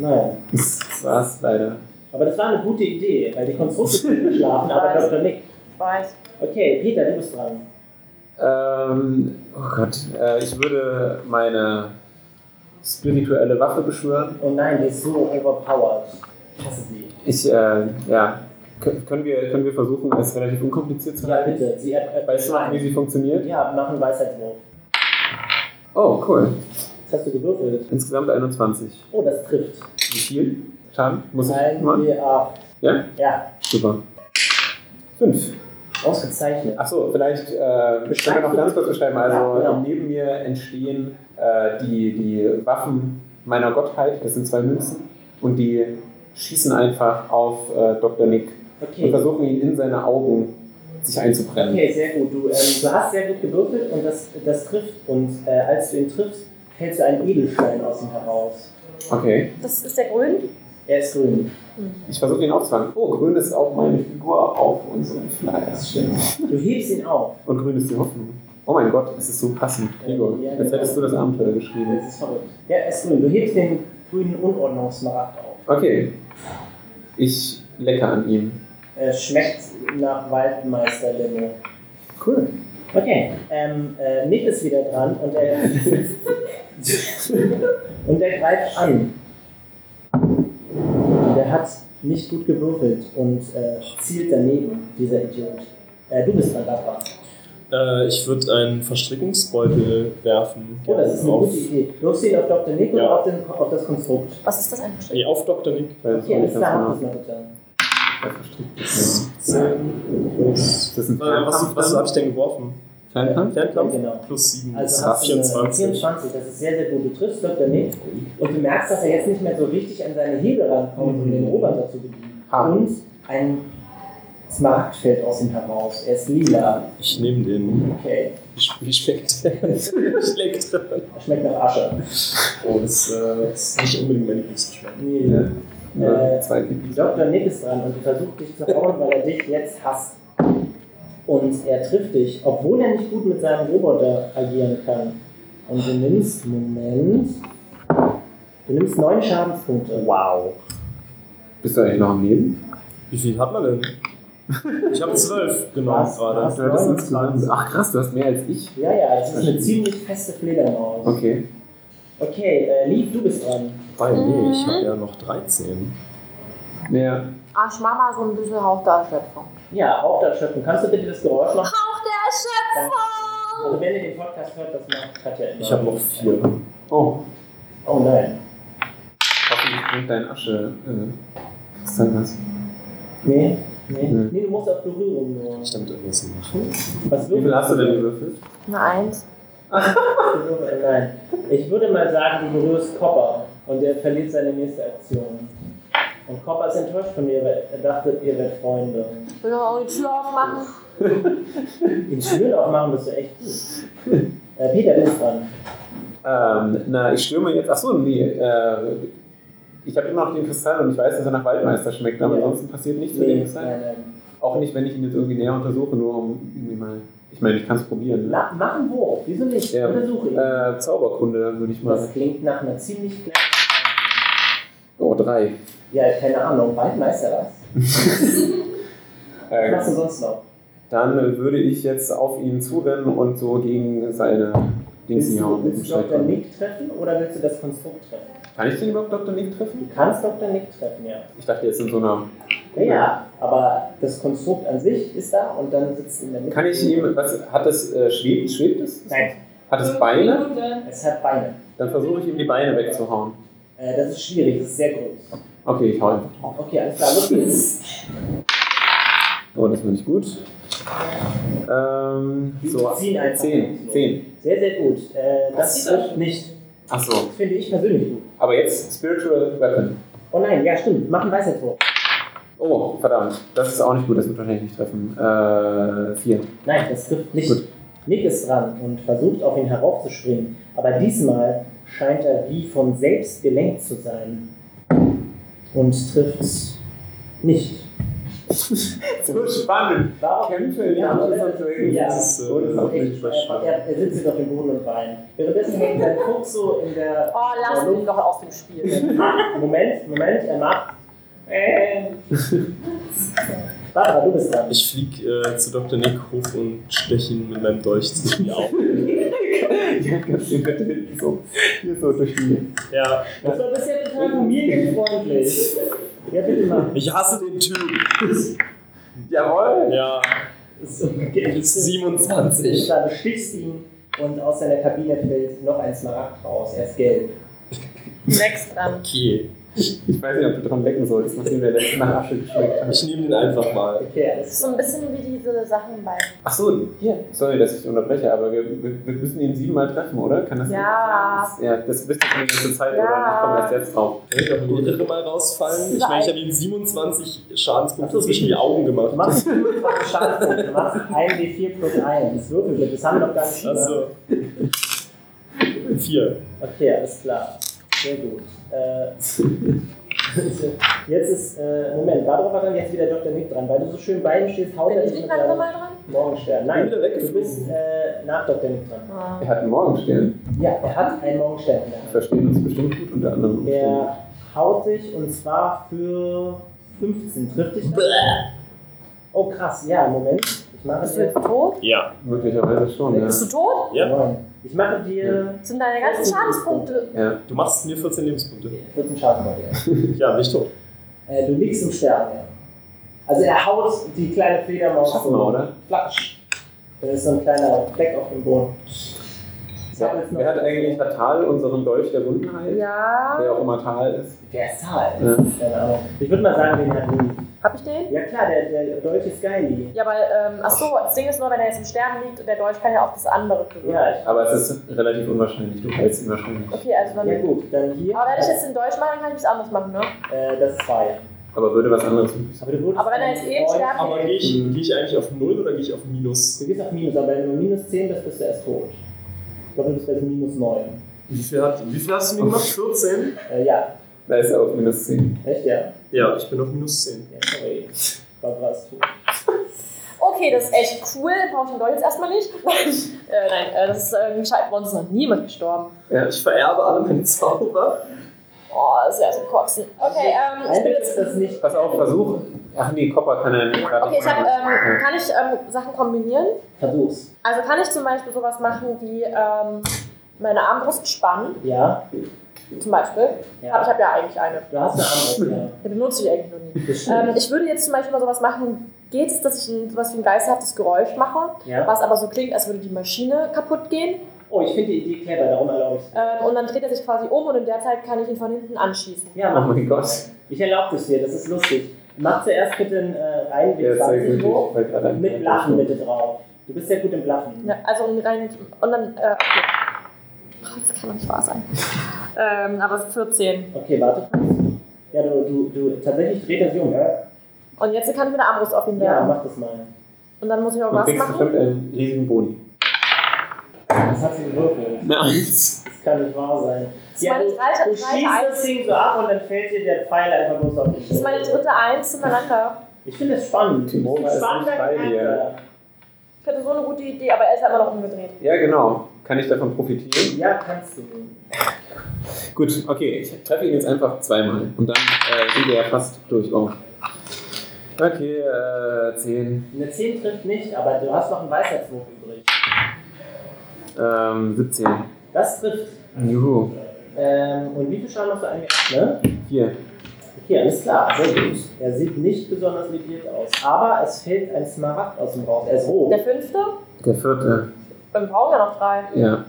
Nein.
Das war's leider.
Aber das war eine gute Idee, weil die Konstrukte können schlafen, aber Dr. Nick.
Ich weiß.
Okay, Peter, du bist dran.
Ähm, oh Gott, äh, ich würde meine spirituelle Waffe beschwören.
Oh nein, die ist so overpowered. Ich hasse sie.
Ich, äh, ja, Kö- können wir, können wir versuchen, es relativ unkompliziert zu
Ja,
halten?
bitte. Sie hat, äh,
Weißt du noch, wie sie funktioniert?
Ja, mach einen Weisheitswurf.
Oh, cool.
Das hast du gewürfelt.
Insgesamt 21.
Oh, das trifft.
Wie viel? Schaden? Muss ich
Ein
machen?
W8.
Ja?
Ja,
Super. Fünf.
ausgezeichnet. Ah,
Achso, vielleicht äh, können wir noch ganz kurz beschreiben. Also
Ja, genau.
neben mir entstehen äh, die, die Waffen meiner Gottheit, das sind zwei Münzen, und die schießen einfach auf äh, Dr. Nick und
Okay.
versuchen ihn in seine Augen sich einzubrennen.
Okay, sehr gut. Du, ähm, du hast sehr gut gewürfelt und das, das trifft. Und äh, als du ihn triffst, fällt so ein Edelstein aus ihm heraus.
Okay.
Das ist der Grün.
Er ist grün.
Ich versuche ihn aufzufangen. Oh, grün ist auch meine Figur auf unserem Flyer.
Du hebst ihn auf.
Und grün ist die Hoffnung. Oh mein Gott, es ist so passend. Gregor,
Ja,
als hättest du das Abenteuer geschrieben.
Das ist verrückt. Ja, er ist grün. Du hebst den grünen Unordnungsmarkt auf.
Okay. Ich lecke an ihm.
Es schmeckt nach Waldmeisterlimo.
Cool.
Okay, ähm, äh, Nick ist wieder dran und er, und er greift an. Und er hat nicht gut gewürfelt und äh, zielt daneben, dieser Idiot. Äh, du bist dran, Barbara.
Äh, ich würde einen Verstrickungsbeutel werfen.
Oh, das ist eine
auf,
gute Idee. Wirfst du ihn auf Dr. Nick
Ja.
oder auf, den, auf das Konstrukt?
Was ist das eigentlich?
nee, auf Dr. Nick.
Ich weiß
Okay,
auch
alles
nicht ganz
klar, mach das
genau.
mal bitte.
Da verstrickt ist
17 plus.
Das ist ein
Äh, was
Fernkampf
was
dann?
habe ich denn geworfen?
Fernkampf?
Fernkampf?
Ja, genau.
Plus 7.
Also
das
hast
ist
du eine
24.
24, das ist sehr, sehr gut. Du triffst Dr. Nick und du merkst, dass er jetzt nicht mehr so richtig an seine Hebel rankommt, um den Roboter zu bedienen.
Ha.
Und ein Smaragd fällt aus ihm heraus. Er ist lila.
Ich nehme den.
Okay.
Wie sch- Wie schmeckt der? Ich leck dran.
Er Schmeckt nach Asche.
Oh, das äh, ist nicht unbedingt mein Lieblingsgeschmack.
Nee.
Ja.
Äh,
Ja, zwei gibt es.
Dr. Nick ist dran und versucht dich zu hauen, weil er dich jetzt hasst. Und er trifft dich, obwohl er nicht gut mit seinem Roboter agieren kann. Und du nimmst, Moment, du nimmst neun Schadenspunkte.
Wow.
Bist du eigentlich noch am Leben?
Wie viel hat man denn? Ich habe 12 genommen
Was?
gerade.
Was?
Du hattest
Neun.
insgesamt. Ach krass, du hast mehr als ich.
Ja, ja, das ist eine ziemlich feste Fledermaus.
Okay.
Okay, äh, Lief, du bist dran.
Wobei, nee, ich habe ja noch 13.
Ja.
Ah, ich mach mal so ein bisschen Hauch der Erschöpfung.
Ja, auch das Schöpfen. Kannst du bitte das Geräusch machen?
Hauch der Erschöpfung!
Also wenn ihr den Podcast hört, das macht Katja immer.
Ich habe noch 4.
Oh,
Oh nein.
hoffentlich bringt dein Asche. Äh, was dann was?
Nee, nee.
Hm.
Nee, du musst auf Berührung nur.
Ich damit irgendwas machen.
Was
Wie viel
würfelst
hast du denn gewürfelt?
Eine Eins.
Nein. Ich würde mal sagen, du berührst Copper. und er verliert seine nächste Aktion. Und Copper ist enttäuscht von ihr, weil er dachte, ihr wärt Freunde.
Will doch auch die Tür aufmachen.
Den Schwül aufmachen bist du echt gut. Äh, Peter, du bist dran.
Ähm, na, ich stürme jetzt. Achso, nee. Äh, ich habe immer noch den Kristall und ich weiß, dass er nach Waldmeister schmeckt, aber
Ja.
ansonsten passiert nichts mit dem
Nee,
Kristall.
nein, nein.
Auch nicht, wenn ich ihn jetzt irgendwie näher untersuche, nur um irgendwie mal. Ich meine, ich kann es probieren. Ne?
Na, mach einen Wurf. Wieso nicht?
Ja.
Untersuche ihn.
Äh, Zauberkunde würde ich mal.
Das klingt nach einer ziemlich kleinen.
Oh, drei.
Ja, keine Ahnung. Waldmeister was? Was
Äh,
machst du sonst noch?
dann äh, würde ich jetzt auf ihn zurennen und so gegen seine Dings
Willst du,
hauen. mit dem
willst du Dr.
Schallkorn.
Nick treffen oder willst du das Konstrukt treffen?
Kann ich den überhaupt Dr. Nick treffen?
Du kannst Dr. Nick treffen, ja.
Ich dachte jetzt in so einer.
Ja, ja. Aber das Konstrukt an sich ist da und dann sitzt in der Mitte.
Kann ich ihm. Was, hat das. Äh, schwebt, schwebt es?
Nein,
Hat es Beine?
es hat Beine.
Dann versuche ich ihm die Beine wegzuhauen.
Äh, das ist schwierig, das ist sehr groß.
Okay, ich hau einfach drauf.
Okay, alles klar, los geht's.
Oh, das war nicht gut. Ähm, so,
Ziehen einfach.
10. 10.
Sehr, sehr gut. Äh, das
Passiert
trifft nicht.
Achso,
Das finde ich persönlich gut.
aber jetzt Spiritual Weapon.
Oh nein, ja stimmt, mach einen Weisheitswurf.
Oh, verdammt. Das ist auch nicht gut, das wird wahrscheinlich nicht treffen. Äh, 4.
Nein, das trifft nicht.
Gut.
Nick ist dran und versucht auf ihn heraufzuspringen, aber diesmal scheint er wie von selbst gelenkt zu sein und trifft nicht.
So spannend.
Warum?
Kämpfe,
Ja,
das
aber-
ist so irgendwie-
Ja.
Das ist, äh,
Echt,
unglaublich
äh,
spannend.
er, er sitzt jetzt auf dem Boden und weint. Währenddessen hängt sein Fuchs so in der.
Oh, lass
in der
ihn
Luft.
doch aus dem Spiel.
Ah, Moment, Moment, er macht. Äh. Barbara, du bist dran.
Ich fliege äh, zu Dr. Nick hoch und steche ihn mit meinem Dolch zwischen die Augen.
Ja, ganz den Bett hinten so. Hier so durch die.
Ja.
Das war bisher total familienfreundlich. Ja, bitte mal.
Ich hasse den Typen.
Jawohl!
Ja.
So,
Das ist 27.
Du stichst ihn und aus seiner Kabine fällt noch ein Smaragd raus. Er ist gelb.
Next
ähm.
dran.
Okay.
Ich weiß nicht, ob du dran lecken sollst, nachdem der letzte nach Asche geschmeckt hat.
Ich nehme den einfach mal.
Okay, alles
Das ist so ein bisschen wie diese Sachen bei.
Achso, hier. Sorry, dass ich unterbreche, aber wir, wir, wir müssen ihn siebenmal treffen, oder? Kann das
Ja.
nicht? Ja, das wisst ihr schon die ganze Zeit,
Ja.
oder? Ich komme erst jetzt drauf.
Kann ich noch eine Irre mal rausfallen? Ich meine, ich habe ihm 27 Schadenspunkte zwischen die Augen
Du
gemacht.
machst einen Schadenspunkt. Du machst 1d4 plus 1. Würfel bitte. Das haben wir doch gar nicht gemacht.
Also. Vier.
Okay, alles klar. Sehr gut. Äh, jetzt ist, äh, Moment, Barbara war dann jetzt wieder Dr. Nick dran, weil du so schön bei ihm stehst, haut
Bin
er
ich
dich
nicht
mit
gerade
deinem
nochmal dran?
Morgenstern. Nein,
Ich bin wieder
du
weggeflogen.
bist äh, nach Dr. Nick dran.
Ah.
Er hat einen Morgenstern.
Ja, er hat einen Morgenstern in der
Wir
Hand.
verstehen uns bestimmt gut unter anderen Umständen.
Er haut dich und zwar für 15. Trifft dich das? Oh krass, ja, Moment. Ich mache
Bist du jetzt
dir.
tot?
Ja.
Möglicherweise schon, ja.
Bist du tot?
Ja.
Neun. Ich mache dir
Sind deine ganzen Schadenspunkte.
ja.
Du machst mir 14 Lebenspunkte.
14 Schaden bei dir.
Ja, bin ich tot.
Äh, du liegst im Sterben, ja. Also er haut die kleine Fledermaus
Schaffen wir, oder?
Platsch. Da ist so ein kleiner Fleck auf dem Boden. hab
Wer,
jetzt noch-
wer hat eigentlich hat Tal unseren Dolch der Wunden heilt?
Ja.
Wer auch immer Tal ist.
Wer ist Tal?
Ja.
Keine Ahnung. Ich würde mal sagen, den hat Luni.
Hab ich den?
Ja klar, der, der Dolch ist geil.
Ja, weil, ähm, ach so, das Ding ist nur, wenn er jetzt im Sterben liegt, der Dolch kann ja auch das andere berühren.
Ja, ich,
Aber es ist relativ unwahrscheinlich. Du heilst ihn wahrscheinlich.
Okay, also
ja
dann.
gut, dann hier.
Aber wenn ich jetzt den Dolch mache, dann kann ich was anderes machen, ne?
äh, das ist zwei.
Aber würde was anderes möglich sein.
Aber, du würdest
Aber wenn er jetzt eh im
Freund-
Sterben
Aber gehe ich, geh ich eigentlich auf Null oder gehe ich auf Minus?
Du gehst auf Minus, aber wenn du minus 10 bist, bist du erst tot. Ich glaube, du bist bei minus 9.
Wie viel, hat, wie viel hast du mir gemacht? 14?
Äh, ja,
Da ist er auf minus 10.
echt, ja.
Ja, ich bin auf Minus 10.
Ja, sorry. Barbara ist tot.
Okay, das ist echt cool. Brauche ich den Dolch jetzt erstmal nicht? Nein, äh, nein äh, das ist äh, gescheit. Bei uns ist noch niemand gestorben.
Ja, ich vererbe alle meine Zauber.
Oh, das ist ja so kotzen. Okay, ähm, ich bin
Also, Eigentlich
jetzt.
ist das nicht.
Pass auf, versuch. Ach nee, Copper kann er nicht gerade
Okay, ich hab, ähm,
machen.
kann ich ähm, Sachen kombinieren?
Versuch's.
Also kann ich zum Beispiel sowas machen wie ähm, meine Armbrust spannen,
Ja?
zum Beispiel.
Ja.
Aber ich habe ja eigentlich eine.
Du hast eine andere.
Die benutze ich eigentlich noch nie.
Ja. Das stimmt.
Ähm, ich würde jetzt zum Beispiel mal sowas machen, geht es, dass ich ein, sowas wie ein geisterhaftes Geräusch mache,
ja.
was aber so klingt, als würde die Maschine kaputt gehen.
Oh, ich finde die Idee clever, darum erlaube ich es.
Ähm, und dann dreht er sich quasi um und in der Zeit kann ich ihn von hinten anschießen.
Ja,
Oh
mach mal.
mein Gott.
Ich erlaube es dir, das ist lustig. Mach zuerst bitte einen äh, reinen
Der ist sehr gut.
W20 hoch.
Ich wollte gerade-
Mit Blaffen bitte drauf. Du bist ja gut im Blaffen.
Ne, also und rein und dann äh, okay. Sprache, das kann doch nicht wahr sein. ähm, aber es ist 14.
Okay, warte kurz. Ja, du, du, du, tatsächlich dreht er sich um, ja?
Und jetzt kann ich mit der Armbrust auf ihn
Ja,
werfen.
mach das mal.
Und dann muss ich auch
Du
was
kriegst
machen.
bestimmt einen riesigen Boni.
Das hat sie gewürfelt.
Eine Eins.
Das kann nicht wahr sein.
Das ist meine
du,
dritte,
du
dritte
schießt das
Eins.
Ding so ab und dann fällt dir der Pfeil einfach bloß auf
Das
dich.
ist meine dritte Eins hintereinander.
Ich finde es spannend.
Timon ist
Spannender
nicht bei dir.
Charakter.
Ich hatte so eine gute Idee, aber er ist ja immer noch umgedreht.
Ja, genau. Kann ich davon profitieren?
Ja, kannst du.
Gut, okay. Ich treffe ihn jetzt einfach zweimal. Und dann äh, sind wir ja fast durch. Oh. Okay, äh, 10,
Eine 10 trifft nicht, aber du hast noch einen Weisheitswurf übrig.
ähm, 17.
Das trifft.
Juhu.
Ähm, und wie viel Schaden hast du eigentlich? Ne?
4.
Okay, alles klar. Sehr gut. Er sieht nicht besonders lediert aus. Aber es fällt ein Smaragd aus dem Rauch. Er ist rot.
Der fünfte?
Der vierte.
Dann brauchen wir noch drei.
Ja.
Ähm,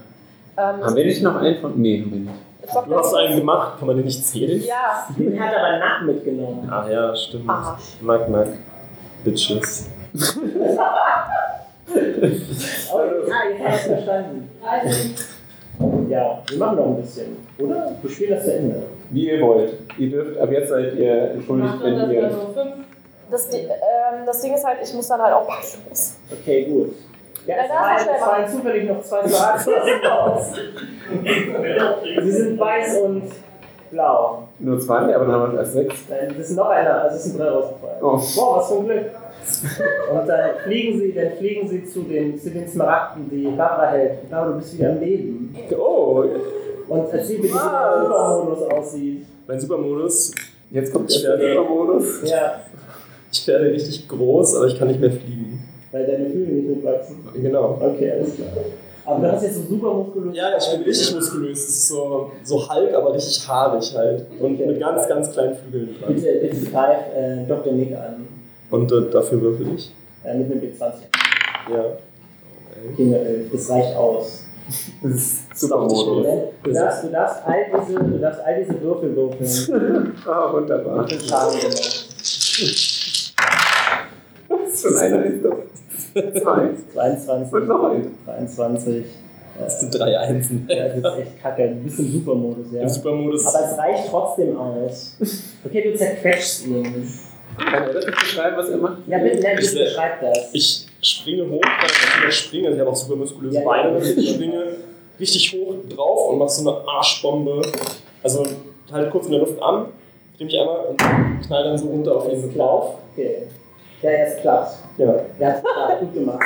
Haben wir nicht noch einen von. Nee, haben wir nicht.
ich glaub,
Du hast
der-
einen gemacht, kann man den nicht zählen?
Ja.
Den hat aber Nack mitgenommen.
Ach ja, stimmt.
Arsch.
Mag, mag. Bitches.
Oh, ah, jetzt hast du verstanden. Ja, wir machen noch ein bisschen. Oder? Wir spielen das zu Ende.
Wie ihr wollt. Ihr dürft, ab jetzt seid ihr entschuldigt, wenn ihr.
Das, Di- ähm, das Ding ist halt, ich muss dann halt auch bald los.
Okay, gut. Ja,
Ja,
es
da ist
fallen,
er
es fallen
schnell
zufällig noch zwei Smaragd aus. Sie sind weiß und blau.
Nur zwei, aber dann haben wir erst sechs.
Nein, Es ist noch einer, also es sind drei rausgefallen.
Oh.
Boah, was für ein Glück. Und dann fliegen sie, dann fliegen sie zu den, zu den Smaragden, die Barbara hält. Barbara, du bist wieder am Leben.
Oh,
Und erzähl, wie dieser Supermodus aussieht.
Mein Supermodus,
jetzt kommt
Ich
der
werde-
Supermodus.
Ja,
ich werde richtig groß, aber ich kann nicht mehr fliegen.
weil deine Flügel nicht mitwachsen.
Genau.
Okay, alles klar. Aber du hast jetzt so super muskulös.
Ja, ich bin richtig muskulös. Es ist so, so Hulk, aber richtig haarig halt. Und mit ganz, ganz kleinen Flügeln dran.
Bitte, bitte greif äh, Dr. Nick an.
Und äh, dafür würfel ich.
Äh, mit einem B20.
Ja.
Kinder, äh, das reicht aus.
Das ist
Du
Supermodus.
darfst, du darfst, all, diese, du darfst all diese Würfel würfeln.
Ah, wunderbar.
Das ist Schaden gemacht.
Das ist schon einer ist das. Zwei.
22.
Und neun.
23.
Das
Äh,
sind drei Einsen.
ja, das ist echt kacke. Du bist im Supermodus, ja.
Im Supermodus.
Aber es reicht trotzdem aus. Okay, du zerquetschst ihn.
Kann er das nicht beschreiben, was er macht?
Ja, bitte, nein,
Ich
bitte
will-
beschreib das.
Ich springe hoch, weil ich wieder springe. Also ich habe auch super muskulöse
Ja, ja.
Beine. Ich springe richtig hoch drauf und mache so eine Arschbombe. Also halt kurz in der Luft an, drehe mich einmal und knall dann so runter auf
Alles
ihn
klar.
drauf.
Okay. Ja, jetzt klappt.
Ja.
Ja, ist klar. gut gemacht.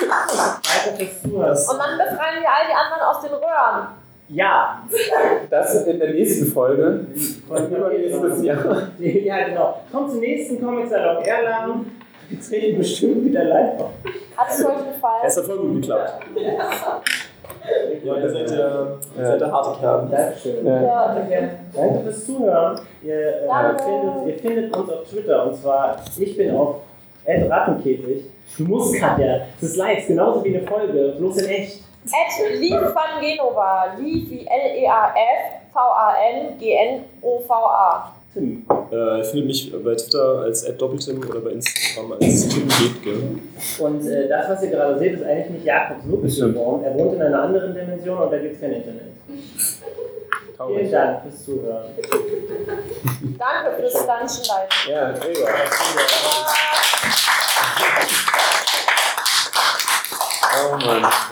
Danke fürs Zuhören.
Und dann befreien wir all die anderen aus den Röhren.
Ja.
Das in der nächsten Folge. Übernächstes Jahr.
Ja, genau. Kommt zum nächsten Comic-Salon Erlangen. Jetzt reden bestimmt wieder live.
Hat es euch gefallen?
Es hat voll gut geklappt. Ja, ihr seid ja, ihr seid der harte Kern.
Dankeschön.
Ja.
Ja.
Danke fürs Zuhören. Ihr, äh,
Danke.
findet, ihr findet uns auf Twitter und zwar, ich bin auf Ed Rattenkäfig. Du musst Katja. Das ist live, genauso wie eine Folge, bloß in echt.
At Lief van Genova. Lief wie E L-E-A-F V-A-N-G-N-O-V-A.
Tim.
Äh, ihr findet mich bei Twitter als Doppeltim oder bei Instagram als Tim Bethke.
Und äh, das, was ihr gerade seht, ist eigentlich nicht Jakobs wirkliche
Stimmt.
Form. Er wohnt in einer anderen Dimension und da gibt es kein Internet. Vielen Dank fürs Zuhören.
Danke fürs Dungeon Live.
Ja, mega. Oh Mann.